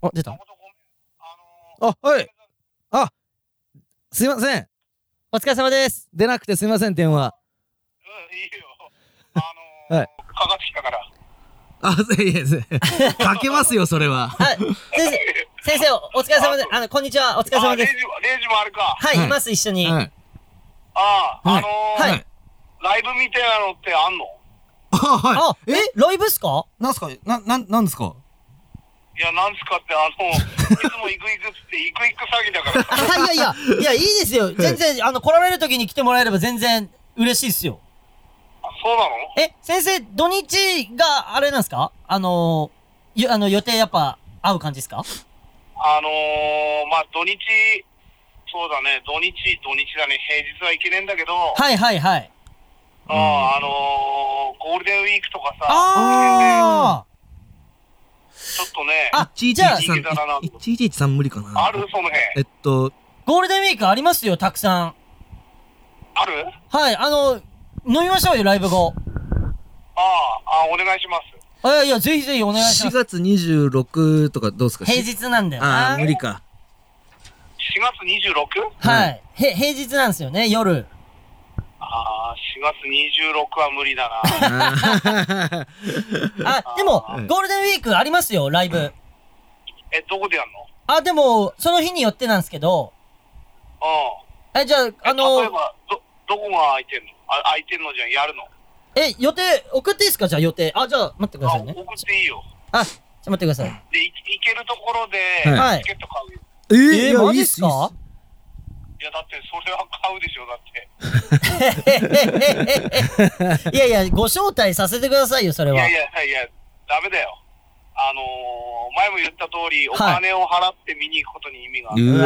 Speaker 1: あ、出た。
Speaker 2: あ、はい。あ、すいません。
Speaker 1: お疲れ様です。
Speaker 2: 出なくてすいません、電話。
Speaker 5: うん、いいよ。あのー、
Speaker 2: はい
Speaker 5: かかってきたから。
Speaker 2: あ、いやい <laughs> や、かけますよ、それは。
Speaker 1: あ、
Speaker 2: <laughs>
Speaker 1: 先生、先生、お疲れ様です。あの、こんにちは。お疲れ様
Speaker 5: あ、レ
Speaker 1: で
Speaker 5: ジ
Speaker 1: す。
Speaker 5: も、レジもあるか。
Speaker 1: は
Speaker 2: はい
Speaker 1: い、います、一緒に。
Speaker 2: はい。
Speaker 5: ああ、
Speaker 2: は
Speaker 5: あ
Speaker 2: い
Speaker 5: の
Speaker 1: は
Speaker 5: ー
Speaker 1: い
Speaker 2: はい
Speaker 5: ライブみたいなのってあんの
Speaker 2: あ、は
Speaker 1: あ、え、ライブっすか
Speaker 2: い。なんすかな、なん、なんですか
Speaker 5: いや、なんすかって、あの、
Speaker 1: <laughs>
Speaker 5: いつも行く行くっつって、行く行く詐欺だから
Speaker 1: あ、
Speaker 5: さ。
Speaker 1: いやいや、いや、いいですよ。全然、あの、来られる時に来てもらえれば全然嬉しいっすよ。
Speaker 5: あそうなの
Speaker 1: え、先生、土日があれなんですかあのー、ゆあの、予定やっぱ合う感じですか
Speaker 5: あのー、まあ、土日、そうだね、土日、土日だね、平日は行けねえんだけど、
Speaker 1: はいはいはい。
Speaker 5: うんあのー、ゴールデンウィークとかさ、
Speaker 1: あ
Speaker 5: ちょっとね、
Speaker 1: あじゃあ
Speaker 5: いけたらな
Speaker 2: 1113無理かな
Speaker 5: あるその辺。
Speaker 2: えっと、
Speaker 1: ーゴールデンウィークありますよ、たくさん。
Speaker 5: ある
Speaker 1: はい、あの、飲みましょうよ、ライブ後。
Speaker 5: ああ、あお願いします。
Speaker 1: あいやいや、ぜひぜひお願いしま
Speaker 2: 4
Speaker 1: す。
Speaker 2: 月26とかどうですか
Speaker 1: 平日なんだよ
Speaker 2: あ
Speaker 1: な。
Speaker 2: あ、無理か。
Speaker 5: 4月 26?
Speaker 1: はい。へ、平日なんですよね、夜。
Speaker 5: ああ、4月26は無理だな。
Speaker 1: <laughs>
Speaker 2: あ
Speaker 1: あ、でも
Speaker 2: うん、
Speaker 1: ゴールデンウィークありますよ、ライブ。
Speaker 5: え、どこでやんの
Speaker 1: あ、でも、その日によってなんですけど、
Speaker 5: う
Speaker 1: え、じゃあ、あ
Speaker 5: ん。例え
Speaker 1: の、
Speaker 5: ば、ど、どこが空いてんのあ、空いてんのじゃん、やるの。
Speaker 1: え、予定、送っていいですかじゃあ予定。あ、じゃあ、待ってくだ
Speaker 5: あ、
Speaker 1: さい
Speaker 5: 送
Speaker 1: ね。
Speaker 5: っていいよ。
Speaker 1: あ、ちょっと待ってください。
Speaker 5: で、い行けるところで、
Speaker 1: はい
Speaker 5: チケット買うよ。
Speaker 2: え
Speaker 1: え
Speaker 2: ーいや
Speaker 1: マ
Speaker 2: い
Speaker 1: ジ
Speaker 2: い
Speaker 1: っ
Speaker 2: っ
Speaker 1: す
Speaker 2: す
Speaker 1: か
Speaker 5: いや、だって、それは買うでしょ、だって。
Speaker 1: いやいや、ご招待させてくださいよ、それ
Speaker 5: い
Speaker 1: は
Speaker 5: やい。やいやいや、ダメだよ。あのー、前も言った通り、お
Speaker 1: はい
Speaker 5: 金を払って見に行くことに意味がある。
Speaker 2: う
Speaker 1: う
Speaker 2: わ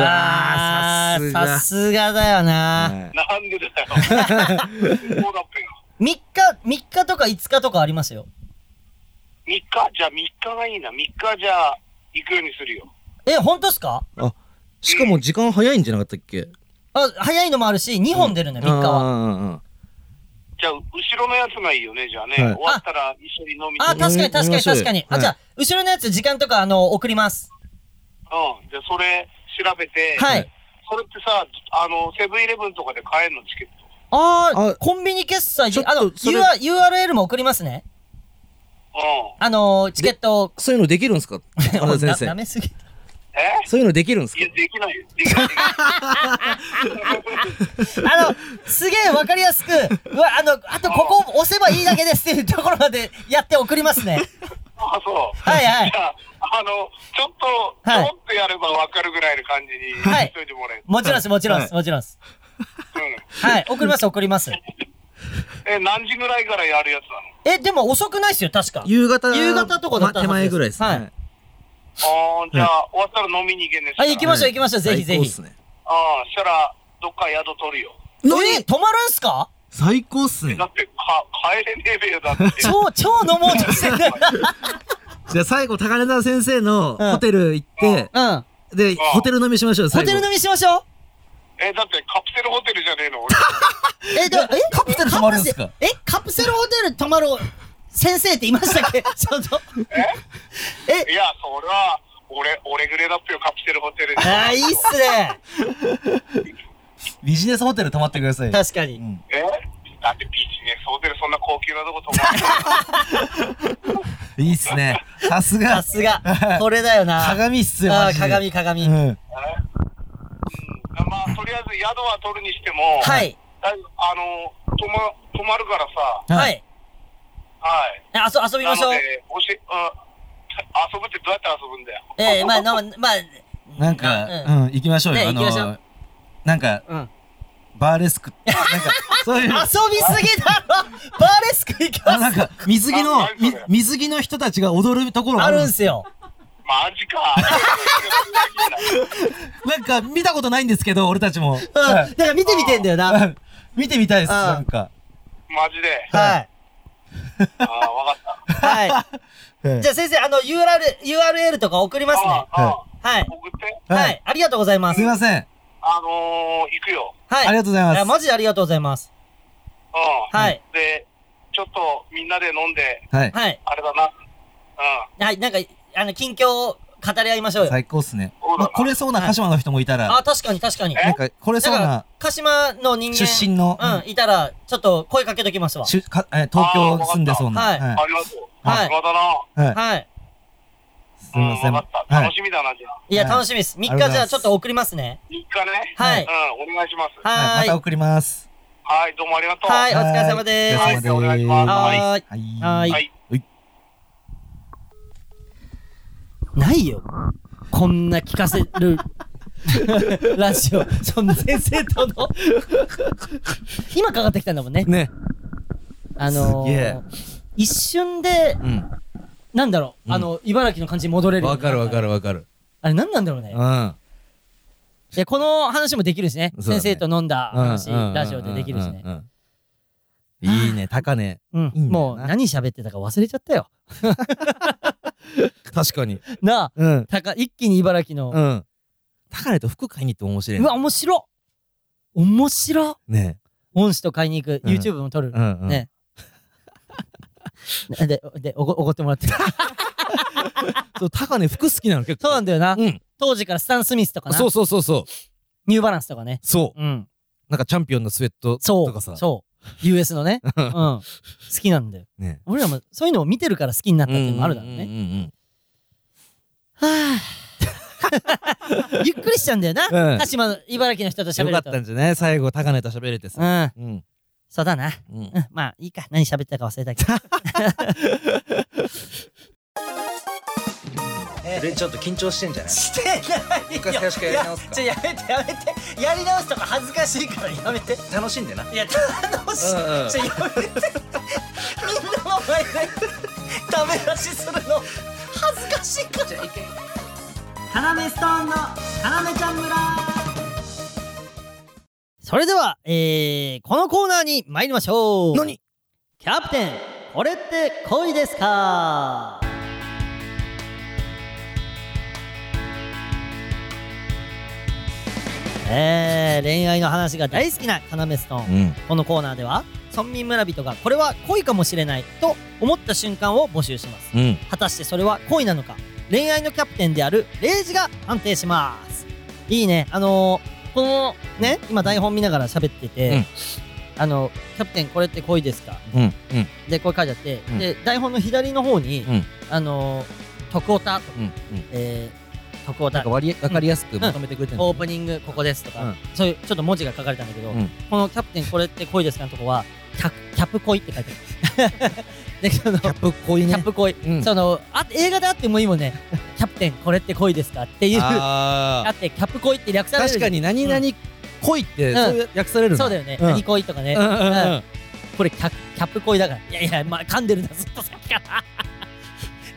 Speaker 1: ー
Speaker 2: ー、
Speaker 1: さ
Speaker 2: さ
Speaker 1: すがだよ
Speaker 2: が。
Speaker 1: な。
Speaker 2: はい
Speaker 5: なん
Speaker 1: <laughs>
Speaker 5: でだよ。そうだっぺよ。
Speaker 1: 3日、3日とか5日とかありますよ。
Speaker 5: 3日、じゃあ3日がいいな。3日じゃあ、行くようにするよ。
Speaker 1: え、本当っすか
Speaker 2: あ、しかも時間早いんじゃなかったっけ
Speaker 1: あ、早いのもあるし、2本出るね、3日は。
Speaker 2: は。
Speaker 5: じゃあ、後ろのやつがいいよね、じゃあね。
Speaker 2: はい
Speaker 5: 終わったら一緒に飲みに行
Speaker 1: あ、
Speaker 5: く
Speaker 1: 確かに確か
Speaker 2: 見
Speaker 1: に
Speaker 2: ましょうよ
Speaker 1: 確かに。あ、
Speaker 2: はい
Speaker 1: じゃあ、後ろのやつ時間とか、あの、送ります。
Speaker 5: うん。じゃあ、それ調べて、
Speaker 1: はい。
Speaker 5: それってさ、あの、セブンイレブンとかで買えるの、チケット。
Speaker 1: あー、
Speaker 2: あ
Speaker 1: コンビニ決済
Speaker 2: ちょ
Speaker 1: で、
Speaker 2: っと
Speaker 1: あの、
Speaker 2: それ
Speaker 1: UR URL も送りますね。
Speaker 5: うん。
Speaker 1: あの、チケットを。
Speaker 2: そういうのできるん
Speaker 1: <laughs>
Speaker 2: ですか原田先
Speaker 1: な舐
Speaker 2: 生。
Speaker 1: めすぎ。
Speaker 5: え
Speaker 2: そういうのできるんです
Speaker 5: い
Speaker 2: か
Speaker 5: や、できないよ。できない。できない
Speaker 1: あの、すげえわかりやすく、うわ、あの、あとここを押せばいいだけですっていうところまでやって送りますね。
Speaker 5: あ、そう。
Speaker 1: はいはい
Speaker 5: <laughs> じゃあ、あの、ちょっと、ち
Speaker 1: はい
Speaker 5: ょっとやればわかるぐらいの感じに、
Speaker 1: はい
Speaker 5: しといてもらえる。
Speaker 1: もちろんです、もちろんで
Speaker 2: は
Speaker 1: す、
Speaker 2: い
Speaker 1: もちろんです。
Speaker 5: うん。
Speaker 1: はい、送ります、送ります。
Speaker 5: え、何時ぐらいからやるやつなの
Speaker 1: え、でも遅くないっすよ、確か。
Speaker 2: 夕方
Speaker 1: 夕方とかだったはず
Speaker 2: ま
Speaker 1: です
Speaker 2: 手前ぐらいですね。
Speaker 1: はい
Speaker 5: あーじゃあ、終わったら飲みに行けんです
Speaker 1: あ、行きましょう、
Speaker 2: はい
Speaker 1: 行きましょう、ぜひぜ
Speaker 2: 最高っ
Speaker 1: ひ
Speaker 2: す。ね。
Speaker 5: ああ、したら、どっか宿取るよ。
Speaker 1: え、泊まるんすか
Speaker 2: 最高っすね
Speaker 5: だ。って、か、帰れねえべよ、だって。
Speaker 1: 超、超飲もうとしてる。
Speaker 2: じゃあ最後、高根沢先生
Speaker 1: う
Speaker 2: の
Speaker 1: ん
Speaker 2: ホテル行って、
Speaker 1: うん。
Speaker 2: で、ホテル飲みしましょう、
Speaker 1: ホ
Speaker 2: 最後。
Speaker 1: テル飲みしましょう。
Speaker 5: え、だって、カプセルホテルじゃねえの、俺。
Speaker 1: え、でも、え、カプセル
Speaker 2: 泊まるんすか
Speaker 1: え、カプセルホテル泊まる先生っていましたっ
Speaker 2: <laughs>
Speaker 1: けちょっと。
Speaker 5: いや、それは、俺、俺ぐれだっぺよ、カプセルホテル。
Speaker 1: あー、いいっすね。
Speaker 2: ビジネスホテル泊まってください
Speaker 1: 確かに。
Speaker 5: えだってビジネスホテルそんな高級なとこ泊まって。
Speaker 2: いいっすね。さす
Speaker 1: さ
Speaker 2: が。
Speaker 1: すが。これだよ
Speaker 2: <laughs>
Speaker 1: な。
Speaker 2: 鏡っすよ、
Speaker 1: あ
Speaker 2: マ
Speaker 1: あ、
Speaker 2: ジで。
Speaker 1: 鏡、鏡。
Speaker 2: うん。
Speaker 5: うん、まあ、とりあえず宿は取るにしても、
Speaker 1: はい。
Speaker 5: だいぶあの、泊ま、泊まるからさ、
Speaker 1: は
Speaker 2: はい
Speaker 1: い。
Speaker 5: はい。
Speaker 1: えあそ遊びましょう
Speaker 5: なの。で、おし、うん、遊ぶってどうやって遊ぶんだよ。
Speaker 1: ええ、まあ、なまあ、
Speaker 2: なんか、
Speaker 1: う
Speaker 2: うん、行きましょうよ。
Speaker 1: ね
Speaker 2: あ
Speaker 1: 行きましょう
Speaker 2: の、なんか、
Speaker 1: うん
Speaker 2: バーレスク、
Speaker 1: <laughs>
Speaker 2: なんか、そういう、あ
Speaker 1: 遊びすぎだ
Speaker 2: <laughs>
Speaker 1: ろバーレスク行きま
Speaker 2: なん
Speaker 1: す
Speaker 2: か、水着の
Speaker 5: あ何、それ
Speaker 2: み水着の人たちが踊るところが
Speaker 1: あ
Speaker 2: あるん
Speaker 1: る
Speaker 2: で
Speaker 1: ん
Speaker 2: す。
Speaker 1: すよ。
Speaker 5: マジ
Speaker 1: <laughs>
Speaker 5: か。
Speaker 2: なんか、見たことないんですけど、俺た
Speaker 1: <laughs>
Speaker 2: ちも。
Speaker 1: うん。
Speaker 2: は
Speaker 1: だ
Speaker 2: い
Speaker 1: から見てみてんだよ
Speaker 2: う
Speaker 1: な。
Speaker 2: ん <laughs> 見てみたいです、
Speaker 1: あ
Speaker 2: なんか。
Speaker 5: マジで。
Speaker 1: はい。
Speaker 5: ああ、わかった。
Speaker 1: はい。
Speaker 2: <laughs> はい
Speaker 1: じゃあ先生、あの、URL、URL とか送りますね
Speaker 5: あ。あ、ああ、
Speaker 1: はい。
Speaker 5: 送って。
Speaker 2: はい
Speaker 1: はい。ありがとうございますす。
Speaker 2: い
Speaker 1: はい。
Speaker 2: ません。
Speaker 5: あのー、行くよ。
Speaker 1: あ
Speaker 2: ありがとうございます
Speaker 1: マジでありがとうございます。
Speaker 5: う
Speaker 1: はい。
Speaker 5: ん。で、ちょっとみんなで飲んで、
Speaker 2: はい。
Speaker 1: はい。
Speaker 5: あれだな。う
Speaker 1: はい。なんか、あの、近況を語り合いましょうよ。
Speaker 2: 最高っすね。
Speaker 5: そうだな
Speaker 2: まあ、来れそうな鹿島の人もいたら、
Speaker 1: あ、確かに確かに。
Speaker 5: え
Speaker 2: なんか来れそうな
Speaker 1: 鹿島の人間。
Speaker 2: 出身の、
Speaker 1: うん、いたら、ちょっと声かけときますわ。
Speaker 2: しゅかえー東京住んでそうな。
Speaker 1: あーわか
Speaker 5: ん。ありますよ。
Speaker 1: はい
Speaker 5: 暇だな。
Speaker 2: はい。
Speaker 1: はい。
Speaker 2: すみませ。
Speaker 5: うんん、わかった。
Speaker 2: は
Speaker 5: 楽
Speaker 2: い。
Speaker 5: しみだな、じゃあ。
Speaker 1: いや、
Speaker 2: はい
Speaker 1: 楽しみです。3
Speaker 2: あ
Speaker 1: 日
Speaker 2: り
Speaker 1: じ
Speaker 2: がとうござい
Speaker 1: ゃ
Speaker 2: ま
Speaker 1: あ
Speaker 2: す
Speaker 1: ちょっと送りますね。
Speaker 5: 3日ね。
Speaker 1: はい。
Speaker 5: うん、お願いします。
Speaker 2: は。
Speaker 1: はい
Speaker 2: ま
Speaker 1: い。
Speaker 2: た送ります。
Speaker 5: はい、どうもありがとう。
Speaker 1: はい、お疲れ様で
Speaker 5: は
Speaker 1: す。
Speaker 5: いお疲れ様ですはい
Speaker 1: はーい。
Speaker 2: はい。
Speaker 1: はーい
Speaker 5: はい。
Speaker 1: ないよ。こんな聞かせる <laughs> ラジオ、その先生との。今かかってきたんだもんね。
Speaker 2: ね。
Speaker 1: あの
Speaker 2: すげえ
Speaker 1: ー、一瞬で、
Speaker 2: うん。
Speaker 1: なんだろ
Speaker 2: うん
Speaker 1: う、あの、茨城の感じに戻れる。
Speaker 2: わかるわか
Speaker 1: る。
Speaker 2: るわかる。
Speaker 1: あれ、なんなんだろう
Speaker 2: う
Speaker 1: ね
Speaker 2: ん。。あ
Speaker 1: で、この話もできるしね。
Speaker 2: そうだね
Speaker 1: 先生と飲んだ話
Speaker 2: うんうんうんう、ん
Speaker 1: ラジオでできるしね
Speaker 2: う。んいいね、高ね。
Speaker 1: うん。
Speaker 2: いいんだよな
Speaker 1: もう、何喋ってたか忘れちゃったよ。
Speaker 2: 確かに。
Speaker 1: なあ、
Speaker 2: うん。
Speaker 1: たか、一気に茨城の
Speaker 2: うん。高ねと服買いに行っても面白いうね。
Speaker 1: わ、面白面白
Speaker 2: ね。
Speaker 1: 恩師と買いに行く。
Speaker 2: うん
Speaker 1: YouTube も撮る。
Speaker 2: うんうん。
Speaker 1: ね <laughs> で、で、おご、おごっても
Speaker 2: <laughs>
Speaker 1: らって。
Speaker 2: そう、高ね服好きなの結構。
Speaker 1: そうなんだよな。
Speaker 2: うん。
Speaker 1: 当時からスタン・スミスとかな。
Speaker 2: そうそうそうそう。
Speaker 1: ニューバランスとかね。
Speaker 2: そう。
Speaker 1: うん。
Speaker 2: なんかチャンピオンのスウェット
Speaker 1: そ
Speaker 2: とかさ
Speaker 1: う。。そう。US の
Speaker 2: <laughs>
Speaker 1: ね。うん。好きなんだよ。
Speaker 2: ね。
Speaker 1: 俺らもそういうのを見てるから好きになったっていうのもあるだろう
Speaker 2: うん
Speaker 1: ね。
Speaker 2: う
Speaker 1: はぁ。
Speaker 2: <laughs>
Speaker 1: ゆっくりしちゃうんだよ
Speaker 2: うん
Speaker 1: な。鹿島の茨城の人と
Speaker 2: んうん。
Speaker 1: 喋
Speaker 2: よか
Speaker 1: る
Speaker 2: っ
Speaker 1: と。
Speaker 2: たんじゃない最後、高ねと喋れてさ。
Speaker 1: うん。
Speaker 2: うん。
Speaker 1: そうだな。
Speaker 2: うん
Speaker 1: うん。まあ、いいか。何喋ってたか忘れたけど。
Speaker 2: <laughs> でちょっと緊張してんじゃない
Speaker 1: してないよ
Speaker 2: 回最初からやり直すか
Speaker 1: いやちょやめてやめてやり直すとか恥ずかしいからやめて
Speaker 2: 楽しんでない
Speaker 1: や楽しい、
Speaker 2: うんうん
Speaker 1: ちょやめてみんなの前でダメ出しするの恥ずかしいからカナメストーンのカナメちゃん村それでは、えー、このコーナーに参りましょう
Speaker 2: 何
Speaker 1: キャプテンこれって恋ですかえー、恋愛の話が大好きなカナメストーン
Speaker 2: うん
Speaker 1: このコーナーでは村民村人がこれは恋かもしれないと思った瞬間を募集します
Speaker 2: うん
Speaker 1: 果たしてそれは恋なのか恋愛のキャプテンであるレイジが判定しますいいねあのー、このね今台本見ながら喋ってて、あのキャプテンこれって恋ですか
Speaker 2: うんうん
Speaker 1: でこれ書いてあって、
Speaker 2: うん
Speaker 1: で台本の左の方に、
Speaker 2: うん
Speaker 1: あのー、徳オタとか、
Speaker 2: うん
Speaker 1: えー、徳オ
Speaker 2: なん
Speaker 1: タ
Speaker 2: か割りわかりやすくまとめてくれてる
Speaker 1: オープニングここですとか、
Speaker 2: うん
Speaker 1: そういうちょっと文字が書かれたんだけど、
Speaker 2: うん
Speaker 1: このキャプテンこれって恋ですかのとこはキャキャプ恋って書いてある <laughs> でその
Speaker 2: キャップこういう
Speaker 1: キ
Speaker 2: ね
Speaker 1: ャップ恋、
Speaker 2: うん
Speaker 1: そのあ映画であってもいいもんね <laughs> キャプテンこれって恋ですかっていうあ
Speaker 2: あ
Speaker 1: ってキャップ恋って略
Speaker 2: ー
Speaker 1: される
Speaker 2: 確かに何々恋って
Speaker 1: ん
Speaker 2: そういう訳される
Speaker 1: そうだよね、
Speaker 2: うん
Speaker 1: 何恋とかね、
Speaker 2: うんうんうん
Speaker 1: これキャキャップ恋だからいやいや、まあ、噛んでるなずっとさっきから <laughs>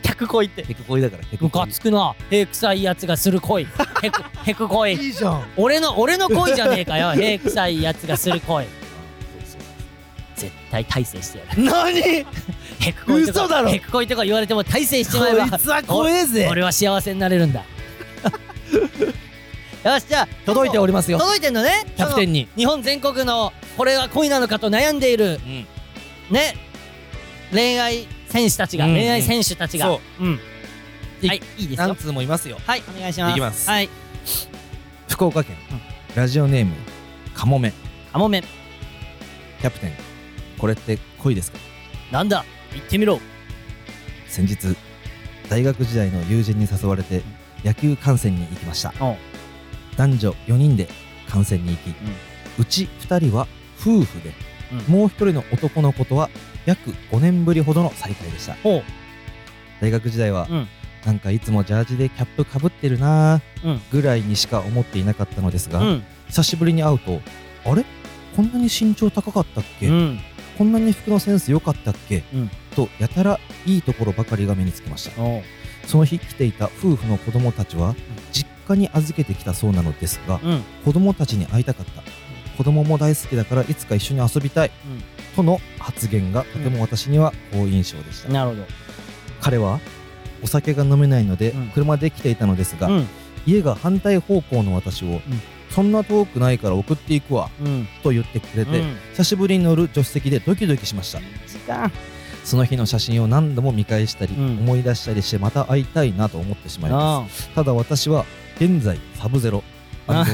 Speaker 1: キャク恋って
Speaker 2: テク恋だからテク
Speaker 1: ム
Speaker 2: 恋
Speaker 1: カつくなへくさいやつがする恋へく <laughs> へく恋
Speaker 2: いいじゃん <laughs>
Speaker 1: 俺の俺の恋じゃねえかよへくさいやつがする恋絶対大成してやる
Speaker 2: 何
Speaker 1: へく恋とか
Speaker 2: 嘘だろ
Speaker 1: へく恋とか言われても大成して
Speaker 2: こ
Speaker 1: まえば
Speaker 2: いつは怖えぜ
Speaker 1: 俺は幸せになれる <laughs> んだよしじゃあ
Speaker 2: 届いておりますよ
Speaker 1: 届いてんのね
Speaker 2: キャプテンに
Speaker 1: その日本全国のこれは恋なのかと悩んでいる
Speaker 2: うん
Speaker 1: ね恋愛選手たちが、
Speaker 2: うんうん
Speaker 1: 恋愛選手たちが、
Speaker 2: そう
Speaker 1: ん、
Speaker 2: い
Speaker 1: はいいいです
Speaker 2: 何
Speaker 1: よ
Speaker 2: 通もいますよ
Speaker 1: はいお願いします
Speaker 2: いきます
Speaker 1: はい
Speaker 2: 福岡県
Speaker 1: うん
Speaker 2: ラジオネームカモメ
Speaker 1: カモメ
Speaker 2: キャプテンこれって恋ですか
Speaker 1: なんだ言ってみろ
Speaker 2: 先日大学時代の友人に誘われて野球観戦に行きました
Speaker 1: おう
Speaker 2: 男女4人で観戦に行き、うち2人は夫婦で、
Speaker 1: う
Speaker 2: もう1人の男の子とは約5年ぶりほどの再会でした
Speaker 1: ほう
Speaker 2: 大学時代は、
Speaker 1: うん
Speaker 2: なんかいつもジャージでキャップかぶってるな
Speaker 1: う
Speaker 2: ー
Speaker 1: ん
Speaker 2: ぐらいにしか思っていなかったのですが、
Speaker 1: うん
Speaker 2: 久しぶりに会うとあれこんなに身長高かったっけ、
Speaker 1: うん
Speaker 2: こんなに服のセンス良かったっけ、
Speaker 1: うん
Speaker 2: とやたらいいところばかりが目につきました
Speaker 1: おう
Speaker 2: その日来ていた夫婦の子供たちは実家に預けてきたそうなのですが、
Speaker 1: うん
Speaker 2: 子供たちに会いたかった子供も大好きだからいつか一緒に遊びたい、
Speaker 1: うん
Speaker 2: との発言がとても私には好印象でした、
Speaker 1: なるほど
Speaker 2: 彼はお酒が飲めないので
Speaker 1: うん
Speaker 2: 車で来ていたのですが、
Speaker 1: うん
Speaker 2: 家が反対方向の私を、
Speaker 1: ん
Speaker 2: そんな遠くないから送っていくわ
Speaker 1: うん。
Speaker 2: と言ってくれて、
Speaker 1: うん
Speaker 2: 久しぶりに乗る助手席でドキドキしました
Speaker 1: 時間。
Speaker 2: その日の写真を何度も見返したり、
Speaker 1: うん
Speaker 2: 思い出したりしてまた会いたいなと思ってしまいま
Speaker 1: あ
Speaker 2: すただ私は現在サブゼロ
Speaker 1: あ。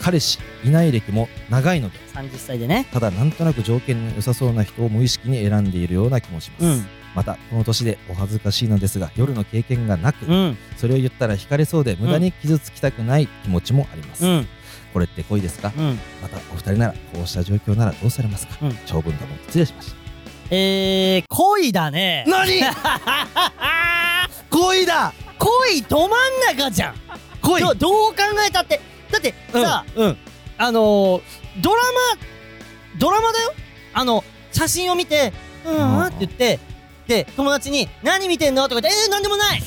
Speaker 2: 彼氏いない歴も長いので
Speaker 1: 三十歳でね。
Speaker 2: ただなんとなく条件の良さそうな人を無意識に選んでいるような気もします、
Speaker 1: うん
Speaker 2: またこの年でお恥ずかしいのですが夜の経験がなく、
Speaker 1: うん。
Speaker 2: それを言ったら惹かれそうで無駄に傷つきたくない気持ちもあります、
Speaker 1: うん。
Speaker 2: これって恋ですか、
Speaker 1: うん。
Speaker 2: またお二人ならこうした状況ならどうされますか、
Speaker 1: うん
Speaker 2: 長文だも失礼しました
Speaker 1: えー、恋だね。 <laughs>
Speaker 2: 何恋だ
Speaker 1: 恋ど真ん中じゃん。
Speaker 2: 恋
Speaker 1: どどう考えたって。だってさ、
Speaker 2: うんうん
Speaker 1: あのー、ドラマ、ドラマだよあの、写真を見て、うんうんって言って、で、友達に、何見てんのとか言って、えー、なんでもない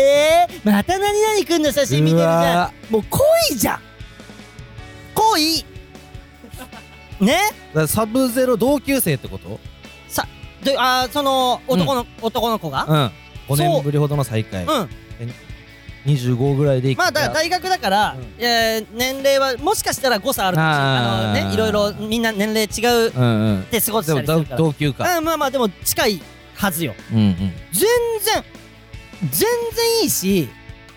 Speaker 1: <laughs> えー、また何々くんの写真見てるじゃん。
Speaker 2: うわ
Speaker 1: もう恋じゃん恋ね
Speaker 2: ーだからサブゼロ同級生ってこと
Speaker 1: で、あー、その、男の、男の子が
Speaker 2: うん5
Speaker 1: そう
Speaker 2: 年ぶりほどの再会
Speaker 1: うん。
Speaker 2: 25ぐらいで
Speaker 1: まあだから大
Speaker 2: い
Speaker 1: 学だから、えー年齢はもしかしたら誤差あるかもしれないあ
Speaker 2: あー
Speaker 1: のねいろいろみんな年齢違うっ
Speaker 2: うんうん
Speaker 1: て過ごし
Speaker 2: で
Speaker 1: た
Speaker 2: も
Speaker 1: りする
Speaker 2: 同
Speaker 1: から
Speaker 2: 同級か
Speaker 1: うんまあまあでも近いはずよ
Speaker 2: うんうん
Speaker 1: 全然全然いいし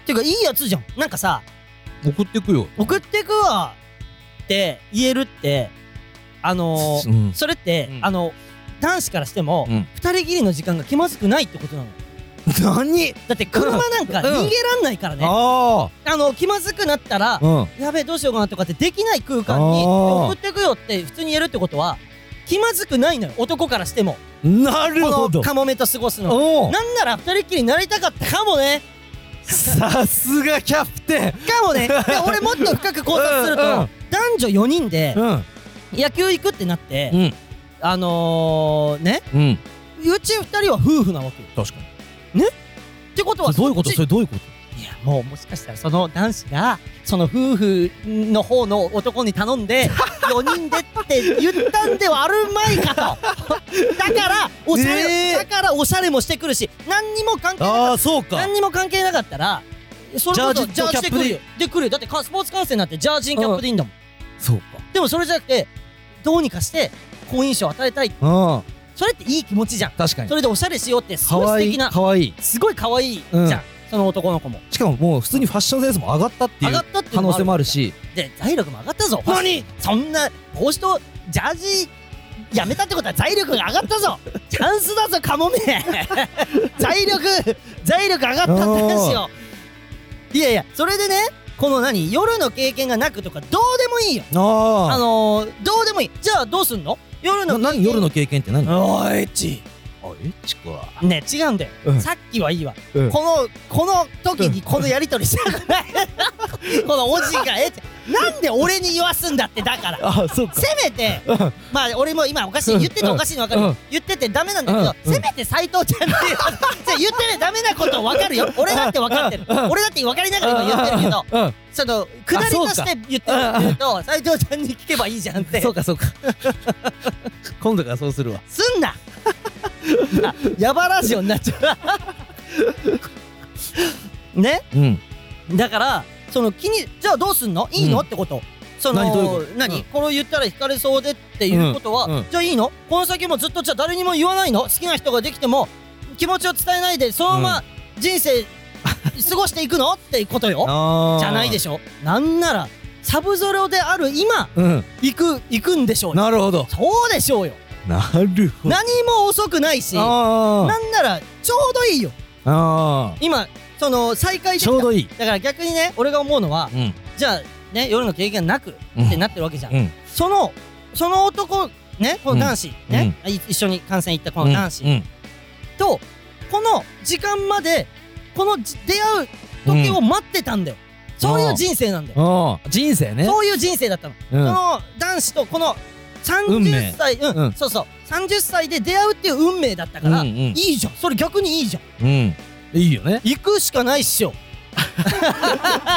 Speaker 1: っていうかいいやつじゃんなんかさ
Speaker 2: 送ってくよ
Speaker 1: 送ってくわって言えるってあのー
Speaker 2: <laughs> うん
Speaker 1: それって、
Speaker 2: うん
Speaker 1: あの男子からしても、
Speaker 2: うん
Speaker 1: 二人きりの時間が気まずくないってことなの
Speaker 2: 何
Speaker 1: だって車なんか
Speaker 2: うん
Speaker 1: 逃げらんないからね、
Speaker 2: あ
Speaker 1: あの気まずくなったら、
Speaker 2: あうん
Speaker 1: やべえどうしようかなとかってできない空間に
Speaker 2: あー
Speaker 1: 送ってくよって普通に言えるってことは気まずくないのよ男からしても
Speaker 2: なる
Speaker 1: こ
Speaker 2: ほ
Speaker 1: の
Speaker 2: ど
Speaker 1: カモメと過ごすの
Speaker 2: おお
Speaker 1: なんなら二人っきりになりたかったかもね
Speaker 2: さすがキャプテン
Speaker 1: かもねで俺もっと深く考察すると
Speaker 2: うんう
Speaker 1: 男
Speaker 2: ん
Speaker 1: 女4人で
Speaker 2: うん
Speaker 1: 野球行くってなって
Speaker 2: うん
Speaker 1: あのーね
Speaker 2: うん
Speaker 1: うち二人は夫婦なわけよ
Speaker 2: 確かに
Speaker 1: ってことは
Speaker 2: どういうこと
Speaker 1: ち
Speaker 2: それどういうこと
Speaker 1: いやもうもしかしたらその男子がその夫婦の方の男に頼ん
Speaker 2: <laughs>
Speaker 1: で4人でって言ったんではあるまい
Speaker 2: <laughs>
Speaker 1: かとだからおしゃれ、
Speaker 2: えー
Speaker 1: だからおしゃれもしてくるし何にも関係なか
Speaker 2: あ
Speaker 1: っ
Speaker 2: あそう
Speaker 1: た
Speaker 2: か
Speaker 1: 何にも関係なかったらそれこそ
Speaker 2: ジャージと
Speaker 1: ジャージで来る
Speaker 2: キャ
Speaker 1: よで来るよだってかスポーツ観戦なんてジャージにキャップでいいんだもん、
Speaker 2: そうか
Speaker 1: でもそれじゃなくてどうにかして好印象を与えたい
Speaker 2: うん
Speaker 1: それっていい気持ちじゃん
Speaker 2: 確かに
Speaker 1: それでおしゃれしようってす
Speaker 2: か
Speaker 1: ご
Speaker 2: わ
Speaker 1: い素
Speaker 2: い
Speaker 1: 敵
Speaker 2: い
Speaker 1: な
Speaker 2: かわいい
Speaker 1: すごい可愛いじゃん、
Speaker 2: うん
Speaker 1: その男の子も
Speaker 2: しかももう普通にファッションセンスも上がったってい
Speaker 1: 上が
Speaker 2: う
Speaker 1: ったっていう
Speaker 2: 可
Speaker 1: の
Speaker 2: 能性もあるし
Speaker 1: で財力も上がったぞ
Speaker 2: 何
Speaker 1: そんな帽子とジャージやめたってことは財力が上がった
Speaker 2: <laughs>
Speaker 1: ぞチャンスだぞカモメ財力財力上がったって話よいやいやそれでねこの何夜の経験がなくとかどうでもいいよあ
Speaker 2: あ
Speaker 1: のー、どうでもいいじゃあどうすんの夜
Speaker 2: あ
Speaker 1: の
Speaker 2: な何夜の経験って何あ
Speaker 1: おいち
Speaker 2: エッチか
Speaker 1: ね違うんだよ、
Speaker 2: うん
Speaker 1: さっきはいいわ、
Speaker 2: うん
Speaker 1: このこの時にこのやり取りしたくない <laughs> このおじがえっちなんで俺に言わすんだってだから
Speaker 2: あそうか
Speaker 1: せめて、まあ俺も今おかしい、
Speaker 2: うん
Speaker 1: 言ってておかしいの分かるよ、
Speaker 2: うん
Speaker 1: 言っててダメなんだけど、
Speaker 2: うん
Speaker 1: せめて斎藤ちゃん
Speaker 2: <laughs>
Speaker 1: っていうじゃあ言ってねダメなこと分かるよ俺だって分かってる俺だって分かりながら今言ってるけど
Speaker 2: うんうん
Speaker 1: その下りとして言ってるっていうと斎藤ちゃんに聞けばいいじゃんって
Speaker 2: そう
Speaker 1: <laughs>
Speaker 2: かそうか今度からそうするわ
Speaker 1: す
Speaker 2: <laughs>
Speaker 1: んなヤバラジオになっちゃ
Speaker 2: <laughs>
Speaker 1: うね
Speaker 2: うん
Speaker 1: だからその気にじゃあどうすんのいいの、
Speaker 2: うん
Speaker 1: ってことその
Speaker 2: 何どういうこと
Speaker 1: 何
Speaker 2: うん
Speaker 1: これを言ったら惹かれそうでっていうことは、
Speaker 2: うんうん
Speaker 1: じゃあいいのこの先もずっとじゃあ誰にも言わないの好きな人ができても気持ちを伝えないでそのまま人生過ごしていくのってことよ
Speaker 2: あ
Speaker 1: じゃないで
Speaker 2: し
Speaker 1: しょなんならサブゾロである今
Speaker 2: ょうん
Speaker 1: 行く行くんでしょうよ
Speaker 2: なるほど
Speaker 1: そうでしょうよ
Speaker 2: なるほど
Speaker 1: 何も遅くないしな
Speaker 2: あ
Speaker 1: んならちょうどいいよ
Speaker 2: ああ
Speaker 1: 今その再会
Speaker 2: あ
Speaker 1: でき
Speaker 2: ち
Speaker 1: た
Speaker 2: ょうどいい
Speaker 1: だから逆にね俺が思うのは、
Speaker 2: うん
Speaker 1: じゃあね夜の経験がなくってなってるわけじゃん、
Speaker 2: うん
Speaker 1: そのその男ねこの男子ね、い一緒に観戦行ったこの男子
Speaker 2: うん
Speaker 1: と、この時間までこのじ出会う時を待ってたんだよ、そういう人生なんだよ
Speaker 2: ああ人生ね
Speaker 1: そういう人生だったの、
Speaker 2: うん
Speaker 1: この男子とこの
Speaker 2: 運命
Speaker 1: 30歳うん、
Speaker 2: うん
Speaker 1: そうそう30歳で出会うっていう運命だったから、
Speaker 2: うんうん
Speaker 1: いいじゃんそれ逆にいいじゃん
Speaker 2: うんいいよ
Speaker 1: <laughs>
Speaker 2: ね
Speaker 1: 行くしかないっしょ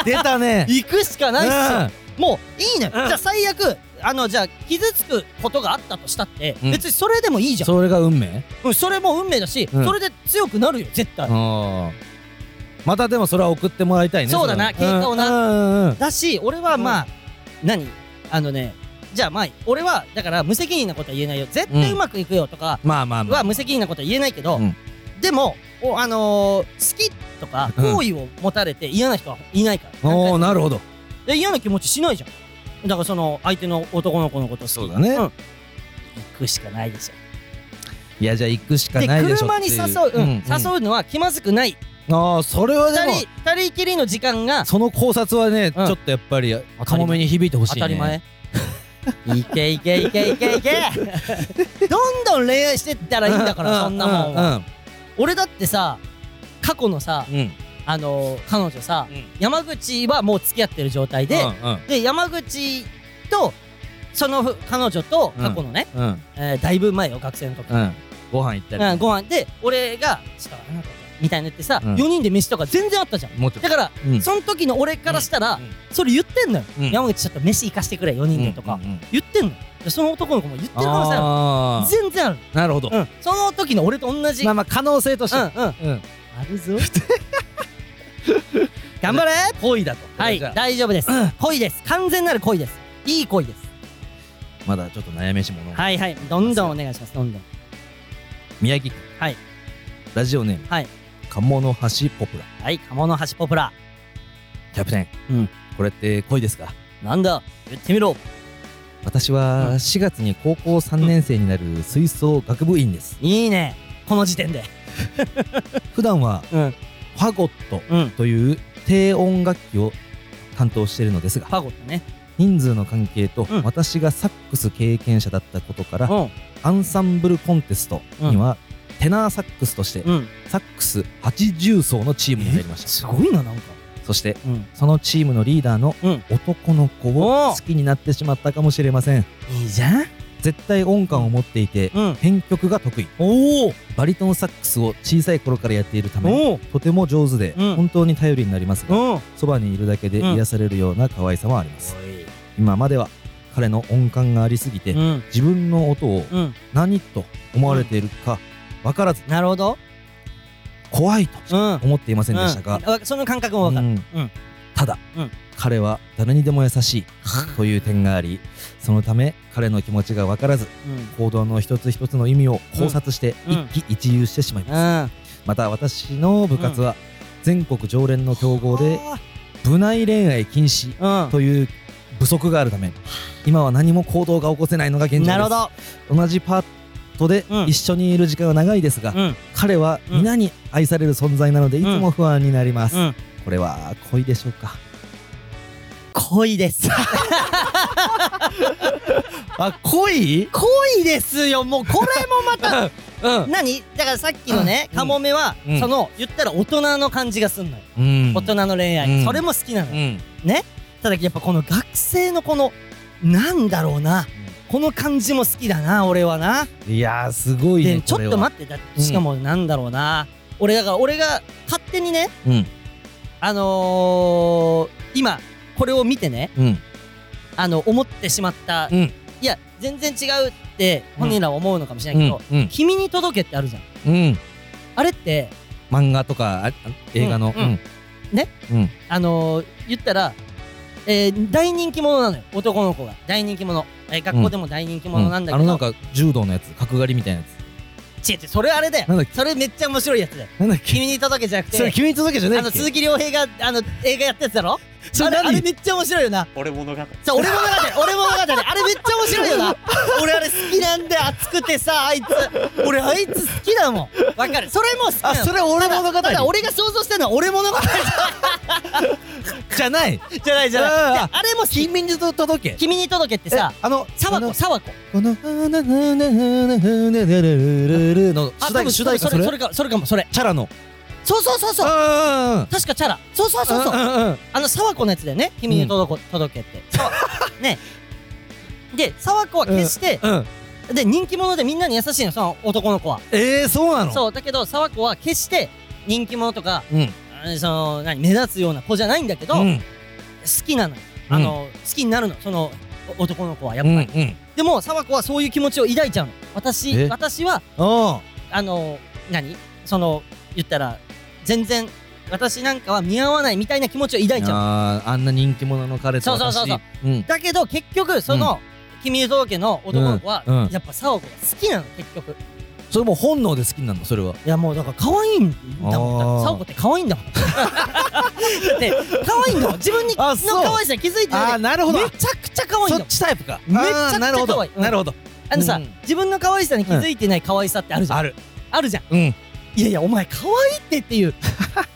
Speaker 2: 出たね
Speaker 1: 行くしかないっしょ、
Speaker 2: うん
Speaker 1: もういいね、
Speaker 2: うん
Speaker 1: じゃあ最悪あのじゃあ傷つくことがあったとしたって、
Speaker 2: うん
Speaker 1: 別にそれでもいいじゃん
Speaker 2: それが運命
Speaker 1: うんそれも運命だし、
Speaker 2: うん
Speaker 1: それで強くなるよ絶対、
Speaker 2: ああまたでもそれは送ってもらいたいね
Speaker 1: そうだな
Speaker 2: れは
Speaker 1: 結果をな
Speaker 2: うんうんうん
Speaker 1: だし俺はまあ、何あのねじゃあまあ俺はだから無責任なことは言えないよ絶対うまくいくよとか
Speaker 2: まあまあまあ
Speaker 1: は無責任なことは言えないけど、
Speaker 2: うん
Speaker 1: でもおあのー好きとか
Speaker 2: うん
Speaker 1: 好意を持たれて嫌な人はいないから、
Speaker 2: おおなるほど
Speaker 1: で嫌な気持ちしないじゃんだからその相手の男の子のこと好き
Speaker 2: そうだね
Speaker 1: ん行くしかないでしょ
Speaker 2: いやじゃあ行くしか
Speaker 1: で
Speaker 2: ないでしょ
Speaker 1: 車に誘う、うん誘うのは気まずくない
Speaker 2: ああそれはで
Speaker 1: 二
Speaker 2: も
Speaker 1: 人二人きりの時間が
Speaker 2: その考察はね、
Speaker 1: うん
Speaker 2: ちょっとやっぱりかもめに響いてほしい、
Speaker 1: 当
Speaker 2: ね、
Speaker 1: たり前いけいけいけいけいけ <laughs> どんどん恋愛してったらいいんだからそんなもんは俺だってさ過去のさ
Speaker 2: うんうんうん
Speaker 1: あのー彼女さ
Speaker 2: うん
Speaker 1: 山口はもう付き合ってる状態でで山口とそのふ彼女と過去のね、
Speaker 2: うんうん
Speaker 1: えーだいぶ前よ学生の時、
Speaker 2: うんご飯行ったり、
Speaker 1: うん、ご飯で俺が「ちょっとあなたとみたいな言ってさ、
Speaker 2: う
Speaker 1: 四
Speaker 2: ん
Speaker 1: 4人で飯とか全然あったじゃん
Speaker 2: もうちょっ
Speaker 1: だから、
Speaker 2: と、うん
Speaker 1: その時の俺からしたら、
Speaker 2: うんうん
Speaker 1: それ言ってんのよ、
Speaker 2: うん
Speaker 1: 山口ちょっと飯行かしてくれ4人でとか、
Speaker 2: うんうんうん
Speaker 1: 言ってんのでその男の子も言ってる可能性ある
Speaker 2: あ
Speaker 1: 全然ある、
Speaker 2: あなるほど、
Speaker 1: うん、その時の俺と同じ、
Speaker 2: まあまあ可能性として、
Speaker 1: うんうん
Speaker 2: うん
Speaker 1: ある <laughs> ぞ頑張れ
Speaker 2: 恋だと
Speaker 1: はい
Speaker 2: じゃあ
Speaker 1: 大丈夫です、恋です完全なる恋ですいい恋です
Speaker 2: まだちょっと悩めし者、
Speaker 1: はいはいどんどんお願いしますどんどん
Speaker 2: 宮城県
Speaker 1: はい
Speaker 2: ラジオネーム
Speaker 1: はい
Speaker 2: 鴨の橋ポプラ
Speaker 1: はい鴨の橋ポプラ
Speaker 2: キャプテン、
Speaker 1: うん
Speaker 2: これって恋ですか
Speaker 1: なんだ言ってみろ
Speaker 2: 私は
Speaker 1: うん
Speaker 2: 4月に高校3年生になる吹奏楽部員です
Speaker 1: いいねこの時点で
Speaker 2: 普段は
Speaker 1: うん
Speaker 2: ファゴット
Speaker 1: うん
Speaker 2: という低音楽器を担当しているのですが
Speaker 1: パゴットね
Speaker 2: 人数の関係と
Speaker 1: うん
Speaker 2: 私がサックス経験者だったことから、
Speaker 1: うん
Speaker 2: アンサンブルコンテストには、テナーサックスとして、
Speaker 1: うん
Speaker 2: サックス80層のチームに入りまし
Speaker 1: す
Speaker 2: た
Speaker 1: ごいななんか
Speaker 2: そして
Speaker 1: うん
Speaker 2: そのチームのリーダーの
Speaker 1: うん
Speaker 2: 男の子
Speaker 1: お
Speaker 2: を
Speaker 1: お
Speaker 2: 好きになってしまったかもしれません
Speaker 1: いいじゃん
Speaker 2: 絶対音感を持っていて、
Speaker 1: うん
Speaker 2: 編曲が得意
Speaker 1: おお
Speaker 2: バリトンサックスを小さい頃からやっているため
Speaker 1: お
Speaker 2: とても上手で、
Speaker 1: うん
Speaker 2: 本当に頼りになりますが
Speaker 1: おうん
Speaker 2: そばにいるだけで
Speaker 1: うん
Speaker 2: 癒されるような可愛さもあります、今までは彼の音感がありすぎて、
Speaker 1: うん
Speaker 2: 自分の音を
Speaker 1: うん
Speaker 2: 何と思われているか分からず
Speaker 1: なるほど
Speaker 2: 怖いと
Speaker 1: うん
Speaker 2: 思っていませんでしたが、
Speaker 1: うんわその感覚もわかる
Speaker 2: うん
Speaker 1: うん
Speaker 2: ただ、
Speaker 1: うん
Speaker 2: 彼は誰にでも優しいという点がありそのため彼の気持ちが分からず
Speaker 1: うん
Speaker 2: 行動の一つ一つの意味を考察して
Speaker 1: うん
Speaker 2: 一喜一憂してしまいます、
Speaker 1: うん
Speaker 2: また私の部活は全国常連の強豪で部内恋愛禁止
Speaker 1: うん
Speaker 2: という不足があるため今は何も行動が起こせないのが現状です
Speaker 1: なるほど
Speaker 2: 同じパートで
Speaker 1: うん
Speaker 2: 一緒にいる時間は長いですが、
Speaker 1: うん
Speaker 2: 彼は
Speaker 1: うん
Speaker 2: 皆に愛される存在なのでいつも不安になります、
Speaker 1: うん
Speaker 2: これは恋でしょうか
Speaker 1: 恋です
Speaker 2: あ恋
Speaker 1: 恋ですよもうこれもまた
Speaker 2: <laughs> うん
Speaker 1: 何だからさっきのね
Speaker 2: うん
Speaker 1: カモメは
Speaker 2: うん
Speaker 1: その言ったら大人の感じがすんのよ
Speaker 2: うん
Speaker 1: 大人の恋
Speaker 2: う
Speaker 1: 愛
Speaker 2: ん
Speaker 1: それも好きなの
Speaker 2: う
Speaker 1: よ
Speaker 2: ん
Speaker 1: ただやっぱこの学生のこのなんだろうなこの感じも好きだな俺はない
Speaker 2: やーすごい
Speaker 1: で
Speaker 2: ね
Speaker 1: ちょっと待ってだってしかもなんだろうな俺だから俺が勝手にね
Speaker 2: ってうん
Speaker 1: あのー今これを見てね
Speaker 2: うん
Speaker 1: あの思ってしまった
Speaker 2: うん
Speaker 1: いや全然違うって本人らは思うのかもしれ
Speaker 2: う
Speaker 1: ないけ
Speaker 2: ん
Speaker 1: ど
Speaker 2: うん
Speaker 1: 君に届けってあるじゃん
Speaker 2: うん
Speaker 1: あれって
Speaker 2: 漫画とかああ映画の
Speaker 1: うんうんね
Speaker 2: うん
Speaker 1: あのー、言ったら、えー大人気者なのよ男の子が大人気者、えー学校でも大人気者なんだ
Speaker 2: あ
Speaker 1: けど、
Speaker 2: のなんか柔道のやつ角刈りみたいなや
Speaker 1: 違う違うそれあれだよ
Speaker 2: つなんだっ
Speaker 1: それめっちゃ面白いやつだよ
Speaker 2: けなんだっけ
Speaker 1: 君に届けじゃなく
Speaker 2: <laughs> それ
Speaker 1: て
Speaker 2: 君に届けじゃねえ
Speaker 1: あ
Speaker 2: っけ
Speaker 1: の鈴木亮平があの映画やったやつだろあ
Speaker 2: それ
Speaker 1: れ
Speaker 2: 何
Speaker 1: あれめっちゃ面白いよな
Speaker 4: 俺物語
Speaker 1: そう俺物語俺物語あれめっちゃ面白いよな俺あれ好きなんで熱くてさあいつ俺あいつ好きだもんわかるそれも好きな
Speaker 2: あ
Speaker 1: の
Speaker 2: それ俺物語
Speaker 1: ただ俺が想像してるのは俺物語
Speaker 2: じゃない
Speaker 1: じゃないじゃないいや
Speaker 2: あ
Speaker 1: あれも好き
Speaker 2: 君に届け
Speaker 1: 君に届けって
Speaker 2: え
Speaker 1: さ
Speaker 2: あの
Speaker 1: サワコサワコ
Speaker 2: このの
Speaker 1: あ
Speaker 2: 主題
Speaker 1: 多分多
Speaker 2: 歌主題歌そ
Speaker 1: 分
Speaker 2: れ
Speaker 1: それそれかそれかもそれ
Speaker 2: チャラの
Speaker 1: そうそうそうそう
Speaker 2: あ
Speaker 1: 確かチャラそうそうそうそう
Speaker 2: う
Speaker 1: あのサワコのやつだよね君に届こ、届けってそうねでサワコは決して、
Speaker 2: うん
Speaker 1: で人気者でみんなに優しいのその男の子は
Speaker 2: ええそうなの
Speaker 1: そうだけどサワコは決して人気者とか
Speaker 2: うん
Speaker 1: うんその何目立つような子じゃないんだけど、
Speaker 2: う
Speaker 1: 好
Speaker 2: ん
Speaker 1: きなのよあの、好きになるのそのお男の子はやっ
Speaker 2: う
Speaker 1: ぱり、
Speaker 2: んうん
Speaker 1: でもサワコはそういう気持ちを抱いちゃうの私
Speaker 2: え
Speaker 1: 私は
Speaker 2: あ
Speaker 1: あの何その言ったら全然私なんかは見合わないみたいな気持ちを抱いちゃう。
Speaker 2: あーあんな人気者の彼と
Speaker 1: そうそう
Speaker 2: 私
Speaker 1: そうそう
Speaker 2: うん
Speaker 1: だけど結局その、君湯道家の男の子は、
Speaker 2: うんうん
Speaker 1: やっぱ沙央子が好きなの結局
Speaker 2: それもう本能で好きなのそれはい
Speaker 1: やもうだから可愛いんだもんだ
Speaker 2: あー
Speaker 1: 沙央子って可愛いんだも <laughs> んだって可愛いんだもん自分に
Speaker 2: あ
Speaker 1: の
Speaker 2: そう
Speaker 1: 可愛さに気づいて
Speaker 2: あ
Speaker 1: な
Speaker 2: ー
Speaker 1: い
Speaker 2: なるほど
Speaker 1: めちゃくちゃ可愛いんだも
Speaker 2: そっ
Speaker 1: ん
Speaker 2: ちタイプか
Speaker 1: めちゃくちゃ
Speaker 2: あーなるほど
Speaker 1: 可愛いうん
Speaker 2: なるほど
Speaker 1: あのさ、
Speaker 2: うん
Speaker 1: 自分の可愛さに気づいてない可愛さってあるじゃん、
Speaker 2: ある
Speaker 1: あるじゃん
Speaker 2: うん
Speaker 1: いやいやお前可愛いってって
Speaker 2: <laughs>
Speaker 1: いう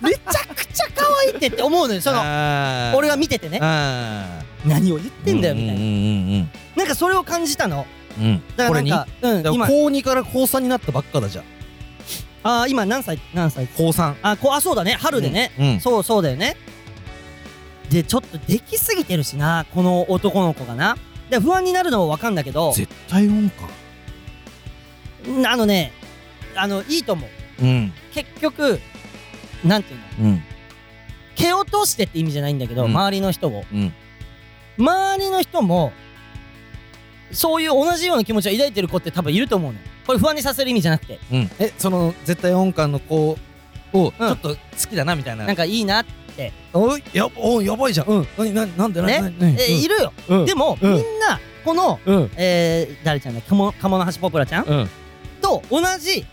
Speaker 1: めちゃくちゃ可愛いってって思うのよその
Speaker 2: の
Speaker 1: 俺が見ててね
Speaker 2: あ
Speaker 1: 何を言ってんだよみたいな、
Speaker 2: うんうん
Speaker 1: なんかそれを感じたの
Speaker 2: うんうんうん
Speaker 1: だか
Speaker 2: こ
Speaker 1: ら
Speaker 2: れに
Speaker 1: なんかうん今
Speaker 2: 高二から高三になったばっかだじゃん
Speaker 1: あー今何歳何歳
Speaker 2: 高三
Speaker 1: あこうあそうだね春でね、
Speaker 2: うん
Speaker 1: そうそうだよね。で、ちょっとできすぎてるしな、この男の子がな。で、不安になるのもわかんだけど、
Speaker 2: 絶対音か
Speaker 1: んあのね、あの、いいと思う。
Speaker 2: うん
Speaker 1: 結局、なんていうの
Speaker 2: うん
Speaker 1: 蹴落としてって意味じゃないんだけど、
Speaker 2: うん
Speaker 1: 周りの人を。
Speaker 2: うん
Speaker 1: 周りの人も、そういう同じような気持ちを抱いてる子って多分いると思うのよ。これ不安にさせる意味じゃなくて、
Speaker 2: うんえその絶対音感の子をちょっと好きだなみたいな
Speaker 1: なんかいいな、
Speaker 2: おいやおやばいじゃんうん何何なんで
Speaker 1: ね
Speaker 2: 何何
Speaker 1: えいるよ。
Speaker 2: うん
Speaker 1: でも、
Speaker 2: うん
Speaker 1: みんな、この、
Speaker 2: うん
Speaker 1: えー、誰ちゃんだ、鴨鴨の橋ポプラちゃん
Speaker 2: うん
Speaker 1: と同じ、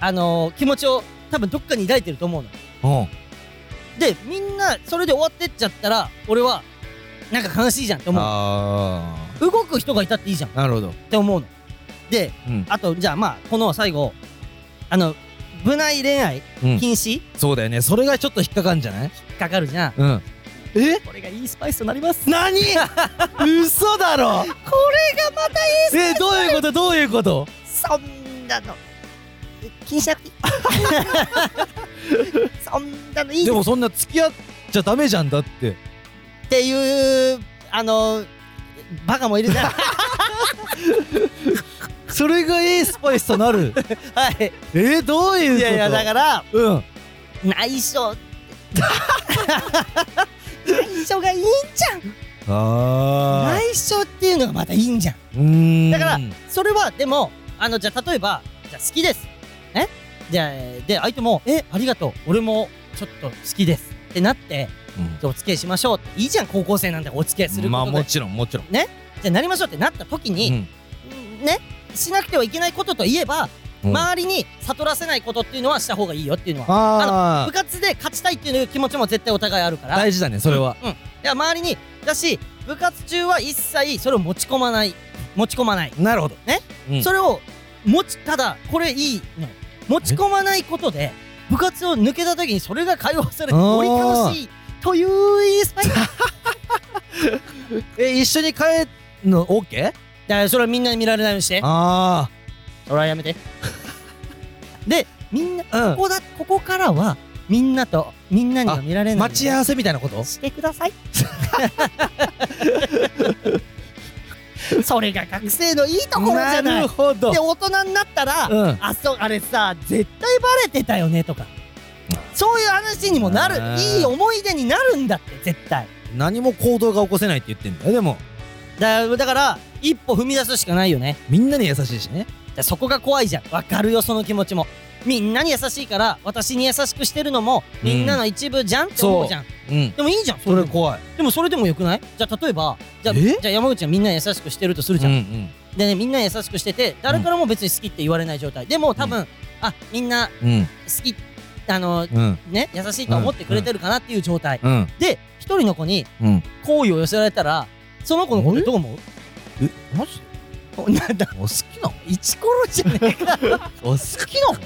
Speaker 1: あのー気持ちを多分どっかに抱いてると思うの。
Speaker 2: うん
Speaker 1: で、みんなそれで終わってっちゃったら、俺は、なんか悲しいじゃんって思
Speaker 2: あ
Speaker 1: う。動く人がいたっていいじゃんっ
Speaker 2: あなるほど
Speaker 1: て思うの。で、
Speaker 2: うん
Speaker 1: あと、じゃあまあ、この最後、あの、部内恋愛
Speaker 2: うん
Speaker 1: 禁止、
Speaker 2: そうだよねそれがちょっと引っかかんじゃない
Speaker 1: かかるじゃん。
Speaker 2: うんえ
Speaker 1: これがいいスパイスとなります。 <laughs>
Speaker 2: 何嘘だろ
Speaker 1: これがまたいい
Speaker 2: えどういうことどういうこと
Speaker 1: そんなの、気にしな
Speaker 2: <laughs>
Speaker 1: くていい。そんなのいい
Speaker 2: でもそんな付き合っちゃダメじゃんだって
Speaker 1: っていうあのバカもいるじゃん
Speaker 2: <laughs>
Speaker 1: は
Speaker 2: それがいいスパイスとな
Speaker 1: <laughs>
Speaker 2: る
Speaker 1: い
Speaker 2: えどういう
Speaker 1: い
Speaker 2: こと
Speaker 1: やいやだから
Speaker 2: うん
Speaker 1: 内緒
Speaker 2: <laughs>
Speaker 1: 内緒がいいんじゃん
Speaker 2: あ
Speaker 1: 内緒っていうのがまたいいんじゃん
Speaker 2: あうーん
Speaker 1: だからそれはでもあのじゃあ例えばじゃあ好きですねじゃあで相手も「えありがとう俺もちょっと好きです」ってなって
Speaker 2: うん
Speaker 1: じゃあお付き合いしましょうっていいじゃん高校生なんだからお付き合いすることで、
Speaker 2: まあもちろんもちろん
Speaker 1: じゃあなりましょうってなった時に、ねしなくてはいけないことといえば、
Speaker 2: うん
Speaker 1: 周りに悟らせないことっていうのはした方がいいよっていうのは
Speaker 2: あ
Speaker 1: 部
Speaker 2: あ
Speaker 1: 活で勝ちたいっていう気持ちも絶対お互いあるからい
Speaker 2: 大事だねそれは
Speaker 1: や周りにだし部活中は一切それを持ち込まない持ち込まない、
Speaker 2: なるほどうん
Speaker 1: それを持ちただこれいいのよ持ち込まないことで部活を抜けた時にそれが解放されて
Speaker 2: あー
Speaker 1: より楽しいといういいスパイスだか
Speaker 2: <laughs> え一緒に帰るの OK?
Speaker 1: らそれはみんなに見られないようにして
Speaker 2: あ
Speaker 1: それはやめてでみんな
Speaker 2: あ
Speaker 1: ここだここからはみんなとみんなには見られ
Speaker 2: うん
Speaker 1: ない
Speaker 2: 待ち合わせみたいなこと
Speaker 1: してくだ <laughs> さいそれが学生のいいところじゃない
Speaker 2: るほど
Speaker 1: で大人になったら、
Speaker 2: うん
Speaker 1: あそうあれさ絶対バレてたよねとかそういう話にもな
Speaker 2: あ
Speaker 1: る
Speaker 2: ー
Speaker 1: いい思い出になるんだって絶対
Speaker 2: 何も行動が起こせないって言ってんだよでも
Speaker 1: だだから一歩踏み出すしかないよね
Speaker 2: みんなに優しいしね
Speaker 1: だそこが怖いじゃんわかるよその気持ちもみんなに優しいから私に優しくしてるのもみんなの一部じゃんって思うじゃん、
Speaker 2: うん
Speaker 1: でもいいじゃん
Speaker 2: それ怖い
Speaker 1: でもそれでもよくないじゃあ例えばじゃあ
Speaker 2: え
Speaker 1: じゃあ山口はみんなに優しくしてるとするじゃん、
Speaker 2: ん
Speaker 1: でねみんなに優しくしてて誰からも別に好きって言われない状態でも多分、あみんな
Speaker 2: うん
Speaker 1: 好きあの
Speaker 2: うん
Speaker 1: ね優しいと思ってくれてるかなっていう状態、
Speaker 2: うん
Speaker 1: で一人の子に
Speaker 2: うん
Speaker 1: 好意を寄せられたらその子のことどう思う
Speaker 2: えマジ
Speaker 1: おなんだ
Speaker 2: お好きなの
Speaker 1: 一コロじゃねえか
Speaker 2: <laughs> お好きなの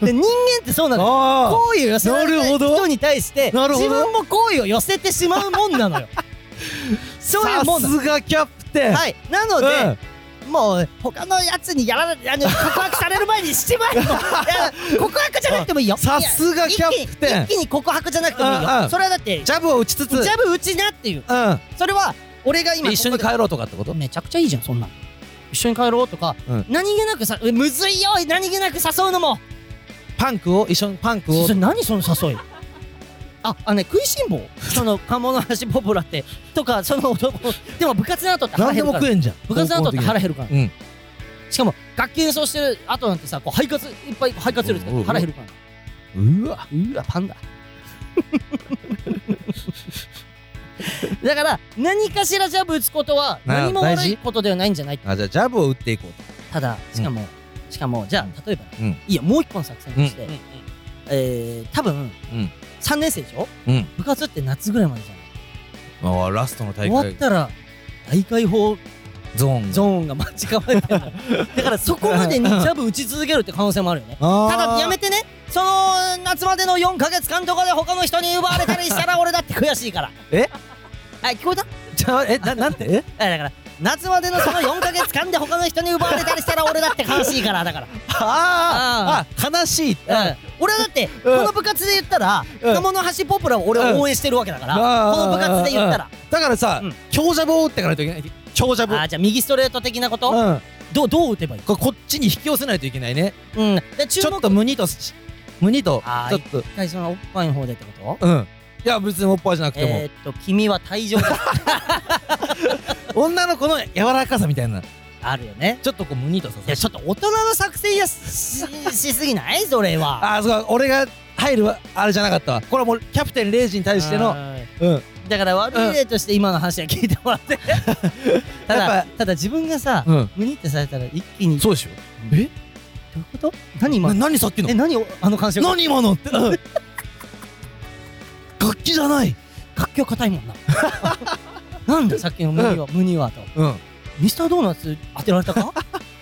Speaker 1: で人間ってそうなの
Speaker 2: あ
Speaker 1: 好意を寄せられ
Speaker 2: な
Speaker 1: た
Speaker 2: るほど
Speaker 1: 人に対して
Speaker 2: なるほ
Speaker 1: 自
Speaker 2: ど
Speaker 1: 分も好意を寄せてしまうもんな
Speaker 2: <laughs>
Speaker 1: のよそういうもんなの
Speaker 2: さすがキャプテン
Speaker 1: はい、なので、もう他のやつにやられあの
Speaker 2: <laughs>
Speaker 1: 告白される前にしちまえいや告白じゃなくてもいいよ
Speaker 2: うんさすが
Speaker 1: い
Speaker 2: キ
Speaker 1: や
Speaker 2: ャ
Speaker 1: 一気に
Speaker 2: プテン
Speaker 1: 一気に告白じゃなくてもいい
Speaker 2: うんう
Speaker 1: よ
Speaker 2: ん
Speaker 1: それはだってジ
Speaker 2: ジャブを打ちつつう
Speaker 1: ャブ打ちなっていうんそれは俺が今
Speaker 2: 一緒に
Speaker 1: こ
Speaker 2: 帰ろうとかって
Speaker 1: こ
Speaker 2: こ
Speaker 1: とめちゃくちゃいいじゃんそんなん一緒に帰ろうとか、
Speaker 2: うん
Speaker 1: 何気なくさえむずいよ何気なく誘うのも
Speaker 2: パンクを一緒にパンクを
Speaker 1: それ何その誘いあ、あのね、食いしん坊その鴨の橋ポポラってとかその男でも部活の後って腹
Speaker 2: 何
Speaker 1: 減
Speaker 2: で
Speaker 1: るか
Speaker 2: も
Speaker 1: ら
Speaker 2: 食えんじゃん
Speaker 1: 部活の後って腹
Speaker 2: 根
Speaker 1: 減るから
Speaker 2: うん
Speaker 1: しかも楽器演奏してる後なんてさこう肺活いっぱい肺活するんです
Speaker 2: おうお
Speaker 1: よ
Speaker 2: う
Speaker 1: 腹減るから
Speaker 2: うわ
Speaker 1: うわパンだだから何かしらジャブ打つことは
Speaker 2: な
Speaker 1: 何も悪
Speaker 2: 大
Speaker 1: い
Speaker 2: 事
Speaker 1: ことではないんじゃない
Speaker 2: あ、じゃあ、ジャブを打っていこう
Speaker 1: ただしかも、しかもじゃあ例えば、
Speaker 2: うん
Speaker 1: いいよもう一個の作戦として、
Speaker 2: うん
Speaker 1: えー、多分、
Speaker 2: うん
Speaker 1: 3年生でしょ
Speaker 2: と。うん。
Speaker 1: 部活って夏ぐらいまでじゃない
Speaker 2: ああ、ラストの大
Speaker 1: 終わっ
Speaker 2: 会、
Speaker 1: たら大会法
Speaker 2: ゾーン。
Speaker 1: ゾーンが待ち構えてるだからそこまでにジャブ打ち続けるって可能性もあるよね
Speaker 2: あ
Speaker 1: ただやめ
Speaker 2: て。
Speaker 1: てねその夏までの4ヶ月間とかで他の人に奪われたりしたら俺だって悔しいから
Speaker 2: え
Speaker 1: あ聞こえた
Speaker 2: じゃあ、え、な、なんて
Speaker 1: あだから夏までのその4ヶ月間で他の人に奪われたりしたら俺だって悲しいからだから
Speaker 2: あーあ、悲しい。
Speaker 1: うん俺はだって、この部活で言ったら、
Speaker 2: うん
Speaker 1: 鴨の橋ポプラを俺は応援してるわけだから、
Speaker 2: うん
Speaker 1: この部活で言ったら、
Speaker 2: だからさ
Speaker 1: うん、
Speaker 2: 強ジャブを打っていかないといけない。強ジャブ。
Speaker 1: あーじゃあ右ストレート的なこと、
Speaker 2: うん。
Speaker 1: どうどう打てばいい
Speaker 2: これこっちに引き寄せないといけないね。
Speaker 1: うんで注
Speaker 2: ちょ
Speaker 1: 目
Speaker 2: っと胸とし、胸と
Speaker 1: あ、
Speaker 2: ち
Speaker 1: ー
Speaker 2: ょっと、
Speaker 1: 一回そのおっぱいの方でってこと
Speaker 2: うん。いや、別におっぱいじゃなくても
Speaker 1: え。ー、っと君は退場が
Speaker 2: 女の子の柔らかさみたいな。
Speaker 1: あるよね
Speaker 2: <laughs> ちょっとこう、胸とさ
Speaker 1: いやちょっと大人の作戦やしししすぎないそれは
Speaker 2: <laughs> ああ、そうか、俺が入る、あれじゃなかったわ。これはもう、キャプテンレイジに対しての、
Speaker 1: うん
Speaker 2: うん。うん。
Speaker 1: だから悪い例として今の話は聞いてもらって
Speaker 2: <laughs>
Speaker 1: た
Speaker 2: や
Speaker 1: だ
Speaker 2: っぱ
Speaker 1: ただ自分がさ、ムニってされたら一気にど
Speaker 2: そうでしょえ
Speaker 1: ういうこと何今
Speaker 2: な何さっきの
Speaker 1: え何おあの感触
Speaker 2: 何今のってうん楽器じゃない
Speaker 1: 活況硬いもんななんださっきの <laughs> ムニは、ムニはと
Speaker 2: うんあ
Speaker 1: ミスタードーナツ当てられた
Speaker 2: <laughs>
Speaker 1: か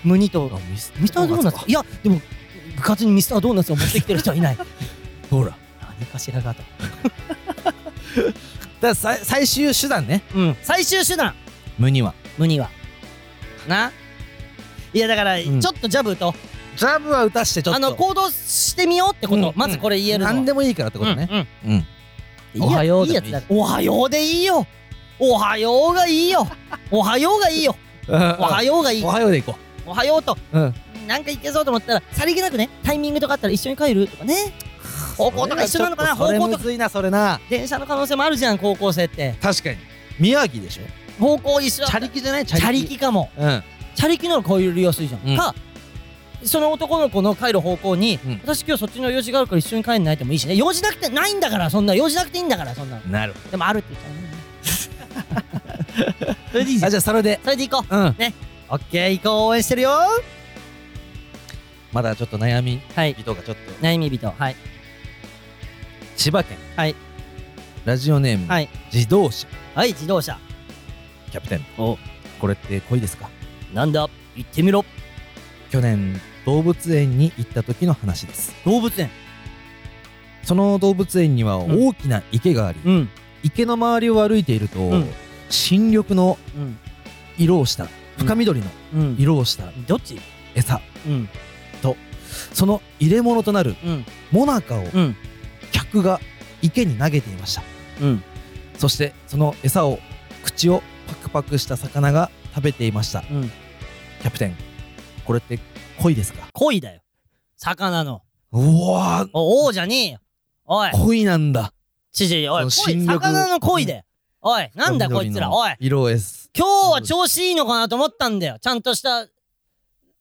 Speaker 1: ムニと
Speaker 2: ミス
Speaker 1: ミスタードーナツいやでも部活にミスタードーナツを持ってきてる人はいない <laughs>
Speaker 2: ほらだか
Speaker 1: 何かしらがと
Speaker 2: らさ最終手段ね
Speaker 1: うん最終手段
Speaker 2: 無には
Speaker 1: ムニはないやだから、
Speaker 2: ん
Speaker 1: ちょっとジャブと
Speaker 2: ジャブは打たしてちょっと
Speaker 1: あの行動してみようってこと、
Speaker 2: うん
Speaker 1: まずこれ言えるのは
Speaker 2: 何でもいいからってことね
Speaker 1: うんうん
Speaker 2: うん
Speaker 1: いい
Speaker 2: おはよう
Speaker 1: いい
Speaker 2: で
Speaker 1: や
Speaker 2: も
Speaker 1: つ
Speaker 2: いい
Speaker 1: だおはようでいいよおはようがいいよおはようがいいよ
Speaker 2: お
Speaker 1: おはようがいい
Speaker 2: おはようでいこ
Speaker 1: おはようと
Speaker 2: ううん
Speaker 1: なんかいけそうと思ったらさりげなくねタイミングとかあったら一緒に帰るとかね方向とか一緒なのかな
Speaker 2: そ
Speaker 1: 方
Speaker 2: れはちょ
Speaker 1: 向と
Speaker 2: っとそれむ
Speaker 1: か
Speaker 2: ずいなそれな
Speaker 1: 電車の可能性もあるじゃん高校生って
Speaker 2: 確かに宮城でしょ
Speaker 1: 方向一緒だ
Speaker 2: チャリキじゃないチ
Speaker 1: チャ
Speaker 2: ャ
Speaker 1: リ
Speaker 2: リキ
Speaker 1: キかも
Speaker 2: うん
Speaker 1: チャリキならこういう利用するじゃん、
Speaker 2: うん
Speaker 1: かその男の子の帰る方向に、
Speaker 2: うん
Speaker 1: 私今日そっちの用事があるから一緒に帰んないでもいいしね用事なくてないんだからそんな用事なくていいんだからそんなの
Speaker 2: なるほ
Speaker 1: でもあるって言ったらね <laughs> それでいいじ
Speaker 2: ど
Speaker 1: ゃ
Speaker 2: あ
Speaker 1: ん
Speaker 2: じゃあそれで
Speaker 1: それで行こう
Speaker 2: うん
Speaker 1: オッケー行こう応援してるよ
Speaker 2: まだちょっと悩み
Speaker 1: はい
Speaker 2: 人がちょっと
Speaker 1: 悩み人はい
Speaker 2: 千葉県
Speaker 1: はい
Speaker 2: ラジオネーム
Speaker 1: はい
Speaker 2: 自動車
Speaker 1: はい自動車
Speaker 2: キャプテン
Speaker 1: お
Speaker 2: これって恋ですか
Speaker 1: なんだ行ってみろ
Speaker 2: 去年動物園に行った時の話です
Speaker 1: 動物園
Speaker 2: その動物園には
Speaker 1: ん
Speaker 2: 大きな池があり、
Speaker 1: うん
Speaker 2: 池の周りを歩いていると、
Speaker 1: ん
Speaker 2: 新緑の
Speaker 1: うん
Speaker 2: 色をした深緑の
Speaker 1: うん
Speaker 2: 色をした
Speaker 1: どっち
Speaker 2: 餌、
Speaker 1: うん
Speaker 2: その入れ物となる
Speaker 1: うん
Speaker 2: モナカを
Speaker 1: うん
Speaker 2: 客が池に投げていました
Speaker 1: うん
Speaker 2: そしてその餌を口をパクパクした魚が食べていました
Speaker 1: うん
Speaker 2: キャプテンこれって恋ですか
Speaker 1: 恋だよ魚の
Speaker 2: うわー
Speaker 1: お王じゃねえよおい
Speaker 2: 恋なんだ
Speaker 1: ちちおい
Speaker 2: その
Speaker 1: 恋
Speaker 2: 新緑
Speaker 1: 魚の恋だよおいなんだこいつらおい
Speaker 2: 色です
Speaker 1: 今日は調子いいのかなと思ったんだよちゃんとした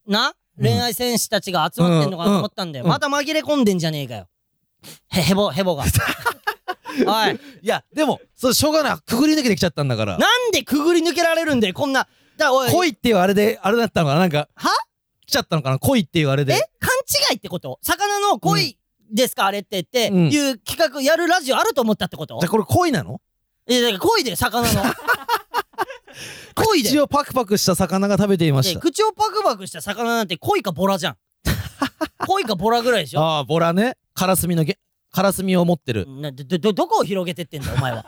Speaker 1: な
Speaker 2: うん
Speaker 1: 恋愛戦士たちが集まってんのかなと思ったんだよ、
Speaker 2: うんうん
Speaker 1: また紛れ込んでんじゃねえかよへへぼへぼ
Speaker 2: <laughs>
Speaker 1: がおい
Speaker 2: いやでもそれしょうがないくぐり抜けてきちゃったんだから
Speaker 1: なんでくぐり抜けられるんだよ、こんな。だおい、
Speaker 2: 恋っていうあれであれだったのかななんか
Speaker 1: は
Speaker 2: 来ちゃったのかな恋っていうあれ
Speaker 1: え
Speaker 2: で
Speaker 1: 勘違いってこと魚の恋ですか、あれってって、
Speaker 2: うん
Speaker 1: いう企画やるラジオあると思ったってこと
Speaker 2: じゃあこれ恋なの
Speaker 1: いや、だから恋で、魚
Speaker 2: <laughs>
Speaker 1: の。恋で
Speaker 2: 口。をパクパクした魚が食べていま
Speaker 1: い
Speaker 2: し
Speaker 1: や
Speaker 2: た
Speaker 1: 口をパクパクした魚なんて恋かボラじゃ
Speaker 2: <laughs>
Speaker 1: ん。恋かボラぐらいでしょ
Speaker 2: ああボラねカラスミのげカラスミを持ってる
Speaker 1: など、ど、どこを広げてってんだ、お前
Speaker 2: <laughs>
Speaker 1: は。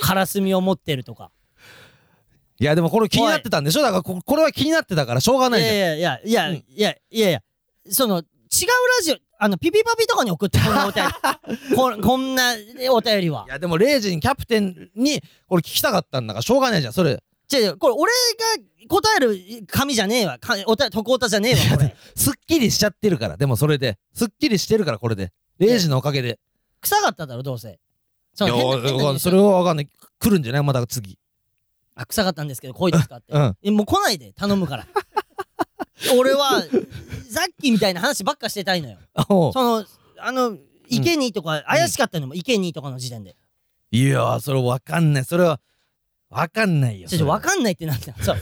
Speaker 1: カラスミを持ってるとか。
Speaker 2: いやでもこれ気になってたんでしょだからここれは気になってたからしょうが
Speaker 1: い
Speaker 2: ないじゃん
Speaker 1: やいやいや、
Speaker 2: うん。
Speaker 1: いや、いや、いやいや、その、違うラジオ、あの、ピピパピとかに送ってこのお便り。こんこんなお便りはい
Speaker 2: やでもレイジにキャプテンにこれ聞きたかったんだからしょうがないじゃんそれ
Speaker 1: 違う違う、これ俺が答える紙じゃねえわ。かおた、徳太じゃねえわ、これ。
Speaker 2: すっきりしちゃってるからでもそれですっきりしてるからこれでレイジのおかげで
Speaker 1: 臭かっただろ、どうせ。そ
Speaker 2: い
Speaker 1: の
Speaker 2: や
Speaker 1: 変な変な
Speaker 2: わかん
Speaker 1: 匂い
Speaker 2: それはわかんない来るんじゃないまた次
Speaker 1: あ、臭かったんですけど、恋ですかって。
Speaker 2: うん
Speaker 1: えもう来ないで、頼むから。 <laughs> 俺は、さっきみたいな話ばっかしてたいのよ。
Speaker 2: おう
Speaker 1: その、あの、池にとか、怪しかったのも池にとかの時点で。
Speaker 2: いやそれわかんない。それは、わかんないよ。
Speaker 1: ちょ、ちょ、わかんないってなんだよ。 <laughs> ちょ、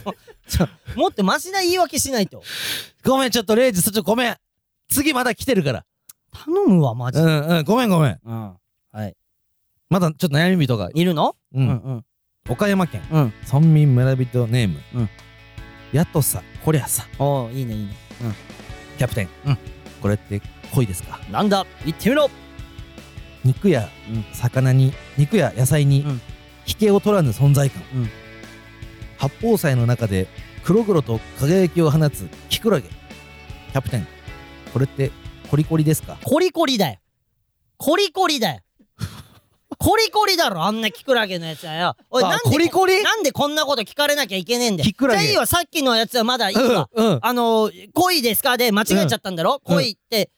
Speaker 1: ちょ、もっとマシな言い訳しないと。
Speaker 2: ごめん、ちょっとレイジ、ちょっとごめん。次まだ来てるから。
Speaker 1: 頼むわ、マジ
Speaker 2: う
Speaker 1: で。
Speaker 2: んうん、ごめんごめん。
Speaker 1: うん。はい。
Speaker 2: まだちょっと悩み人が。
Speaker 1: いるの
Speaker 2: う。
Speaker 1: うんん
Speaker 2: 岡山県、
Speaker 1: うん
Speaker 2: 村民村人ネーム、
Speaker 1: うん
Speaker 2: やとさこりゃさ
Speaker 1: うん。おー、いいね、いいね。
Speaker 2: キャプテン、
Speaker 1: うん
Speaker 2: これって恋ですか
Speaker 1: なんだ言ってみろ
Speaker 2: 肉や
Speaker 1: うん
Speaker 2: 魚に肉や野菜に
Speaker 1: うん
Speaker 2: 引けを取らぬ存在感、
Speaker 1: うん
Speaker 2: 八宝菜の中で黒々と輝きを放つキクラゲキャプテンこれってコリコリですか
Speaker 1: コリコリだよコリコリだよコリコリだろあんなキクラゲのやつはよおい
Speaker 2: あ
Speaker 1: なんで
Speaker 2: コリコ
Speaker 1: <laughs>
Speaker 2: リ
Speaker 1: なんでこんなこと聞かれなきゃいけねえんだよ
Speaker 2: キクラゲ
Speaker 1: じゃあいいわさっきのやつはまだいい
Speaker 2: うん
Speaker 1: わ、
Speaker 2: うん
Speaker 1: あのー恋ですかで間違えちゃったんだろ、
Speaker 2: うん
Speaker 1: 恋って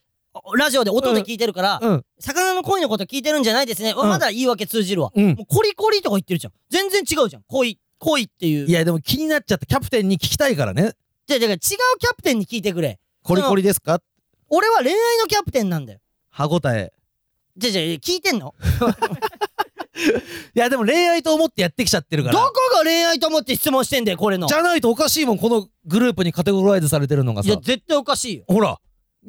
Speaker 1: ラジオで音で聞いてるから、
Speaker 2: うん
Speaker 1: 魚の恋のこと聞いてるんじゃないですね、
Speaker 2: ん
Speaker 1: まだ言い訳通じるわ、
Speaker 2: うん
Speaker 1: もうコリコリとか言ってるじゃん全然違うじゃん恋恋っていう
Speaker 2: いやでも気になっちゃったキャプテンに聞きたいからね
Speaker 1: じゃあだから違うキャプテンに聞いてくれ
Speaker 2: コリコリですか
Speaker 1: 俺は恋愛のキャプテンなんだよ
Speaker 2: 歯応え
Speaker 1: じゃあじゃあ聞いてんの
Speaker 2: いやでも恋愛と思ってやってきちゃってるから
Speaker 1: どこが恋愛と思って質問してんだよ、これの。
Speaker 2: じゃないとおかしいもん、このグループにカテゴライズされてるのが
Speaker 1: いや、
Speaker 2: さ。
Speaker 1: 絶対おかしいよ。
Speaker 2: ほら、
Speaker 1: だか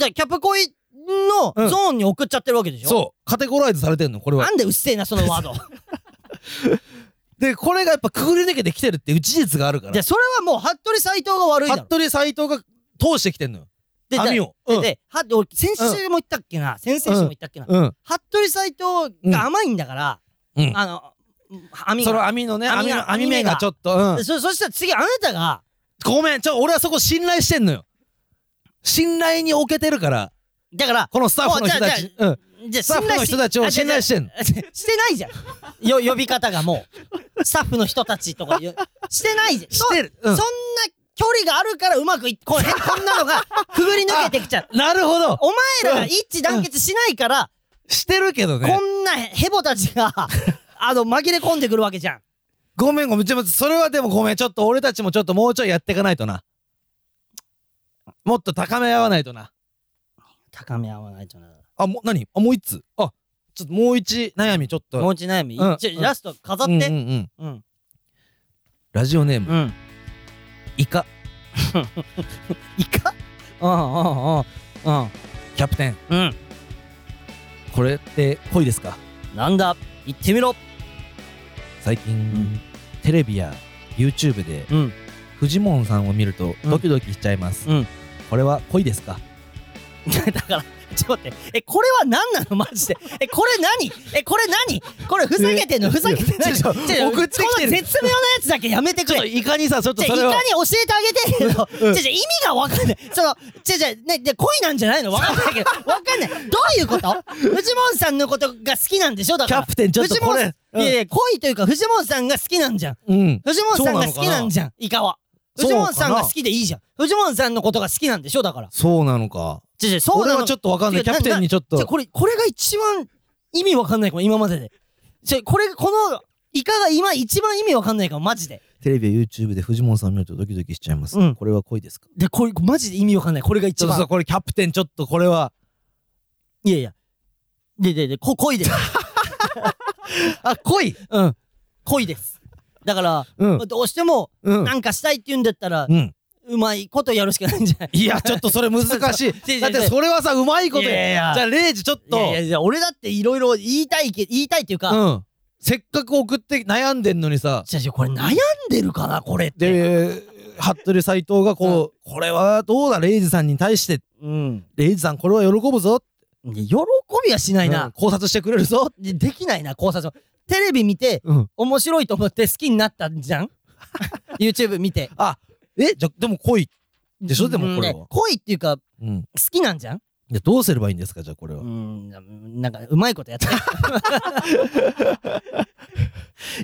Speaker 1: らキャプコイの
Speaker 2: うん
Speaker 1: ゾーンに送っちゃってるわけでしょ、
Speaker 2: そう、カテゴライズされてんの、これは
Speaker 1: な。んでうっせえな、そのワード。
Speaker 2: で、これがやっぱくぐり抜けてきてるっていう事実があるから。
Speaker 1: で、それはもう、服部斎藤が悪いだろ。
Speaker 2: 服部斎藤が通してきてんのよ。
Speaker 1: で
Speaker 2: 網を。
Speaker 1: で
Speaker 2: うん
Speaker 1: で、は、俺、先週も言ったっけな、先々週も言ったっけな。
Speaker 2: うん。
Speaker 1: 服部斎藤が甘いんだから、
Speaker 2: うん
Speaker 1: あの、網
Speaker 2: その
Speaker 1: が。
Speaker 2: 網のね、
Speaker 1: 網
Speaker 2: 網
Speaker 1: が
Speaker 2: の、網目がちょっと、うん
Speaker 1: で。そ、そしたら次、あなたが、
Speaker 2: ごめん、ちょ、俺はそこ信頼してんのよ。信頼に置けてるから、
Speaker 1: だから、
Speaker 2: このスタッフの人た
Speaker 1: お
Speaker 2: ち。うん。
Speaker 1: じゃあ
Speaker 2: スタッフの人たちを信頼してんの。
Speaker 1: あじゃあじゃあしてないじゃん。よ、呼び方がもう、スタッフの人たちとかよ、してないじゃん。
Speaker 2: してる。う
Speaker 1: そんな距離があるからうまくいっこれこんなのがくぐり抜けてきちゃう。
Speaker 2: ん。なるほど。
Speaker 1: お前らが一致団結しないから、
Speaker 2: してるけどね
Speaker 1: こ。んなヘボたち
Speaker 2: <laughs>
Speaker 1: が、あの、紛れ込んでくるわけじゃん。
Speaker 2: ごめんごめん。ちょ、それはでもごめん。ちょっと俺たちもちょっともうちょいやっていかないとな。もっと高め合わないとな。
Speaker 1: 高め合わないとな。
Speaker 2: あ、もう、何あ、もう一つ。あ、ちょっともう一悩みちょっと。
Speaker 1: もう一悩み、
Speaker 2: うん
Speaker 1: 一
Speaker 2: うん
Speaker 1: ラスト飾っ
Speaker 2: うんうんう
Speaker 1: て。
Speaker 2: ん。
Speaker 1: うん。
Speaker 2: ラジオネーム、
Speaker 1: うん。
Speaker 2: イカ、
Speaker 1: <laughs> イカうんうんうん
Speaker 2: キャプテン。
Speaker 1: うん。うん。
Speaker 2: これって恋ですか
Speaker 1: なんだ言ってみろ
Speaker 2: 最近、
Speaker 1: ん
Speaker 2: テレビや YouTube で、
Speaker 1: うん。 <laughs>
Speaker 2: フジモンさんを見ると
Speaker 1: うん
Speaker 2: ドキドキしちゃいます。
Speaker 1: うん
Speaker 2: これは恋ですか
Speaker 1: だから、ちょっと待って。え、これは何なのマジで。え、これ何え、これ何これふざけてんのふざけてない
Speaker 2: いやちょちょ
Speaker 1: ちょ
Speaker 2: 送ってきてる
Speaker 1: この絶妙なやつだけやめてくれ。
Speaker 2: イカにさ、ちょっ
Speaker 1: じゃあ、いかに教えてあげてんの、
Speaker 2: うん
Speaker 1: じゃじゃ意味がわかんない。その、じゃじゃね、で、恋なんじゃないのわかんないけど、わかんない。どういうこと藤本さんのことが好きなんでしょだ
Speaker 2: キ
Speaker 1: から。
Speaker 2: ャプテン、ちょっとこれ。
Speaker 1: 藤本いやいや、恋というか、藤本さんが好きなんじゃん。
Speaker 2: うん。
Speaker 1: 藤本さんが好きなんじゃん、イカは。
Speaker 2: そう
Speaker 1: 藤
Speaker 2: かな
Speaker 1: 本さんが好きでいいじゃん。藤本さんのことが好きなんでしょだから。
Speaker 2: そうなのか。
Speaker 1: じゃじゃそう
Speaker 2: 俺
Speaker 1: な
Speaker 2: は
Speaker 1: の。
Speaker 2: ちょっとわかんない。
Speaker 1: い
Speaker 2: キ
Speaker 1: や
Speaker 2: ャプテンにちょっと
Speaker 1: じゃ。これ、これが一番意味わかんないかも、今までで。じゃこれ、この、イカが今一番意味わかんないかも、マジで。
Speaker 2: テレビや YouTube でフジモンさん見るとドキドキしちゃいます。
Speaker 1: うん
Speaker 2: これは恋ですか
Speaker 1: で、これ、マジで意味わかんない。これが
Speaker 2: ち
Speaker 1: 一
Speaker 2: ょっと
Speaker 1: 番
Speaker 2: さ、。これキャプテンちょっとこれは。
Speaker 1: いやいや。で、で、で、こ、恋
Speaker 2: <laughs>
Speaker 1: です。
Speaker 2: あ、恋
Speaker 1: うん。恋です。だから、
Speaker 2: うん
Speaker 1: まあ。どうしても、
Speaker 2: うん。
Speaker 1: なんかしたいって言うんだったら、
Speaker 2: うん。
Speaker 1: うまいことやるしかないんじゃない
Speaker 2: いや、ちょっとそれ難
Speaker 1: <laughs>
Speaker 2: し
Speaker 1: 違う違う違
Speaker 2: い。
Speaker 1: う
Speaker 2: だってそれはさ、うまいこと
Speaker 1: いやい
Speaker 2: や。
Speaker 1: や
Speaker 2: じゃあ、レイジちょっ
Speaker 1: いやい
Speaker 2: と
Speaker 1: や、いや、俺だっていろいろ言いたいけ、言いたいっていうか、
Speaker 2: うん。せっかく送って悩んでんのにさ、
Speaker 1: じゃあじゃあこれ悩んでるかな、これって。
Speaker 2: で、服部斎藤がこう、これはどうだ、レイジさんに対して、
Speaker 1: うん。
Speaker 2: レイジさんこれは喜ぶぞ。
Speaker 1: いや喜びはしないな。
Speaker 2: うん考察してくれるぞ。
Speaker 1: でできないな、考察も。テレビ見て、
Speaker 2: うん。
Speaker 1: 面白いと思って好きになったんじゃん ?YouTube 見て。
Speaker 2: あ、え、じゃ、でも恋。でしょでもこれは
Speaker 1: うんね恋っていうか、好
Speaker 2: うん。
Speaker 1: きなんじゃん
Speaker 2: じゃ、どうすればいいんですか、じゃあこれは
Speaker 1: う。ん、なんか、うまいことや <laughs> って。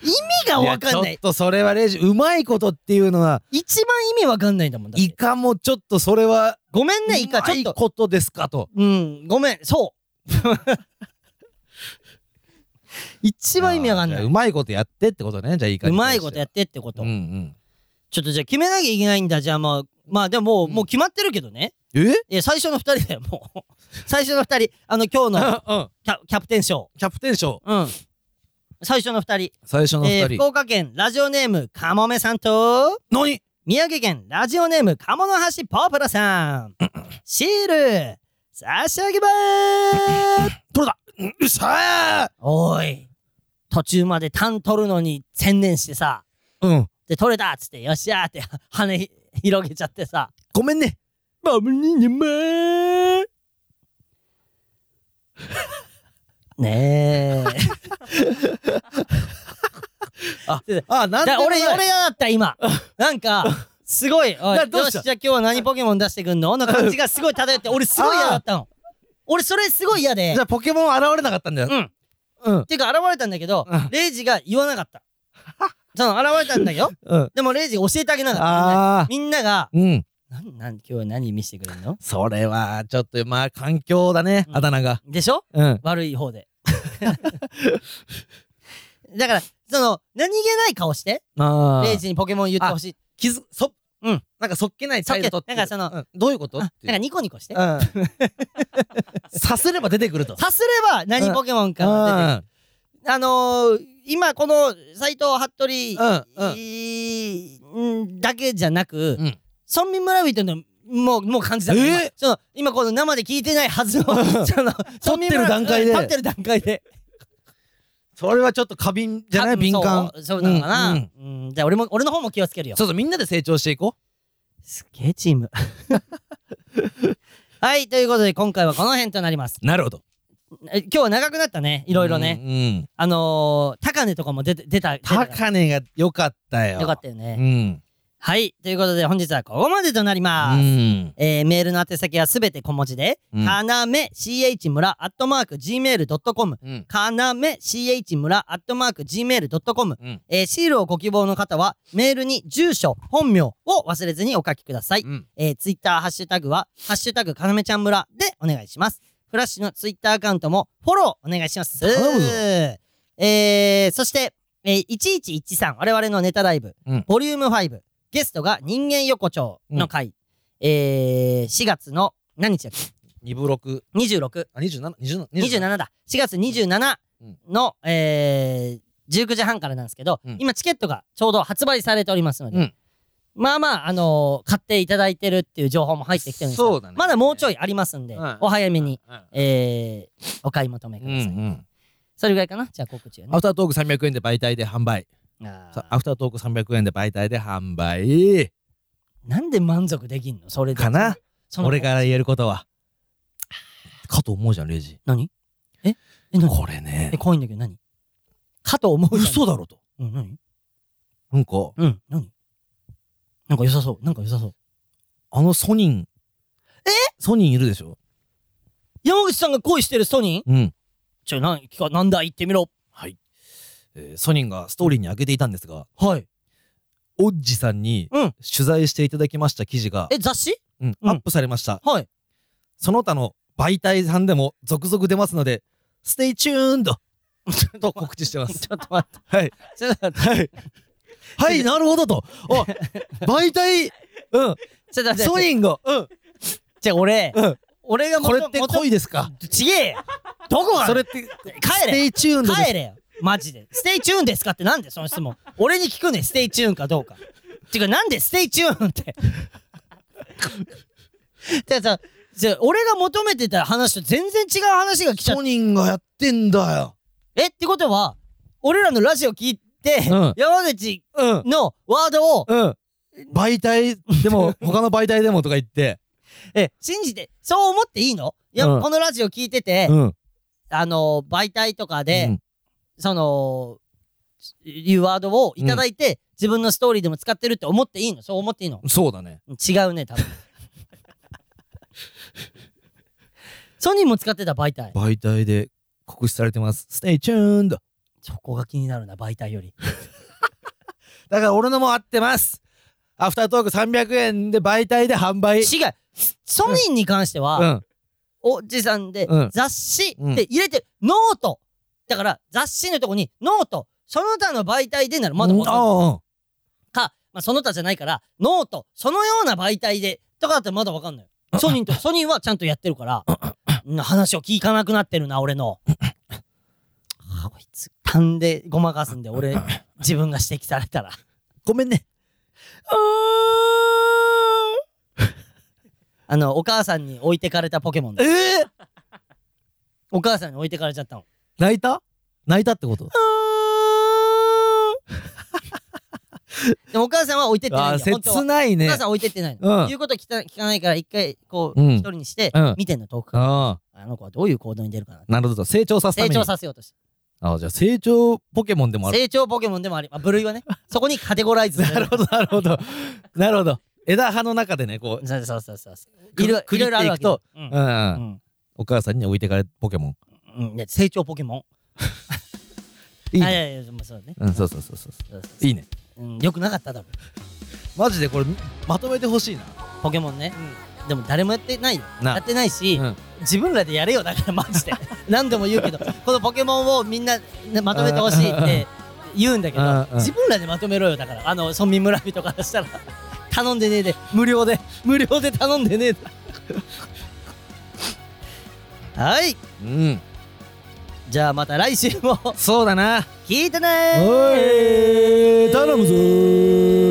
Speaker 1: 意味がわかんない
Speaker 2: やちょっとそれはレイジ、うまいことっていうのは、
Speaker 1: 一番意味わかんないんだもん。だって
Speaker 2: イカもちょっとそれは、
Speaker 1: ごめんね、イカ、ち
Speaker 2: う
Speaker 1: ょ
Speaker 2: ま
Speaker 1: っ
Speaker 2: い
Speaker 1: と。
Speaker 2: ことですかと。
Speaker 1: うん、 <laughs> ごめん、そう。一番意味わかん
Speaker 2: あー
Speaker 1: な
Speaker 2: じゃあ
Speaker 1: い。
Speaker 2: うまいことやってってことね。じゃあいいか
Speaker 1: うまいことやってってこと
Speaker 2: うんう。ん。
Speaker 1: ちょっとじゃあ決めなきゃいけないんだ。じゃあまあ、まあでももう、もう決まってるけどね。
Speaker 2: え
Speaker 1: いや、最初の二人だよ、もう。 <laughs> 最初の二人。あの、今日の
Speaker 2: うん。
Speaker 1: キャキャプテン賞。
Speaker 2: キャプテン賞。
Speaker 1: うん。最初の二人。
Speaker 2: 最初の
Speaker 1: え
Speaker 2: 二
Speaker 1: ー、福
Speaker 2: 人。
Speaker 1: 岡県ラジオネームかもめさんと、
Speaker 2: 何
Speaker 1: 宮城県ラジオネームかものはしポープラさ
Speaker 2: <laughs>
Speaker 1: ん。シール、差し上げまーす
Speaker 2: 取れたうんうっしゃ
Speaker 1: おい。途中まで単取るのに専念してさ。
Speaker 2: ーうん。
Speaker 1: で、取れたっつって、よっしゃーって羽ひ広げちゃってさ。
Speaker 2: ごめんね。バブにねまー
Speaker 1: ねえ。 <laughs>
Speaker 2: <laughs> あ、なんで
Speaker 1: だ
Speaker 2: も
Speaker 1: 俺、
Speaker 2: ない
Speaker 1: 俺嫌だった、今。なんか、すごい、おい
Speaker 2: な
Speaker 1: よ
Speaker 2: どう
Speaker 1: し、
Speaker 2: し
Speaker 1: じ
Speaker 2: た
Speaker 1: ゃあ今日は何ポケモン出してくんのの感じがすごい漂って、俺すごい嫌だったの。俺、それすごい嫌で
Speaker 2: じゃ。あポケモン現れなかったんだよ。
Speaker 1: うん。
Speaker 2: うん。
Speaker 1: てか、現れたんだけど
Speaker 2: うん、
Speaker 1: レイジが言わなか
Speaker 2: <laughs>
Speaker 1: った。その、現れたんだよ。
Speaker 2: うん。
Speaker 1: でも、レイジが教えてあげなかっ
Speaker 2: あ
Speaker 1: た。みんなが、
Speaker 2: ー。うん。
Speaker 1: なん、なん、今日は何見せてくれるの
Speaker 2: それは、ちょっと、まあ、環境だね
Speaker 1: う。ん
Speaker 2: あだ名が。
Speaker 1: でしょ
Speaker 2: うん。
Speaker 1: 悪い方で。
Speaker 2: <laughs>
Speaker 1: だから、その、何気ない顔して、
Speaker 2: あ
Speaker 1: レイジにポケモン言ってほしい。
Speaker 2: 気づ、そ、
Speaker 1: うん。
Speaker 2: なんか、そっけない態度
Speaker 1: そっけなんかその
Speaker 2: うんどういうこと
Speaker 1: あ
Speaker 2: ってい
Speaker 1: なんか
Speaker 2: う
Speaker 1: ニコニコして。 <laughs>
Speaker 2: うん。さすれば出てくると。
Speaker 1: さすれば何ポケモンかが出てくるあのー、今この斎藤服部
Speaker 2: うんうん
Speaker 1: いんだけじゃなく、
Speaker 2: うん
Speaker 1: 村民村人のもうもう感じだった、
Speaker 2: えー
Speaker 1: 今その今この生で聞いてないはずの <laughs> その
Speaker 2: 撮ってる段階で
Speaker 1: 村民村立ってる段階で
Speaker 2: それはちょっと過敏じゃない
Speaker 1: あ
Speaker 2: 敏感。
Speaker 1: そうそうなのかな、う
Speaker 2: うん
Speaker 1: じゃあ俺も俺の方も気をつけるよ
Speaker 2: そうそう、みんなで成長していこ
Speaker 1: すっげえチーム <laughs> はいということで今回はこの辺となります
Speaker 2: う。なるほど。
Speaker 1: え今日は長くなったねい
Speaker 2: い
Speaker 1: ろいろね、
Speaker 2: ね。
Speaker 1: あのー、高値とかも出て出た出
Speaker 2: うん。
Speaker 1: た
Speaker 2: 高値が良かったよ。
Speaker 1: よかったよね、
Speaker 2: うん。
Speaker 1: はい。ということで、本日はここまでとなり
Speaker 2: う
Speaker 1: ます。
Speaker 2: ん。
Speaker 1: えーメールの宛先はすべて小文字で、
Speaker 2: うん
Speaker 1: かなめ ch 村アットマーク gmail.com、
Speaker 2: うん。
Speaker 1: かなめ ch 村アットマーク gmail.com
Speaker 2: うん、
Speaker 1: えーシールをご希望の方は、メールに住所、本名を忘れずにお書きください。
Speaker 2: うん
Speaker 1: えー、ツイッターハッシュタグは、ハッシュタグかなめちゃん村でお願いします。フラッシュのツイッターアカウントもフォローお願いします。
Speaker 2: 頼むぞ
Speaker 1: えー、そして、えー、1113我々のネタライブ、
Speaker 2: うん
Speaker 1: ボリューム5ゲストが人間横丁の回、えー、4月の何日だっけ
Speaker 2: 二ブロック。
Speaker 1: 26
Speaker 2: あ、二十七、二十七、
Speaker 1: 27だ4月27の、えー、19時半からなんですけど、
Speaker 2: うん
Speaker 1: 今チケットがちょうど発売されておりますので、
Speaker 2: うん
Speaker 1: まあまあ、あのー買っていただいてるっていう情報も入ってきてるんですけど
Speaker 2: そうだね
Speaker 1: まだもうちょいありますんで、
Speaker 2: うん
Speaker 1: お早めに、
Speaker 2: うん
Speaker 1: えー、お買い求めく
Speaker 2: う
Speaker 1: だ
Speaker 2: ん
Speaker 1: さい、
Speaker 2: うん。
Speaker 1: それぐらいかなじゃあ告知は
Speaker 2: ア
Speaker 1: ね
Speaker 2: フタートーク三百円で媒体で販売。
Speaker 1: あ
Speaker 2: さ
Speaker 1: ー
Speaker 2: アフタートーク三百円で媒体で販売。
Speaker 1: なんで満足できんのそれで
Speaker 2: かな
Speaker 1: その
Speaker 2: 俺から言えることは。かと思うじゃん、レイジ。
Speaker 1: 何ええ何
Speaker 2: これね
Speaker 1: え。怖いんだけど何かと思うじゃん
Speaker 2: 嘘だろと。
Speaker 1: うん何
Speaker 2: なんか、
Speaker 1: うん何なんか良さそうなんか良さそう
Speaker 2: あのソニン。えソニンいるでしょ
Speaker 1: 山口さんが恋してるソニン
Speaker 2: うん。
Speaker 1: ちょ、なん、聞か、なんだ、言ってみろ。
Speaker 2: はい。えーソニンがストーリーに上げていたんですが、
Speaker 1: はい。
Speaker 2: オッジさんに
Speaker 1: うん
Speaker 2: 取材していただきました記事が、
Speaker 1: え、雑誌
Speaker 2: うん
Speaker 1: うん
Speaker 2: アップされました。
Speaker 1: はい。
Speaker 2: その他の媒体さんでも続々出ますので、ステイチュー
Speaker 1: <laughs>
Speaker 2: ンドと告知してます。
Speaker 1: ちょっと待って。
Speaker 2: はい。
Speaker 1: ちょっと待って。
Speaker 2: はい。はい、なるほどと。あ、媒体、う
Speaker 1: ち
Speaker 2: ん、
Speaker 1: ょっと待って。
Speaker 2: ソニンが、うん、
Speaker 1: じゃあ俺、
Speaker 2: うん、
Speaker 1: 俺が
Speaker 2: これって恋
Speaker 1: で。
Speaker 2: ですか
Speaker 1: ちげえよどこが
Speaker 2: それって、
Speaker 1: 帰
Speaker 2: ステ
Speaker 1: れ
Speaker 2: イチューンドです
Speaker 1: 帰れよマジで。ステイチューンですかってなんでその質問。俺に聞くねんステイチューンかどうか。てか、なんでステイチューン
Speaker 2: <laughs>
Speaker 1: って。だからさ、じゃあ俺が求めてた話と全然違う話が来ちゃっ
Speaker 2: ソニンがやってんだよ。
Speaker 1: えってことは、俺らのラジオ聞いて、
Speaker 2: うん
Speaker 1: 山口
Speaker 2: うん。
Speaker 1: のワードを
Speaker 2: うん。媒体
Speaker 1: <laughs>
Speaker 2: でも、他の媒体でもとか言って。
Speaker 1: え、信じて、そう思っていいのいや、
Speaker 2: うん
Speaker 1: このラジオ聞いてて、
Speaker 2: ん。
Speaker 1: あの、媒体とかで、
Speaker 2: うん
Speaker 1: その、いうワードをいただいて、自分のストーリーでも使ってるって思っていいのそう思っていいの
Speaker 2: そうだね。
Speaker 1: 違うね、
Speaker 2: <laughs>
Speaker 1: 多分。ソニーも使ってた媒体。
Speaker 2: 媒体で告知されてます。ステイチューンだ。
Speaker 1: そこが気になるな、媒体より。
Speaker 2: だから俺のも合ってます。アフタートーク300円で媒体で販売。
Speaker 1: 違う。ソニーに関しては、
Speaker 2: うん。
Speaker 1: おじさんで、
Speaker 2: うん
Speaker 1: 雑誌って入れて、ノートだから雑誌のとこにノートその他の媒体でならまだわかる
Speaker 2: ああ、
Speaker 1: か、まあ、まあ、その他じゃないから、ノート、そのような媒体で、とかだったらまだわかんないよ。ソニーと、ソニーはちゃんとやってるから、うん話を聞かなくなってるな、俺の。あこいつ、勘でごまかすんで、俺、自分が指摘されたら。
Speaker 2: <coughs> ごめんね。あ
Speaker 1: あの、お母さんに置いてかれたポケモン
Speaker 2: ー
Speaker 1: だ。
Speaker 2: えー、
Speaker 1: お母さんに置いてかれちゃったの。
Speaker 2: 泣いた泣いたってこと
Speaker 1: でもお母さんは置いてってない
Speaker 2: あ
Speaker 1: ん
Speaker 2: ー
Speaker 1: だよ。本当は
Speaker 2: 切ない
Speaker 1: お
Speaker 2: ね
Speaker 1: 母。さん置いてってない
Speaker 2: うん
Speaker 1: の。言うこと聞か聞かないから、一回、こう、
Speaker 2: うん
Speaker 1: 一人にして
Speaker 2: うん、
Speaker 1: 見てんの、遠くから。
Speaker 2: あ
Speaker 1: あの子はどういう行動に出るかな。
Speaker 2: あ、なるほど。成長させた
Speaker 1: 成
Speaker 2: めに。
Speaker 1: 長させようとして。
Speaker 2: ああ、じゃあ成長ポケモンでもある。
Speaker 1: 成長ポケモンでもあり、まあ、部類
Speaker 2: <laughs>
Speaker 1: はね、そこにカテゴライズさ
Speaker 2: な
Speaker 1: れ
Speaker 2: るほど、なるほど。なるほど。枝葉の中でね、こう、
Speaker 1: そうそうそうそうそう。
Speaker 2: く
Speaker 1: いろ
Speaker 2: 区
Speaker 1: い
Speaker 2: 切
Speaker 1: ろ
Speaker 2: っ
Speaker 1: いろあ
Speaker 2: て
Speaker 1: る
Speaker 2: い
Speaker 1: わ
Speaker 2: く
Speaker 1: けよう。
Speaker 2: と、うんん、
Speaker 1: うん
Speaker 2: お母さんに置いてかれポケモン。
Speaker 1: うんいや成長ポケモ
Speaker 2: い
Speaker 1: ン。
Speaker 2: い
Speaker 1: あい
Speaker 2: ね。
Speaker 1: やいや、まあそうね。
Speaker 2: うん、そうそうそうそう。
Speaker 1: そうそう
Speaker 2: いいね。
Speaker 1: うんよくなかっただろ。
Speaker 2: マジでこれ、まとめてほしいな。
Speaker 1: ポケモンね。でも誰もやってないよ。
Speaker 2: な
Speaker 1: やってないし
Speaker 2: う、ん。
Speaker 1: 自分らでやれよ、だからマジで。何度も言うけど、このポケモンをみんなねまとめてほしいって言うんだけ
Speaker 2: うん
Speaker 1: ど
Speaker 2: う、ん
Speaker 1: 自分らでまとめろよ、だから。あの、村民村人からしたら。頼んでねえで、無料で、無料で頼んでねえで。はい。
Speaker 2: うん。
Speaker 1: じゃあまた来週も
Speaker 2: そうだな。
Speaker 1: 聞いてねー
Speaker 2: おい頼むぞー